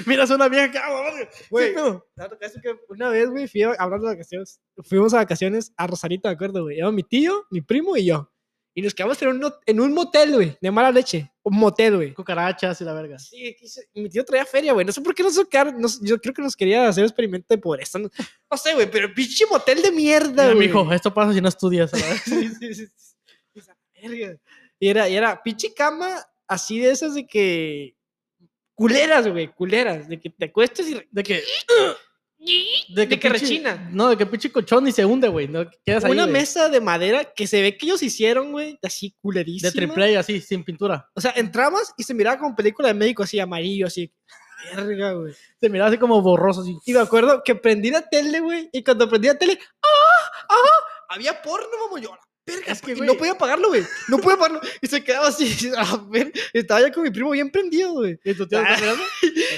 Speaker 2: Miras una vieja que ah, verga.
Speaker 1: Güey,
Speaker 2: ¿Qué pedo?
Speaker 1: Tanto que hace que Una vez, güey, fui a- hablando de vacaciones. Fuimos a vacaciones a Rosarito, de acuerdo, güey. Iba mi tío, mi primo y yo. Y nos quedamos en un, hot- en un motel, güey, de mala leche. Un motel, güey.
Speaker 2: Cucarachas y la verga.
Speaker 1: Sí, que hice- mi tío traía feria, güey. No sé por qué nos sacaron. nos- yo creo que nos quería hacer experimento de pobreza. No, no sé, güey, pero pinche motel de mierda,
Speaker 2: Mira,
Speaker 1: güey.
Speaker 2: mijo, esto pasa si no estudias. a la verga.
Speaker 1: Sí, sí, sí, sí. Esa verga. Y era, y era pinche cama así de esas de que. Culeras, güey, culeras. De que te acuestas y. re-
Speaker 2: De que,
Speaker 1: De que,
Speaker 2: pinche-
Speaker 1: rechina.
Speaker 2: No, de que pinche colchón y se hunde, güey. No, quedas ahí,
Speaker 1: una
Speaker 2: güey.
Speaker 1: mesa de madera que se ve que ellos hicieron, güey, así culerísima.
Speaker 2: De triple A, así, sin pintura.
Speaker 1: O sea, entrabas y se miraba como película de médico así amarillo, así. Verga, güey.
Speaker 2: Se miraba así como borroso, así.
Speaker 1: Y me acuerdo que prendí la tele, güey, y cuando prendí la tele, ¡ah! ¡ah! Había porno, mamón, yo. "A la verga,
Speaker 2: Es que,
Speaker 1: y
Speaker 2: güey.
Speaker 1: no podía pagarlo, güey. No podía pagarlo. Y se quedaba así, a ver, estaba ya con mi primo bien prendido, güey.
Speaker 2: ¿Y tu tío está
Speaker 1: Ah.
Speaker 2: mirando?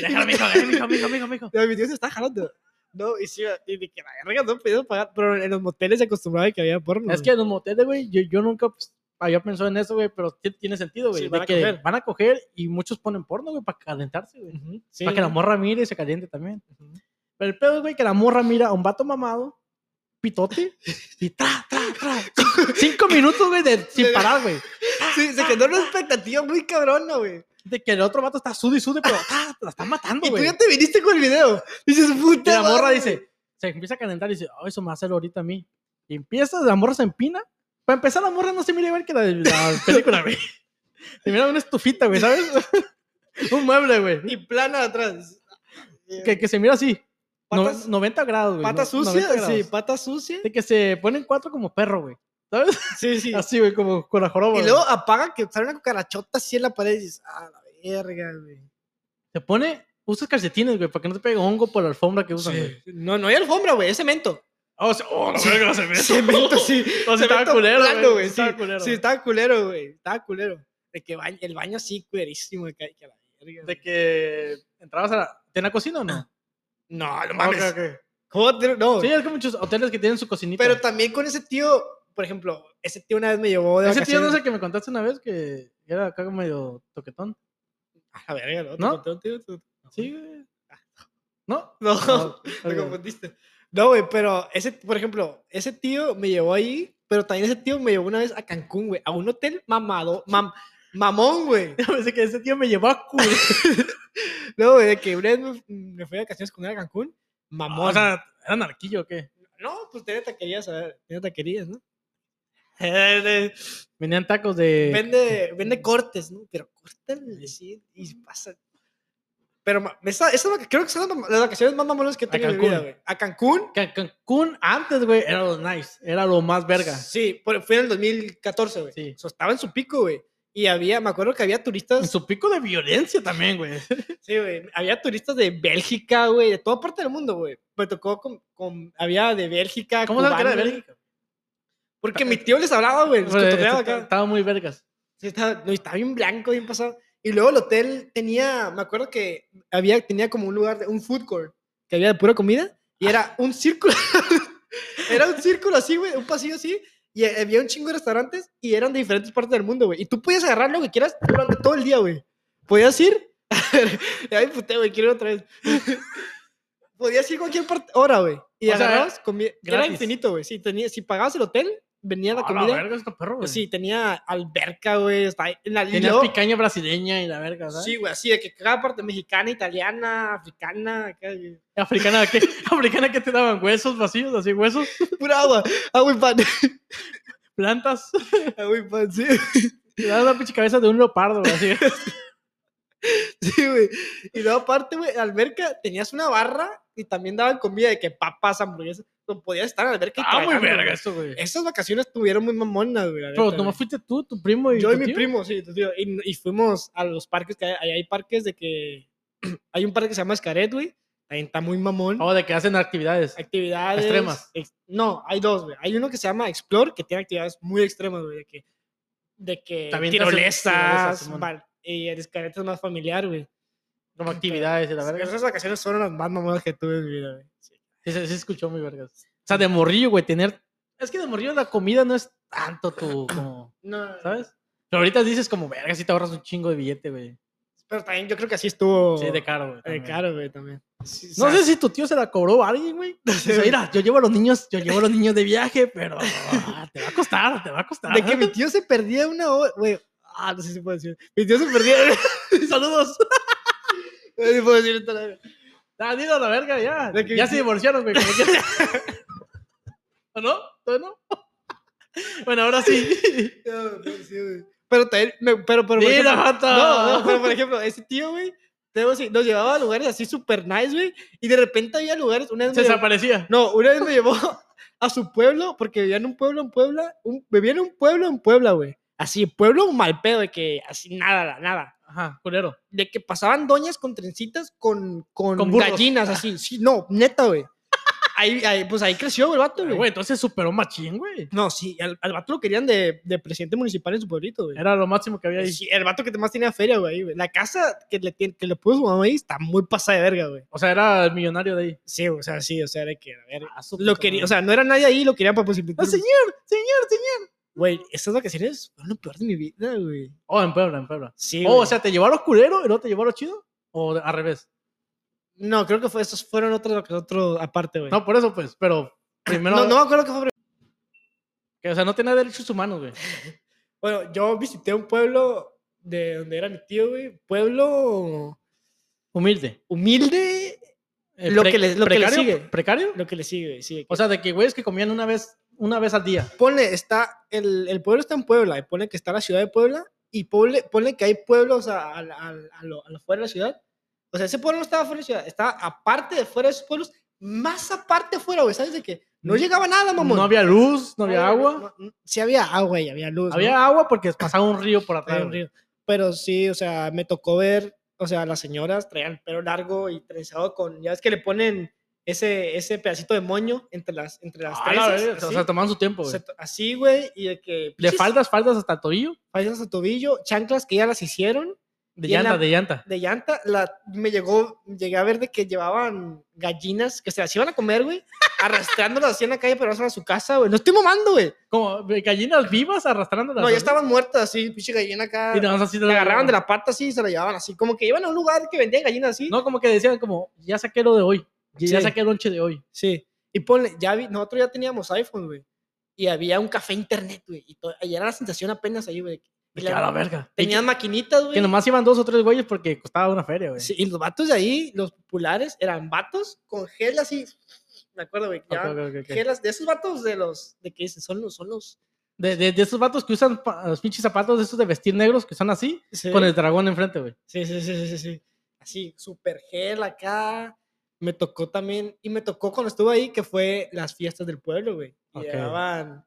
Speaker 2: Déjalo, mijo, déjalo, mijo, mijo, mijo, mijo.
Speaker 1: Ya, mi tío se estaba jalando. No, y sí, y de que la verga no podía pagar, pero en los moteles se acostumbraba que había porno.
Speaker 2: Es que en los moteles, güey, yo, yo nunca pues, había pensado en eso, güey, pero ti- tiene sentido, güey.
Speaker 1: Sí,
Speaker 2: de
Speaker 1: van a
Speaker 2: que
Speaker 1: coger.
Speaker 2: van a coger y muchos ponen porno, güey, para calentarse, güey.
Speaker 1: Ujú, sí,
Speaker 2: para que la morra mire y se caliente también. Pero el pedo, güey, que la morra mira a un vato mamado, pitote, y tra, tra, tra. Cin- Cinco minutos, güey, de- sin
Speaker 1: De-
Speaker 2: parar, güey.
Speaker 1: Sí, se quedó en una expectativa muy cabrona, güey.
Speaker 2: De que el otro vato está sude y sude, pero tra, la está matando,
Speaker 1: Y tú
Speaker 2: güey.
Speaker 1: ya te viniste con el video. Dices,
Speaker 2: Y
Speaker 1: puta.
Speaker 2: la morra
Speaker 1: madre".
Speaker 2: dice, se empieza a calentar y dice, oh, eso me va a hacer ahorita a mí. Y empieza, la morra se empina. Para empezar, la morra no se mira igual que la de la película, güey. Se mira una estufita, güey, ¿sabes? un mueble, güey.
Speaker 1: Y plana de atrás.
Speaker 2: Que, que se mira así. no-
Speaker 1: Patas-
Speaker 2: 90 grados, güey.
Speaker 1: Pata
Speaker 2: no- 90
Speaker 1: sucia,
Speaker 2: grados.
Speaker 1: sí, pata sucia.
Speaker 2: De que se ponen cuatro como perro, güey. ¿Sabes?
Speaker 1: Sí, sí.
Speaker 2: Así, güey, como con la joroba.
Speaker 1: Y
Speaker 2: güey.
Speaker 1: luego apaga que sale una cucarachota así en la pared y dices, ah, la verga, güey.
Speaker 2: Se pone, usas calcetines, güey, para que no te pegue hongo por la alfombra que usan, güey.
Speaker 1: No, no hay alfombra, güey, es cemento.
Speaker 2: Ah, o sea, oh, la verga, se ve.
Speaker 1: Cemento, sí.
Speaker 2: O sea, estaba
Speaker 1: Cemento
Speaker 2: culero,
Speaker 1: plano, güey.
Speaker 2: güey.
Speaker 1: Sí,
Speaker 2: Estaba culero,
Speaker 1: sí,
Speaker 2: güey.
Speaker 1: estaba culero, güey. Estaba culero. De que baño- el baño así, culerísimo. de Que, que la verga,
Speaker 2: De
Speaker 1: güey.
Speaker 2: que entrabas a la... ¿Tiene cocina o no?
Speaker 1: No, no mames.
Speaker 2: Ok, ok.
Speaker 1: ¿Cómo te- No,
Speaker 2: Sí, es que muchos hoteles que tienen su cocinita.
Speaker 1: pero también con ese tío, por ejemplo, ese tío una vez me llevó de
Speaker 2: ese tío no
Speaker 1: vacaciones-
Speaker 2: sé que me contaste una vez que era acá medio toquetón.
Speaker 1: A la verga, ¿no? ¿Te
Speaker 2: ¿No?
Speaker 1: conté un tío? ¿Tú-
Speaker 2: Sí, güey. ¿No?
Speaker 1: No,
Speaker 2: No,
Speaker 1: te
Speaker 2: ok.
Speaker 1: confundiste. No, güey, pero ese, por ejemplo, ese tío me llevó ahí, pero también ese tío me llevó una vez a Cancún, güey, a un hotel mamado, mam- mamón, güey.
Speaker 2: Yo pensé que ese tío me llevó a culo.
Speaker 1: No, güey, de que una vez me, me fui de vacaciones con él a Cancún, mamón.
Speaker 2: o sea, ¿era narquillo o qué?
Speaker 1: no, pues tenía taquerías, a ver, tenía taquerías, ¿no?
Speaker 2: Eh, Venían tacos de...
Speaker 1: Vende, vende cortes, ¿no? Pero cortan, sí, y pasa. Pero ma- esa, esa vaca- creo que son las mam- las vacaciones más mamonas que he
Speaker 2: A
Speaker 1: tenido en mi
Speaker 2: Cancún.
Speaker 1: vida, güey. A Cancún,
Speaker 2: Ca- Cancún antes, güey, era lo nice. Era lo más verga.
Speaker 1: Sí, por- fue en el 2014, güey.
Speaker 2: Sí.
Speaker 1: O sea, estaba en su pico, güey. Y había, me acuerdo que había
Speaker 2: En
Speaker 1: turistas,
Speaker 2: su pico de violencia también, güey.
Speaker 1: sí, güey, había turistas de Bélgica, güey, de toda parte del mundo, güey. Me tocó con, con- había de Bélgica,
Speaker 2: ¿Cómo sabes que era de
Speaker 1: cubanos,
Speaker 2: Bélgica? Ah, eh,
Speaker 1: Porque mi tío les hablaba, güey, los
Speaker 2: Güey,
Speaker 1: cotorreaba
Speaker 2: este-
Speaker 1: acá.
Speaker 2: Estaba muy vergas.
Speaker 1: Sí, estaba, no, y estaba bien blanco, bien pasado. Y luego el hotel tenía, me acuerdo que había, tenía como un lugar, de- un food court, que había de pura comida, y
Speaker 2: Ah.
Speaker 1: era un círculo, era un círculo así, güey, un pasillo así, y había un chingo de restaurantes, y eran de diferentes partes del mundo, güey. Y tú podías agarrar lo que quieras durante todo el día, güey. Podías ir, ay, puté, güey, quiero ir otra vez. podías ir cualquier parte, hora, güey. Y
Speaker 2: O sea,
Speaker 1: agarrabas, comida, era
Speaker 2: gratis.
Speaker 1: infinito, güey. Si, tenías- si pagabas el hotel, venía la
Speaker 2: A
Speaker 1: comida.
Speaker 2: verga, este perro, güey.
Speaker 1: Pues Sí, tenía alberca, güey. Está ahí en la y
Speaker 2: Tenía
Speaker 1: luego-
Speaker 2: picaña brasileña y la verga, ¿sabes?
Speaker 1: Sí, güey, así de que cada parte mexicana, italiana, africana, acá, güey.
Speaker 2: Africana que, africana que te daban huesos vacíos, así huesos,
Speaker 1: pura agua, agua y pan,
Speaker 2: plantas,
Speaker 1: agua y pan, sí,
Speaker 2: te daban la pinche cabeza de un leopardo, güey, así.
Speaker 1: sí, güey. Y luego aparte, güey, en la alberca tenías una barra y también daban comida de que papas, hamburguesas. No podías estar en la alberca. y
Speaker 2: Ah, muy
Speaker 1: tragando,
Speaker 2: verga
Speaker 1: güey. Eh,
Speaker 2: esto, güey.
Speaker 1: Esas vacaciones estuvieron muy mamonas, güey. la
Speaker 2: Pero
Speaker 1: neta,
Speaker 2: nomás
Speaker 1: güey.
Speaker 2: fuiste tú, tu primo y
Speaker 1: Yo y
Speaker 2: tu
Speaker 1: mi
Speaker 2: tío.
Speaker 1: primo, sí, tu tío, Y, y fuimos a los parques que hay. ahí Hay parques de que. hay un parque que se llama Escaret, güey. Ahí está muy mamón.
Speaker 2: Oh, de que hacen actividades.
Speaker 1: actividades
Speaker 2: Extremas.
Speaker 1: ex- no, hay dos, güey. Hay uno que se llama Explore, que tiene actividades muy extremas, güey, de que, de que
Speaker 2: También te hacen tirolesas,
Speaker 1: tirolesas,
Speaker 2: Simón.
Speaker 1: val- y el escaleta es más familiar, güey.
Speaker 2: Como actividades y la verga.
Speaker 1: Esas vacaciones fueron las más mamonas que tuve en mi vida, güey. Sí.
Speaker 2: Sí, se sí, escuchó muy vergas. O sea, de morrillo, güey, tener... Es que de morrillo la comida no es tanto tu, como,
Speaker 1: No,
Speaker 2: ¿sabes? Pero ahorita dices como, verga, si te ahorras un chingo de billete, güey.
Speaker 1: pero también yo creo que así estuvo.
Speaker 2: Sí, de caro, güey.
Speaker 1: De
Speaker 2: también.
Speaker 1: caro, güey, también.
Speaker 2: No sé si tu tío se la cobró a alguien, güey. Dice, Mira, yo llevo a los niños, yo llevo a los niños de viaje, pero ah, te va a costar, te va a costar.
Speaker 1: De que mi tío se perdía una hora, güey. Ah, no sé si puedo decir. Mi tío se perdía.
Speaker 2: Saludos.
Speaker 1: no sé si puedo decir. esta la verga.
Speaker 2: Ah, dilo a la verga, ya.
Speaker 1: De que-
Speaker 2: Ya se divorciaron, güey. como quiera. ¿O no? ¿Todavía no? Bueno, ahora sí.
Speaker 1: No, no, sí, güey. Pero también, me- pero, pero, por ejemplo-
Speaker 2: Mira, Jota.
Speaker 1: No, no, pero por ejemplo, ese tío, güey, tenemos- nos llevaba a lugares así super nice, güey, y de repente había lugares, una vez me
Speaker 2: Se
Speaker 1: llevó,
Speaker 2: desaparecía.
Speaker 1: no, una vez me llevó a su pueblo, porque vivía en un pueblo en Puebla, un, vivía en un pueblo en Puebla, güey, así, pueblo mal pedo, de que así nada, nada,
Speaker 2: Ajá, culero.
Speaker 1: de que pasaban doñas con trencitas, con, con,
Speaker 2: Con burros.
Speaker 1: gallinas, así, sí, no, neta, güey. Ahí, ahí- pues ahí creció el vato,
Speaker 2: Güey,
Speaker 1: güey.
Speaker 2: entonces superó machín, güey.
Speaker 1: No, sí, al, al vato lo querían de, de presidente municipal en su pueblito, güey.
Speaker 2: Era lo máximo que había ahí.
Speaker 1: Sí, el vato que más tenía feria, güey. ahí, güey. La casa que le, tiene- que le puso su mamá ahí está muy pasada de verga, güey.
Speaker 2: O sea, era el millonario de ahí.
Speaker 1: Sí, o sea, sí, o sea, era que, a ver,
Speaker 2: Ah, su
Speaker 1: lo
Speaker 2: puta
Speaker 1: quería,
Speaker 2: madre.
Speaker 1: o sea, no era nadie ahí, lo querían para posibilitar.
Speaker 2: ¡Ah, señor! ¡Señor! ¡Señor!
Speaker 1: Güey, estas vacaciones fueron lo peor de mi vida, güey.
Speaker 2: Oh, en Puebla, en Puebla.
Speaker 1: Sí,
Speaker 2: Oh, o
Speaker 1: güey.
Speaker 2: sea, ¿te llevaron culero y luego te llevaron chido? ¿O al revés?
Speaker 1: No, creo que fue, estos fueron otros, otro aparte, güey.
Speaker 2: No, por eso pues, pero primero...
Speaker 1: no, no me acuerdo qué fue. primero.
Speaker 2: que, o sea, no tiene derechos humanos, güey.
Speaker 1: Bueno, yo visité un pueblo de donde era mi tío, güey. Pueblo
Speaker 2: Humilde.
Speaker 1: humilde,
Speaker 2: Eh,
Speaker 1: Lo que le- lo que le
Speaker 2: precario,
Speaker 1: sigue.
Speaker 2: ¿Precario?
Speaker 1: lo que le sigue, güey. Sí,
Speaker 2: O sea, de que güeyes que comían una vez, una vez al día.
Speaker 1: ponle, está, el, el pueblo está en Puebla, y ponle que está la ciudad de Puebla, y ponle, ponle que hay pueblos a, a, a, a lo, a lo fuera de la ciudad. O sea, ese pueblo no estaba fuera de la ciudad, estaba aparte de fuera de esos pueblos, más aparte fuera, güey, ¿sabes de qué? No
Speaker 2: Mm.
Speaker 1: llegaba nada, mamón.
Speaker 2: No había luz, no había agua. Pues
Speaker 1: no, no, sí había agua y había luz. ¿no?
Speaker 2: Había agua porque pasaba un río por atrás.
Speaker 1: Traía un
Speaker 2: güey.
Speaker 1: río. Pero sí, o sea, me tocó ver, o sea, las señoras traían el pelo largo y trenzado con, ya ves que le ponen ese, ese pedacito de moño entre las, entre las
Speaker 2: Ah, la
Speaker 1: trenzas.
Speaker 2: verga, o
Speaker 1: así.
Speaker 2: sea, pues. tomaban su tiempo,
Speaker 1: O
Speaker 2: güey.
Speaker 1: sea, to- Así, güey, y de que...
Speaker 2: De
Speaker 1: pinches
Speaker 2: faldas, faldas hasta el tobillo.
Speaker 1: fallas a tobillo, chanclas que ya las hicieron,
Speaker 2: De
Speaker 1: Y en
Speaker 2: llanta,
Speaker 1: la-
Speaker 2: de llanta.
Speaker 1: de llanta, la, me llegó, llegué a ver de que llevaban gallinas que se las iban a comer, güey, arrastrándolas así en la calle para hacer a su casa, güey. No estoy mamando, güey.
Speaker 2: Como de gallinas vivas arrastrándolas.
Speaker 1: No, ya
Speaker 2: güey.
Speaker 1: estaban muertas así, pinche gallina acá.
Speaker 2: Y nada más así
Speaker 1: La agarraban de la pata así y se la llevaban así. Como que iban a un lugar que vendían gallinas así.
Speaker 2: No, como que decían como, ya saqué lo de hoy. Ya
Speaker 1: Sí.
Speaker 2: saqué el lonche de hoy.
Speaker 1: Sí. Y ponle, ya vi, nosotros ya teníamos iPhone, güey. Y había un café internet, güey. Y, to- y era la sensación apenas ahí, güey. Y
Speaker 2: Y
Speaker 1: la-
Speaker 2: que a la verga. Y
Speaker 1: Tenían
Speaker 2: que-
Speaker 1: maquinitas, güey.
Speaker 2: que nomás iban dos o tres güeyes porque costaba una feria, güey.
Speaker 1: Sí, y los vatos de ahí, los populares, eran vatos con gel así. Me acuerdo, güey. que
Speaker 2: Ok,
Speaker 1: llevaban
Speaker 2: ok, ok, ok.
Speaker 1: gelas de esos vatos de los. ¿De qué dicen? Son los. Son los
Speaker 2: De, de, de esos vatos que usan pa- los pinches zapatos de esos de vestir negros que son así,
Speaker 1: sí,
Speaker 2: con el dragón enfrente, güey.
Speaker 1: sí, sí, sí, sí, sí, sí. Así, super gel acá. Me tocó también. Y me tocó cuando estuve ahí, que fue las fiestas del pueblo, güey. Y
Speaker 2: Ok.
Speaker 1: Llevaban.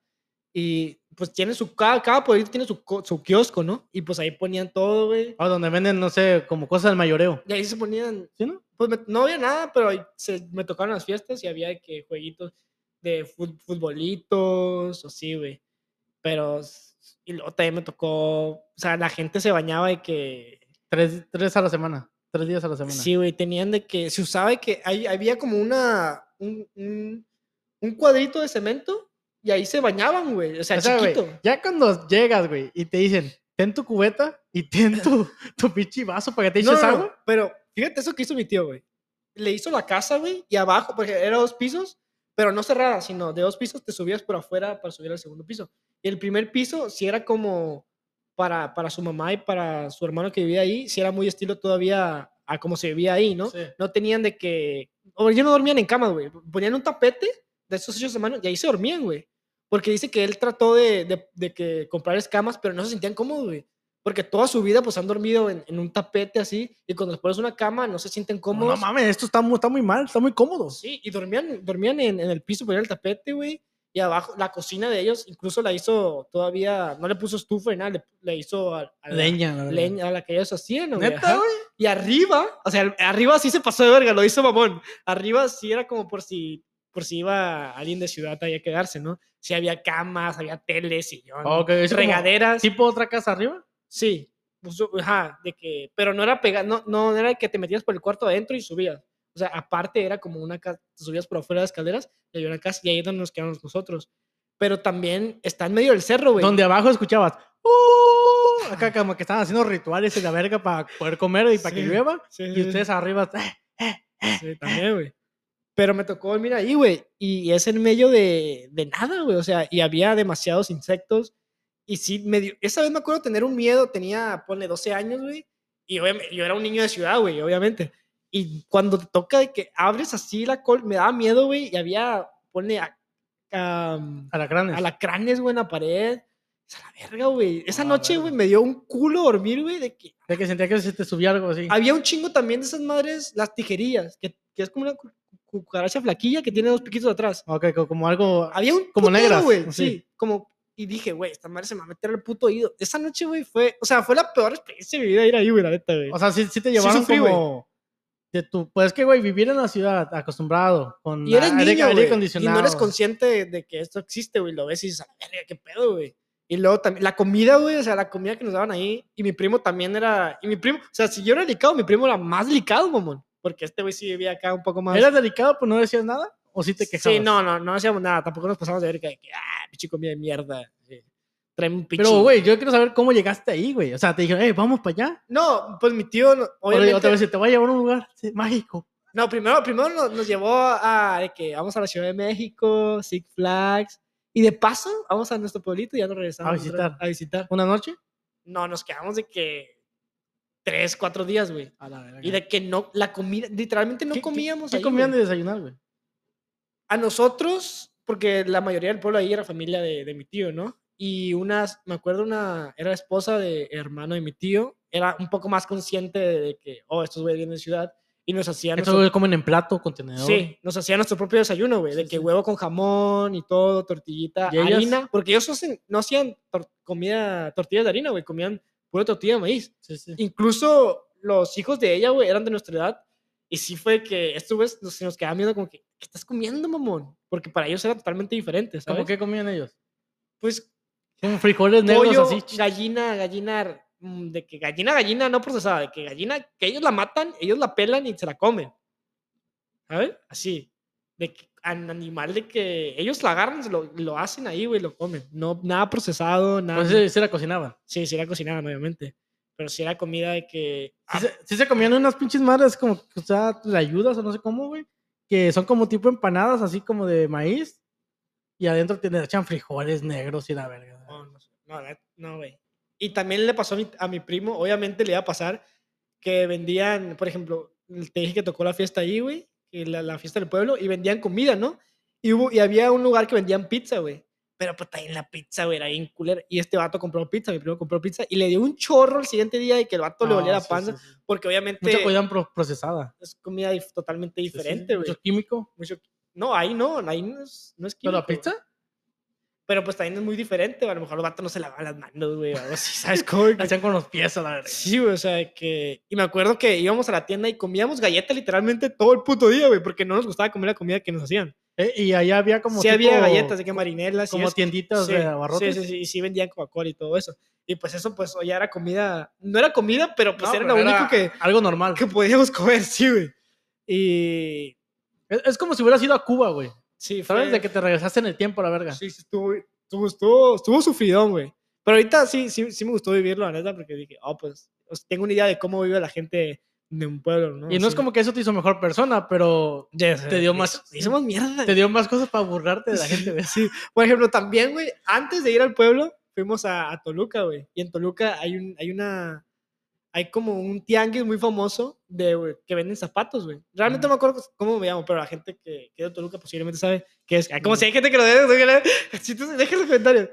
Speaker 1: Y pues tiene su. Cada, cada pueblito tiene su, co- su kiosco, ¿no? Y pues ahí ponían todo, güey.
Speaker 2: O donde venden, no sé, como cosas del mayoreo.
Speaker 1: Y ahí se ponían
Speaker 2: ¿Sí, no?
Speaker 1: pues me- no había nada, pero ahí se, me tocaron las fiestas y había de que jueguitos de fut- futbolitos, o sí, güey. Pero, s- y luego también me tocó, o sea, la gente se bañaba y que,
Speaker 2: Tres, tres a la semana. Tres días a la semana.
Speaker 1: sí, güey, tenían de que, se usaba de que ahí había como una, un, un, un cuadrito de cemento y ahí se bañaban, güey, o sea,
Speaker 2: O sea, güey,
Speaker 1: chiquito.
Speaker 2: ya cuando llegas, güey, y te dicen, ten tu cubeta y ten tu, tu pinche vaso para que te
Speaker 1: No,
Speaker 2: eches
Speaker 1: no, no,
Speaker 2: agua.
Speaker 1: pero fíjate eso que hizo mi tío, güey. Le hizo la casa, güey, y abajo, porque era dos pisos, pero no cerrada, sino de dos pisos te subías por afuera para subir al segundo piso. Y el primer piso, si era como para, para su mamá y para su hermano que vivía ahí, si era muy estilo todavía a como se vivía ahí, ¿no?
Speaker 2: Sí.
Speaker 1: No tenían de que. O ya no dormían en cama, güey. Ponían un tapete de esos hechos de mano y ahí se dormían, güey. Porque dice que él trató de, de, de que comprar escamas, pero no se sentían cómodos, güey. Porque toda su vida, pues han dormido en, en un tapete así. Y cuando les pones una cama, no se sienten
Speaker 2: Como,
Speaker 1: cómodos.
Speaker 2: No mames, esto está muy, está muy mal, está muy cómodo.
Speaker 1: Sí, y dormían, dormían en, en el piso, ponían el tapete, güey. Y abajo, la cocina de ellos, incluso la hizo todavía. No le puso estufa ni nada, le, le hizo a, a la-
Speaker 2: Leña, la verdad.
Speaker 1: leña a la que ellos hacían, güey.
Speaker 2: ¿Neta,
Speaker 1: ajá.
Speaker 2: güey?
Speaker 1: Y arriba, o sea, arriba sí se pasó de verga, lo hizo mamón. Arriba sí era como por si, por si iba alguien de ciudad ahí a quedarse, ¿no? Sí había camas, había tele, sillón,
Speaker 2: Ok, es como
Speaker 1: regaderas.
Speaker 2: ¿Tipo otra casa arriba?
Speaker 1: Sí, pues, u- ajá, de que, pero no era pega, no, no era que te metías por el cuarto adentro y subías. O sea, aparte era como una casa, te subías por afuera de las escaleras y había una casa y ahí es donde nos quedamos nosotros. Pero también está en medio del cerro, güey.
Speaker 2: Donde abajo escuchabas. "Uh", acá como que estaban haciendo rituales en la verga para poder comer y para que
Speaker 1: Sí.
Speaker 2: llueva.
Speaker 1: Sí, sí,
Speaker 2: Y
Speaker 1: sí.
Speaker 2: ustedes arriba. "Eh".
Speaker 1: Sí, también, güey. Pero me tocó dormir ahí, güey. Y es en medio de, de nada, güey. O sea, y había demasiados insectos. Y sí, me dio- Esa vez me acuerdo tener un miedo. Tenía, ponle, 12 años, güey. Y obviamente- yo era un niño de ciudad, güey, obviamente. Y cuando te toca de que abres así la col, me daba miedo, güey. Y había, ponle, a, am,
Speaker 2: Alacranes.
Speaker 1: alacranes, güey, en la pared. Es a la verga, güey. Esa
Speaker 2: A la
Speaker 1: noche, güey,
Speaker 2: verga.
Speaker 1: me dio un culo dormir, güey, de que
Speaker 2: De que sentía que se te subía algo así.
Speaker 1: había un chingo también de esas madres, las tijerillas, que, que es como una cu- cucaracha flaquilla que tiene dos piquitos atrás.
Speaker 2: Ok, co- como algo.
Speaker 1: Había un
Speaker 2: Como
Speaker 1: putero,
Speaker 2: negras,
Speaker 1: güey,
Speaker 2: sí.
Speaker 1: sí. como y dije, güey, esta madre se me va a meter al puto oído. Esa noche, güey, fue, o sea, fue la peor experiencia de mi vida ir ahí, güey, la neta, güey.
Speaker 2: O sea, sí, sí te llevaron
Speaker 1: sufrí, güey.
Speaker 2: como. de tu, pues es que, güey, vivir en la ciudad acostumbrado, con
Speaker 1: Y eres
Speaker 2: aire-
Speaker 1: niño,
Speaker 2: aire
Speaker 1: güey, Y
Speaker 2: acondicionado.
Speaker 1: no eres consciente de, de que esto existe, güey. Lo ves y dices, "A la verga, qué pedo, güey. Y luego también, la comida, güey, o sea, la comida que nos daban ahí. Y mi primo también era, y mi primo, o sea, si yo era licado, mi primo era más licado, mamón. Porque este güey sí vivía acá un poco más.
Speaker 2: ¿Eras delicado, pues no decías nada? ¿O sí te quejabas?
Speaker 1: Sí, no, no, no hacíamos nada. Tampoco nos pasamos de ver que, que, ah, pinche comida de mierda. sí. Tráeme un pinche.
Speaker 2: Pero, güey, yo quiero saber cómo llegaste ahí, güey. O sea, te dijeron, hey, vamos para allá.
Speaker 1: No, pues mi tío, no-
Speaker 2: O le-
Speaker 1: obviamente.
Speaker 2: otra vez, te voy a llevar a un lugar sí, mágico.
Speaker 1: No, primero, primero nos, nos llevó a de que vamos a la Ciudad de México, Six Flags. Y de paso, vamos a nuestro pueblito y ya nos regresamos.
Speaker 2: A
Speaker 1: otra vez
Speaker 2: visitar.
Speaker 1: A visitar.
Speaker 2: ¿Una noche?
Speaker 1: No, nos quedamos de que tres, cuatro días, güey.
Speaker 2: A la verga.
Speaker 1: Y de que no, la comida, literalmente no
Speaker 2: ¿Qué- qué-
Speaker 1: comíamos.
Speaker 2: ¿Qué
Speaker 1: ahí,
Speaker 2: comían
Speaker 1: güey.
Speaker 2: de desayunar, güey?
Speaker 1: A nosotros, porque la mayoría del pueblo ahí era familia de, de mi tío, ¿no? Y unas, me acuerdo, una, era esposa de hermano de mi tío, era un poco más consciente de, de que, oh, estos güeyes vienen de ciudad. Y nos hacían.
Speaker 2: Eso
Speaker 1: nuestro-
Speaker 2: comen en plato, contenedor.
Speaker 1: Sí, nos hacían nuestro propio desayuno, güey, de
Speaker 2: Sí,
Speaker 1: que
Speaker 2: sí.
Speaker 1: huevo con jamón y todo, tortillita,
Speaker 2: ¿Y ellas?
Speaker 1: harina, porque ellos hacen- no hacían tor- comida, tortillas de harina, güey, comían pura tortilla de maíz.
Speaker 2: sí, sí.
Speaker 1: Incluso los hijos de ella, güey, eran de nuestra edad y sí fue que estos güeyes nos- se nos quedaban viendo como que, ¿qué estás comiendo, mamón? Porque para ellos era totalmente diferente, ¿sabes?
Speaker 2: ¿Cómo qué comían ellos?
Speaker 1: Pues
Speaker 2: Como frijoles negros
Speaker 1: pollo,
Speaker 2: así. ch-
Speaker 1: gallina, gallina, mm, de que gallina, gallina no procesada, de que gallina, que ellos la matan, ellos la pelan y se la comen. ¿Sabes? Así. De que, an- animal de que ellos la agarran, se lo, lo hacen ahí, güey, lo comen. No, nada procesado, nada.
Speaker 2: Pues sí, sí la cocinaban.
Speaker 1: sí, sí era cocinada, obviamente. Pero si era comida de que.
Speaker 2: Sí se, sí se comían unas pinches madres como que, o sea, le ayudas o no sé cómo, güey. Que son como tipo empanadas, así como de maíz. Y adentro tiene, echan frijoles negros y la verga.
Speaker 1: No, no, sé. no, la- no, güey. Y también le pasó a mi, a mi primo, obviamente le iba a pasar que vendían, por ejemplo, te dije que tocó la fiesta ahí, güey, que la, la fiesta del pueblo, y vendían comida, ¿no? Y, hubo, y había un lugar que vendían pizza, güey. Pero pues también la pizza, güey, era bien culera. Y este vato compró pizza, mi primo compró pizza, y le dio un chorro el siguiente día y que el vato le
Speaker 2: No,
Speaker 1: olía la
Speaker 2: sí, sí,
Speaker 1: panza,
Speaker 2: sí.
Speaker 1: porque obviamente
Speaker 2: Mucha comida pro- procesada.
Speaker 1: es comida dif- totalmente
Speaker 2: Sí, sí,
Speaker 1: diferente, güey.
Speaker 2: Mucho químico.
Speaker 1: Mucho- No, ahí no, ahí no es, no es
Speaker 2: ¿Pero la
Speaker 1: químico, güey.
Speaker 2: pizza?
Speaker 1: Pero pues también es muy diferente, güey. a lo mejor los vatos no se lavan las manos, güey, o algo así, ¿sabes? Como que-
Speaker 2: La hacían con los pies a la verga.
Speaker 1: Sí, güey, o sea, que... Y me acuerdo que íbamos a la tienda y comíamos galleta literalmente todo el puto día, güey, porque no nos gustaba comer la comida que nos hacían.
Speaker 2: Eh, Y allá había como.
Speaker 1: sí había
Speaker 2: tipo-
Speaker 1: galletas, de que marinelas y
Speaker 2: Como
Speaker 1: esto.
Speaker 2: tienditas
Speaker 1: Sí,
Speaker 2: de abarrotes.
Speaker 1: Sí, sí, sí, y sí vendían Coca-Cola y todo eso. Y pues eso, pues, ya era comida... No era comida, pero pues
Speaker 2: No,
Speaker 1: era
Speaker 2: pero
Speaker 1: lo único que,
Speaker 2: Algo normal.
Speaker 1: que podíamos comer, sí, güey. Y...
Speaker 2: Es, es como si hubieras ido a Cuba, güey.
Speaker 1: Sí,
Speaker 2: ¿Sabes?
Speaker 1: fue-
Speaker 2: De que te regresaste en el tiempo, la verga.
Speaker 1: Sí, sí, estuvo, estuvo, estuvo, estuvo sufridón, güey. Pero ahorita sí, sí, sí me gustó vivirlo, la neta, porque dije, oh, pues, o sea, tengo una idea de cómo vive la gente de un pueblo, ¿no?
Speaker 2: y no es como que eso te hizo mejor persona, pero te dio más-
Speaker 1: Hicimos mierda.
Speaker 2: te dio más cosas para burlarte de la
Speaker 1: Sí,
Speaker 2: gente, güey.
Speaker 1: sí. Por ejemplo, también, güey, antes de ir al pueblo, fuimos a, a Toluca, güey. Y en Toluca hay, un, hay una... Hay como un tianguis muy famoso de güey, que venden zapatos, güey. Realmente no me acuerdo cómo me llamo, pero la gente que, que es de Toluca posiblemente sabe que es... Como si hay gente que lo debe, que lo debe. Si tú- deja en los comentarios.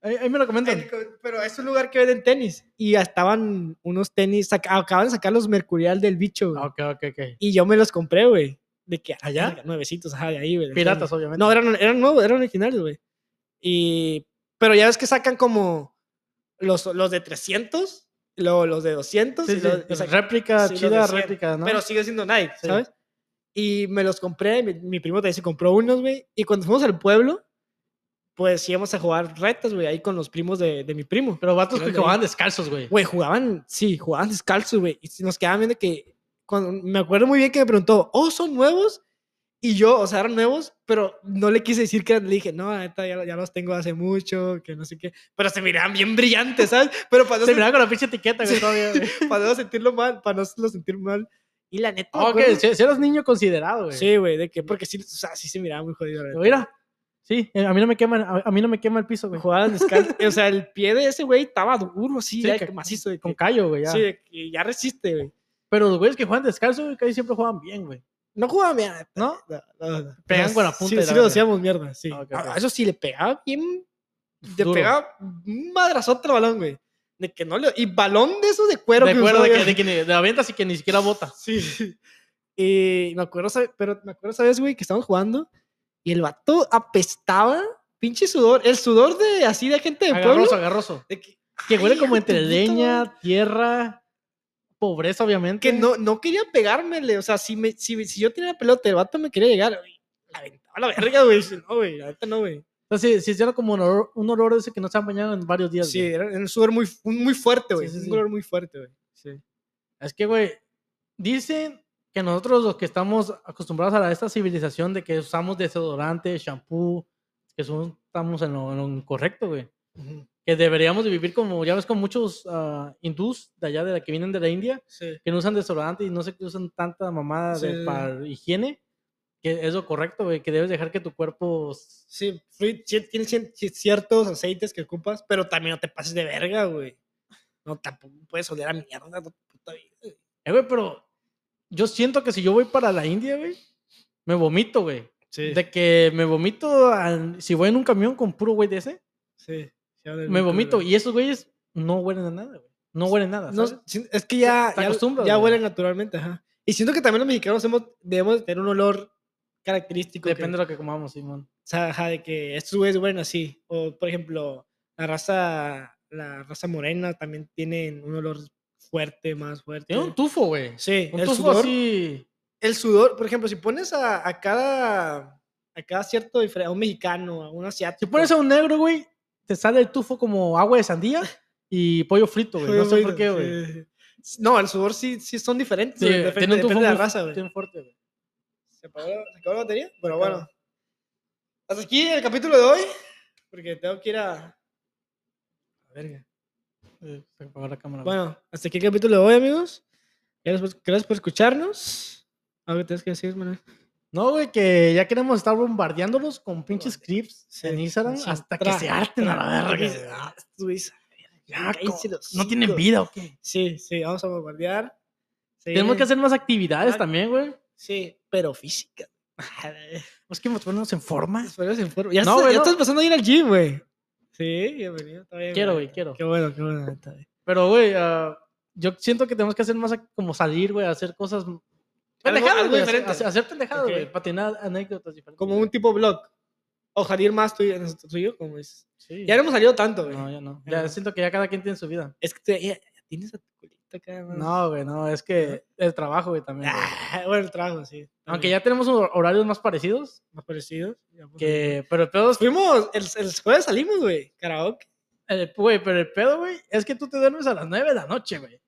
Speaker 2: Ahí, ahí me lo comentan.
Speaker 1: El co- Pero es un lugar que venden tenis. Y ya estaban unos tenis, saca- acaban de sacar los Mercurial del bicho. güey.
Speaker 2: Ah, Ok, ok, ok.
Speaker 1: Y yo me los compré, güey. De que
Speaker 2: ¿Allá?
Speaker 1: verga, Nuevecitos, ajá, de ahí, güey. del
Speaker 2: Piratas,
Speaker 1: tenis.
Speaker 2: obviamente.
Speaker 1: No, eran, eran nuevos, eran originales, güey. Y. Pero ya ves que sacan como los, los de 300, luego los de 200.
Speaker 2: Sí,
Speaker 1: y
Speaker 2: sí,
Speaker 1: luego- o sea,
Speaker 2: réplica,
Speaker 1: sí, los de
Speaker 2: chida
Speaker 1: cien,
Speaker 2: réplica, ¿no?
Speaker 1: Pero sigue siendo Nike,
Speaker 2: Sí.
Speaker 1: ¿sabes? Y me los compré, mi, mi primo también se compró unos, güey. Y cuando fuimos al pueblo, pues íbamos a jugar retas, güey, ahí con los primos de, de mi primo.
Speaker 2: Pero vatos que
Speaker 1: Eran de
Speaker 2: jugaban descalzos, güey.
Speaker 1: Güey, jugaban, sí, jugaban descalzos, güey. Y se nos quedaban viendo que. Cuando, me acuerdo muy bien que me preguntó, oh, son nuevos. Y yo, o sea, eran nuevos, pero no le quise decir que eran- le dije, no, la neta, ya, ya los tengo hace mucho, que no sé qué. Pero se miraban bien brillantes, ¿sabes? Pero para no,
Speaker 2: Se
Speaker 1: sen-
Speaker 2: miraban con la pinche etiqueta, güey, todavía, güey.
Speaker 1: para no sentirlo mal, para no hacerlo sentir mal. Y la neta. me
Speaker 2: Ah, Ok,
Speaker 1: acuerdo-
Speaker 2: si, si eras niño considerado, güey.
Speaker 1: Sí, güey, de que, porque sí, o sea, sí se miraba muy jodido. la
Speaker 2: Pero
Speaker 1: neta.
Speaker 2: Mira, sí, eh, a mí no me quema, a, a mí no me quema el piso, güey.
Speaker 1: Jugaban descalzos. o sea, el pie de ese güey estaba duro, así,
Speaker 2: Sí,
Speaker 1: ya
Speaker 2: que-
Speaker 1: que macizo. De
Speaker 2: Con
Speaker 1: que,
Speaker 2: callo, güey, ya.
Speaker 1: sí, de que ya resiste, güey.
Speaker 2: Pero los güeyes que juegan descalzo, güey, casi siempre juegan bien, güey.
Speaker 1: No jugaba mierda.
Speaker 2: ¿No? Pegan
Speaker 1: Pegaban
Speaker 2: con la punta
Speaker 1: Sí,
Speaker 2: de
Speaker 1: sí
Speaker 2: la
Speaker 1: lo
Speaker 2: verga.
Speaker 1: hacíamos mierda, sí.
Speaker 2: Ah, ok,
Speaker 1: A-
Speaker 2: ok.
Speaker 1: Eso sí, le pegaba bien. Le
Speaker 2: Duro.
Speaker 1: pegaba un madrazote al balón, güey. De que no le. Y balón de esos de cuero
Speaker 2: de
Speaker 1: que
Speaker 2: acuerdo,
Speaker 1: usaba,
Speaker 2: de que,
Speaker 1: pues, güey.
Speaker 2: de que ni- de avientas y que ni siquiera bota.
Speaker 1: Sí, sí. Y me acuerdo, ¿sabe- pero me acuerdo, ¿sabes, güey? Que estábamos jugando y el vato apestaba. Pinche sudor. El sudor de así de gente de pueblo.
Speaker 2: Agarroso, agarroso.
Speaker 1: De que,
Speaker 2: Que huele
Speaker 1: Ay, hijo
Speaker 2: como
Speaker 1: de
Speaker 2: entre
Speaker 1: tu puta
Speaker 2: leña, tierra. pobreza, obviamente.
Speaker 1: Que no, no quería pegármele. O sea, si, me, si, si yo tenía la pelota, el vato me quería llegar. güey, La aventaba a la verga, güey. No, güey, la neta no, güey.
Speaker 2: Entonces, sí, sí, era como un olor, un olor ese que no se ha bañado en varios días.
Speaker 1: Sí,
Speaker 2: güey.
Speaker 1: era era un sudor muy, fu- muy fuerte, güey.
Speaker 2: Sí, sí,
Speaker 1: un
Speaker 2: sí.
Speaker 1: color muy fuerte, güey.
Speaker 2: Sí. Es que, güey, dicen que nosotros los que estamos acostumbrados a la- esta civilización de que usamos desodorante, shampoo, que son- estamos en lo, en lo incorrecto, güey. Que deberíamos de vivir como, ya ves, con muchos ah, hindús de allá, de la que vienen de la India,
Speaker 1: Sí.
Speaker 2: que no usan desodorante y no sé qué usan tanta mamada
Speaker 1: Sí, sí,
Speaker 2: de,
Speaker 1: sí.
Speaker 2: para higiene. Que es lo correcto, güey, que debes dejar que tu cuerpo... s-
Speaker 1: Sí, fui- sí, tienes cien- sí, ciertos aceites que ocupas, pero también no te pases de verga, güey. No, tampoco puedes oler a mierda, no, puta vida. güey.
Speaker 2: Eh, güey, pero yo siento que si yo voy para la India, güey, me vomito, güey.
Speaker 1: Sí,
Speaker 2: De que me vomito, al- si voy en un camión con puro güey de ese,
Speaker 1: sí. sí,
Speaker 2: me
Speaker 1: obviamente,
Speaker 2: vomito.
Speaker 1: güey.
Speaker 2: Y esos güeyes no huelen a nada, güey. No huelen a nada.
Speaker 1: No,
Speaker 2: ¿sabes?
Speaker 1: sí, es que ya,
Speaker 2: Te
Speaker 1: ya,
Speaker 2: acostumbras,
Speaker 1: ya
Speaker 2: güey.
Speaker 1: huelen naturalmente, ajá. Y siento que también los mexicanos hemos, debemos de tener un olor característico. que-
Speaker 2: Depende de lo que comamos, Simón.
Speaker 1: o sea, ajá, de que estos güeyes huelen así. O, por ejemplo, la raza, la raza morena también tienen un olor fuerte, más fuerte.
Speaker 2: Tiene un tufo, güey.
Speaker 1: Sí,
Speaker 2: Un
Speaker 1: el
Speaker 2: tufo
Speaker 1: sudor,
Speaker 2: así.
Speaker 1: el sudor, por ejemplo, si pones a, a cada a cada cierto diferente, a un mexicano, a un asiático.
Speaker 2: Si pones a un negro, güey, te sale el tufo como agua de sandía y pollo frito, güey. No sé por qué, güey.
Speaker 1: Sí, sí, sí. No, el sudor sí, sí son diferentes,
Speaker 2: Sí,
Speaker 1: güey, depende,
Speaker 2: tiene un
Speaker 1: depende
Speaker 2: tufo
Speaker 1: de la
Speaker 2: muy
Speaker 1: raza, güey.
Speaker 2: bien fuerte, güey.
Speaker 1: ¿Se apagó, la- se acabó la batería? Pero
Speaker 2: acabó.
Speaker 1: bueno. Hasta aquí el capítulo de hoy. Porque tengo que ir a. a verga.
Speaker 2: Eh, Se apagó la cámara. güey.
Speaker 1: Bueno, hasta aquí el capítulo de hoy, amigos. Gracias por, gracias por escucharnos. Algo que tienes que decir, Manuel.
Speaker 2: No, güey, que ya queremos estar bombardeándolos con pinches clips
Speaker 1: Sí,
Speaker 2: en Instagram
Speaker 1: sí,
Speaker 2: hasta
Speaker 1: tra-
Speaker 2: que se harten a la
Speaker 1: tra-
Speaker 2: verga.
Speaker 1: tra-
Speaker 2: güey.
Speaker 1: ah, estos güeyes,
Speaker 2: Ya,
Speaker 1: cállense
Speaker 2: co-
Speaker 1: los
Speaker 2: no tienen
Speaker 1: hocicos.
Speaker 2: vida, ¿o qué?
Speaker 1: Sí, sí, vamos a bombardear. Se
Speaker 2: Tenemos que
Speaker 1: vienen-
Speaker 2: hacer más actividades
Speaker 1: Ah,
Speaker 2: también, güey.
Speaker 1: Sí, pero física.
Speaker 2: Es que ponernos en forma.
Speaker 1: Esperemos en forma. Ya,
Speaker 2: No,
Speaker 1: estás,
Speaker 2: güey,
Speaker 1: ya
Speaker 2: no.
Speaker 1: estás pasando a ir al gym, güey. Sí, bienvenido. está bien,
Speaker 2: Quiero, güey, quiero.
Speaker 1: Qué bueno, qué bueno. está bien.
Speaker 2: Pero, güey, ah, yo siento que tenemos que hacer más ac- como salir, güey, hacer cosas. Pendejadas,
Speaker 1: algo
Speaker 2: güey. Hacer,
Speaker 1: diferente.
Speaker 2: hacer- hacer pendejadas,
Speaker 1: Ok.
Speaker 2: güey. Patinar anécdotas diferentes.
Speaker 1: como un tipo blog. O salir más tuyo, tuyo como dices.
Speaker 2: Sí.
Speaker 1: Ya no hemos salido tanto, güey.
Speaker 2: No, ya no.
Speaker 1: Ya
Speaker 2: Ya
Speaker 1: no.
Speaker 2: siento que ya cada quien tiene su vida.
Speaker 1: Es que tú ya, ya tienes a tu culito acá, ¿no?
Speaker 2: No, güey, no. Es que el trabajo, güey, también. güey.
Speaker 1: Ah, bueno, el trabajo, sí.
Speaker 2: Aunque ya tenemos hor- horarios más parecidos.
Speaker 1: Más parecidos. ya por-
Speaker 2: Que, pero el pedo es
Speaker 1: Fuimos, el, el jueves salimos, güey. Karaoke.
Speaker 2: el- eh, Güey, pero el pedo, güey, es que tú te duermes a las 9 de la noche, güey.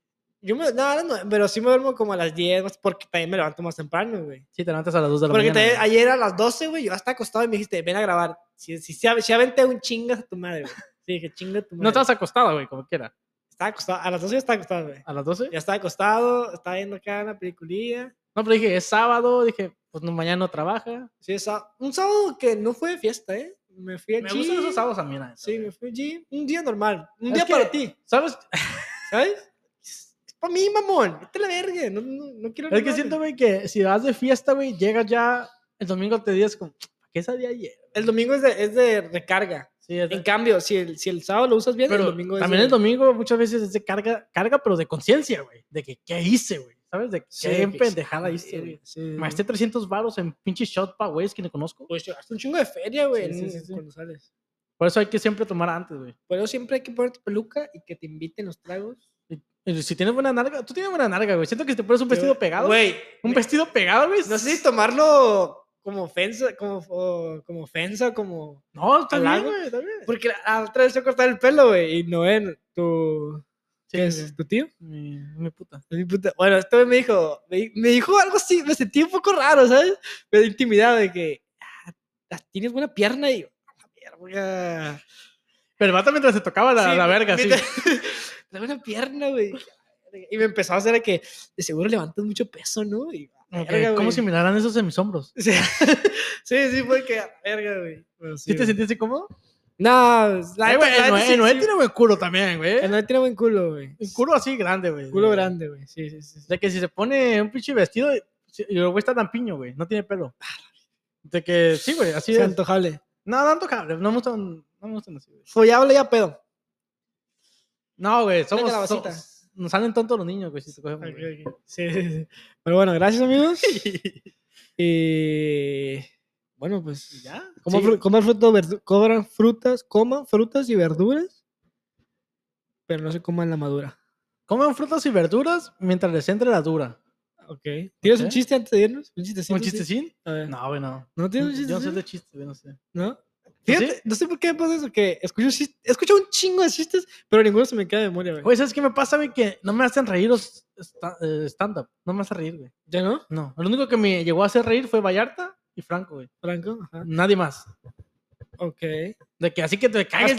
Speaker 1: Yo me, no, ahora no, pero sí me duermo como a las 10, más porque también me levanto más temprano, güey.
Speaker 2: Sí, te levantas a las 2 de la
Speaker 1: Porque
Speaker 2: mañana.
Speaker 1: te-
Speaker 2: güey.
Speaker 1: ayer a las 12, güey, yo hasta acostado y me dijiste, ven a grabar. Si, si, si, si aventé un chingas a tu madre, güey. Sí, dije, chinga tu madre.
Speaker 2: No estabas acostada, güey, como quiera.
Speaker 1: Estaba acostado, a las 12 ya estaba acostado, güey.
Speaker 2: A las 12.
Speaker 1: Ya estaba acostado, estaba viendo acá una peliculilla.
Speaker 2: No, pero dije, es sábado, dije, pues no, mañana no trabaja.
Speaker 1: Sí, sa- un sábado que no fue de fiesta, ¿eh? Me fui a
Speaker 2: Me
Speaker 1: gym.
Speaker 2: gustan esos sábados a mí, la neta,
Speaker 1: Sí,
Speaker 2: güey.
Speaker 1: me fui a gym. Un día normal. Un
Speaker 2: Es
Speaker 1: día
Speaker 2: que-
Speaker 1: para ti,
Speaker 2: ¿Sabes?
Speaker 1: ¿sabes? Es para mí, mamón. Vete a la verga. No, no, no quiero
Speaker 2: Es
Speaker 1: ni
Speaker 2: que
Speaker 1: madre.
Speaker 2: siento, güey, que si vas de fiesta, güey, llegas ya el domingo te dices como, ¿para qué salí ayer?
Speaker 1: El domingo es de, es de recarga.
Speaker 2: Sí, es de-
Speaker 1: En cambio, si el, si el sábado lo usas bien,
Speaker 2: pero
Speaker 1: el domingo es
Speaker 2: también
Speaker 1: de-
Speaker 2: el domingo muchas veces es de carga, carga pero de conciencia, güey. De que, ¿qué hice, güey? ¿Sabes? De que,
Speaker 1: Sí,
Speaker 2: ¿qué
Speaker 1: que-
Speaker 2: pendejada
Speaker 1: sí,
Speaker 2: hice, güey?
Speaker 1: sí.
Speaker 2: Me gasté 300 varos en pinche shot pa' güeyes que no conozco.
Speaker 1: Pues yo gasto un chingo de feria, güey,
Speaker 2: Sí, sí,
Speaker 1: en-
Speaker 2: sí, sí.
Speaker 1: cuando sales.
Speaker 2: Por eso hay que siempre tomar antes, güey.
Speaker 1: Pero siempre hay que poner tu peluca y que te inviten los tragos.
Speaker 2: Y Si tienes buena narga, tú tienes buena narga, güey. Siento que si te pones un
Speaker 1: Yo-
Speaker 2: vestido pegado,
Speaker 1: Güey,
Speaker 2: un vestido pegado, güey.
Speaker 1: no sé si tomarlo como ofensa, como, o- como ofensa, como...
Speaker 2: No, está bien,
Speaker 1: Halago.
Speaker 2: güey, está bien.
Speaker 1: Porque la- la otra vez yo cortar el pelo, güey, y no en tu... ¿Qué
Speaker 2: Sí, güey.
Speaker 1: es? ¿Tu tío?
Speaker 2: Mi, mi puta.
Speaker 1: Mi puta- Bueno, este güey me dijo, me, di- me dijo algo así, me sentí un poco raro, ¿sabes? Me dio intimidad de que, ah, tienes buena pierna y yo, "A la verga.
Speaker 2: Pero el vato mientras se tocaba la,
Speaker 1: Sí,
Speaker 2: la verga, sí.
Speaker 1: mientras- Trae una pierna, güey. Y me empezó a hacer de que de seguro levantas mucho peso, ¿no? Y, a la
Speaker 2: Como que,
Speaker 1: verga,
Speaker 2: ¿Cómo
Speaker 1: güey.
Speaker 2: si miraran esos en mis hombros?
Speaker 1: Sí, sí, sí, fue que a la verga, güey. Bueno,
Speaker 2: ¿Sí,
Speaker 1: sí,
Speaker 2: te
Speaker 1: güey.
Speaker 2: sentiste cómodo?
Speaker 1: No, pues, la
Speaker 2: Eh,
Speaker 1: neta-
Speaker 2: güey,
Speaker 1: la
Speaker 2: el
Speaker 1: neta
Speaker 2: Noé,
Speaker 1: sí-
Speaker 2: el Noé
Speaker 1: sí.
Speaker 2: tiene buen culo también, güey.
Speaker 1: El Noé tiene buen culo, güey.
Speaker 2: Un culo así grande, güey.
Speaker 1: Culo
Speaker 2: de-
Speaker 1: grande, güey. Sí, sí, sí. sí.
Speaker 2: De que si se pone un pinche vestido, si- y el güey está lampiño, güey. No tiene pelo. De que sí, güey, así
Speaker 1: Se
Speaker 2: es.
Speaker 1: antojable.
Speaker 2: No, tanto cable. No me gustan, no me gustan así, güey.
Speaker 1: Follable ya pedo.
Speaker 2: No, güey, somos.
Speaker 1: la
Speaker 2: so-
Speaker 1: vasita.
Speaker 2: nos salen tontos los niños, güey, si te cogemos.
Speaker 1: Ok,
Speaker 2: güey.
Speaker 1: ok. Sí, sí, sí. Pero bueno, gracias, amigos. y bueno, pues
Speaker 2: ¿Y ya?
Speaker 1: Coman
Speaker 2: Sí.
Speaker 1: fru- coman fruto, verdu- cobran frutas, coman frutas y verduras, pero no se coman la madura.
Speaker 2: Coman frutas y verduras mientras les entre la dura.
Speaker 1: Ok. ¿Tienes un
Speaker 2: Ok.
Speaker 1: chiste antes de irnos? ¿Un chistecito?
Speaker 2: ¿Un
Speaker 1: así?
Speaker 2: chistecín?
Speaker 1: A ver.
Speaker 2: No, güey, no.
Speaker 1: ¿No tienes un
Speaker 2: Yo no soy
Speaker 1: chistecito?
Speaker 2: de chistes, güey, no sé.
Speaker 1: ¿No?
Speaker 2: ¿Tú sí?
Speaker 1: Fíjate, no sé por qué me pasa eso, que escucho, chis- escucho un chingo de chistes, pero ninguno se me queda de memoria, güey.
Speaker 2: Oye, ¿sabes qué me pasa, güey? Que no me hacen reír los sta- eh, stand-up. No me hace reír, güey.
Speaker 1: ¿Ya no?
Speaker 2: No. Lo único que me llegó a hacer reír fue Vallarta y Franco, güey.
Speaker 1: Franco, ajá.
Speaker 2: Nadie más.
Speaker 1: Ok.
Speaker 2: De que así que te
Speaker 1: ¿Has
Speaker 2: cagues de, ri- que te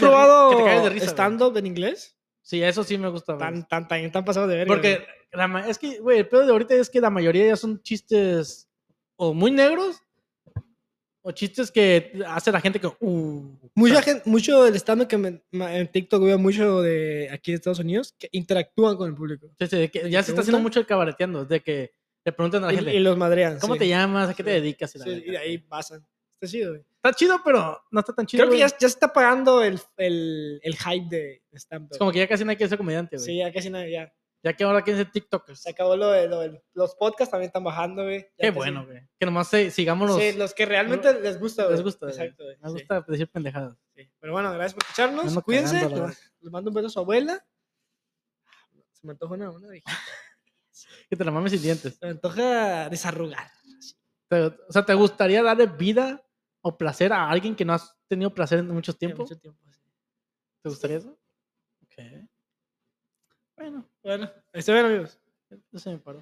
Speaker 2: cagues de
Speaker 1: probado
Speaker 2: risa. güey.
Speaker 1: stand-up en inglés?
Speaker 2: Sí, eso sí me gusta. güey.
Speaker 1: Tan, tan, tan, tan pasado de verga.
Speaker 2: Porque la ma- es que, güey, el pedo de ahorita es que la mayoría ya son chistes o muy negros o chistes que hace la gente que. Uh,
Speaker 1: Mucha
Speaker 2: o sea,
Speaker 1: gente, mucho del stand que me- ma- en TikTok veo mucho de aquí de Estados Unidos que interactúan con el público.
Speaker 2: sí, sí, de que ya se está haciendo
Speaker 1: preguntan.
Speaker 2: mucho el cabareteando, de que le preguntan a la
Speaker 1: Y,
Speaker 2: gente,
Speaker 1: y los madrean.
Speaker 2: ¿cómo
Speaker 1: sí.
Speaker 2: te llamas? ¿A qué te
Speaker 1: Sí,
Speaker 2: dedicas? Y la
Speaker 1: Sí,
Speaker 2: verga.
Speaker 1: y de ahí pasan. Está chido, güey.
Speaker 2: Está chido, pero no está tan chido.
Speaker 1: Creo que ya,
Speaker 2: güey.
Speaker 1: ya se está pagando el, el, el hype de stand-up.
Speaker 2: Es como que ya casi nadie quiere ser comediante, güey.
Speaker 1: Sí, ya casi nadie, ya.
Speaker 2: Ya que ahora quieren ser TikTokers.
Speaker 1: Se acabó lo de, lo del- los podcasts también están bajando, güey. Ya
Speaker 2: Qué
Speaker 1: casi-
Speaker 2: bueno, güey. Que nomás se- sigámonos.
Speaker 1: Sí, los que realmente les gusta, güey.
Speaker 2: les gusta, güey.
Speaker 1: Exacto, güey.
Speaker 2: Me
Speaker 1: sí,
Speaker 2: gusta decir pendejadas.
Speaker 1: sí. Pero bueno, gracias por escucharnos.
Speaker 2: Ando
Speaker 1: Cuídense.
Speaker 2: cagando a la
Speaker 1: le- Les mando un beso a su abuela. Ah, Se me antoja una, una viejita.
Speaker 2: Que te la mames sin dientes.
Speaker 1: Se me antoja desarrugar.
Speaker 2: Te- o sea, ¿te gustaría darle vida o placer a alguien que no has tenido placer en mucho tiempo?
Speaker 1: Mucho tiempo, sí.
Speaker 2: ¿Te gustaría eso? Ok. Bueno,
Speaker 1: Bueno, ahí se ven, amigos.
Speaker 2: ya se me paró.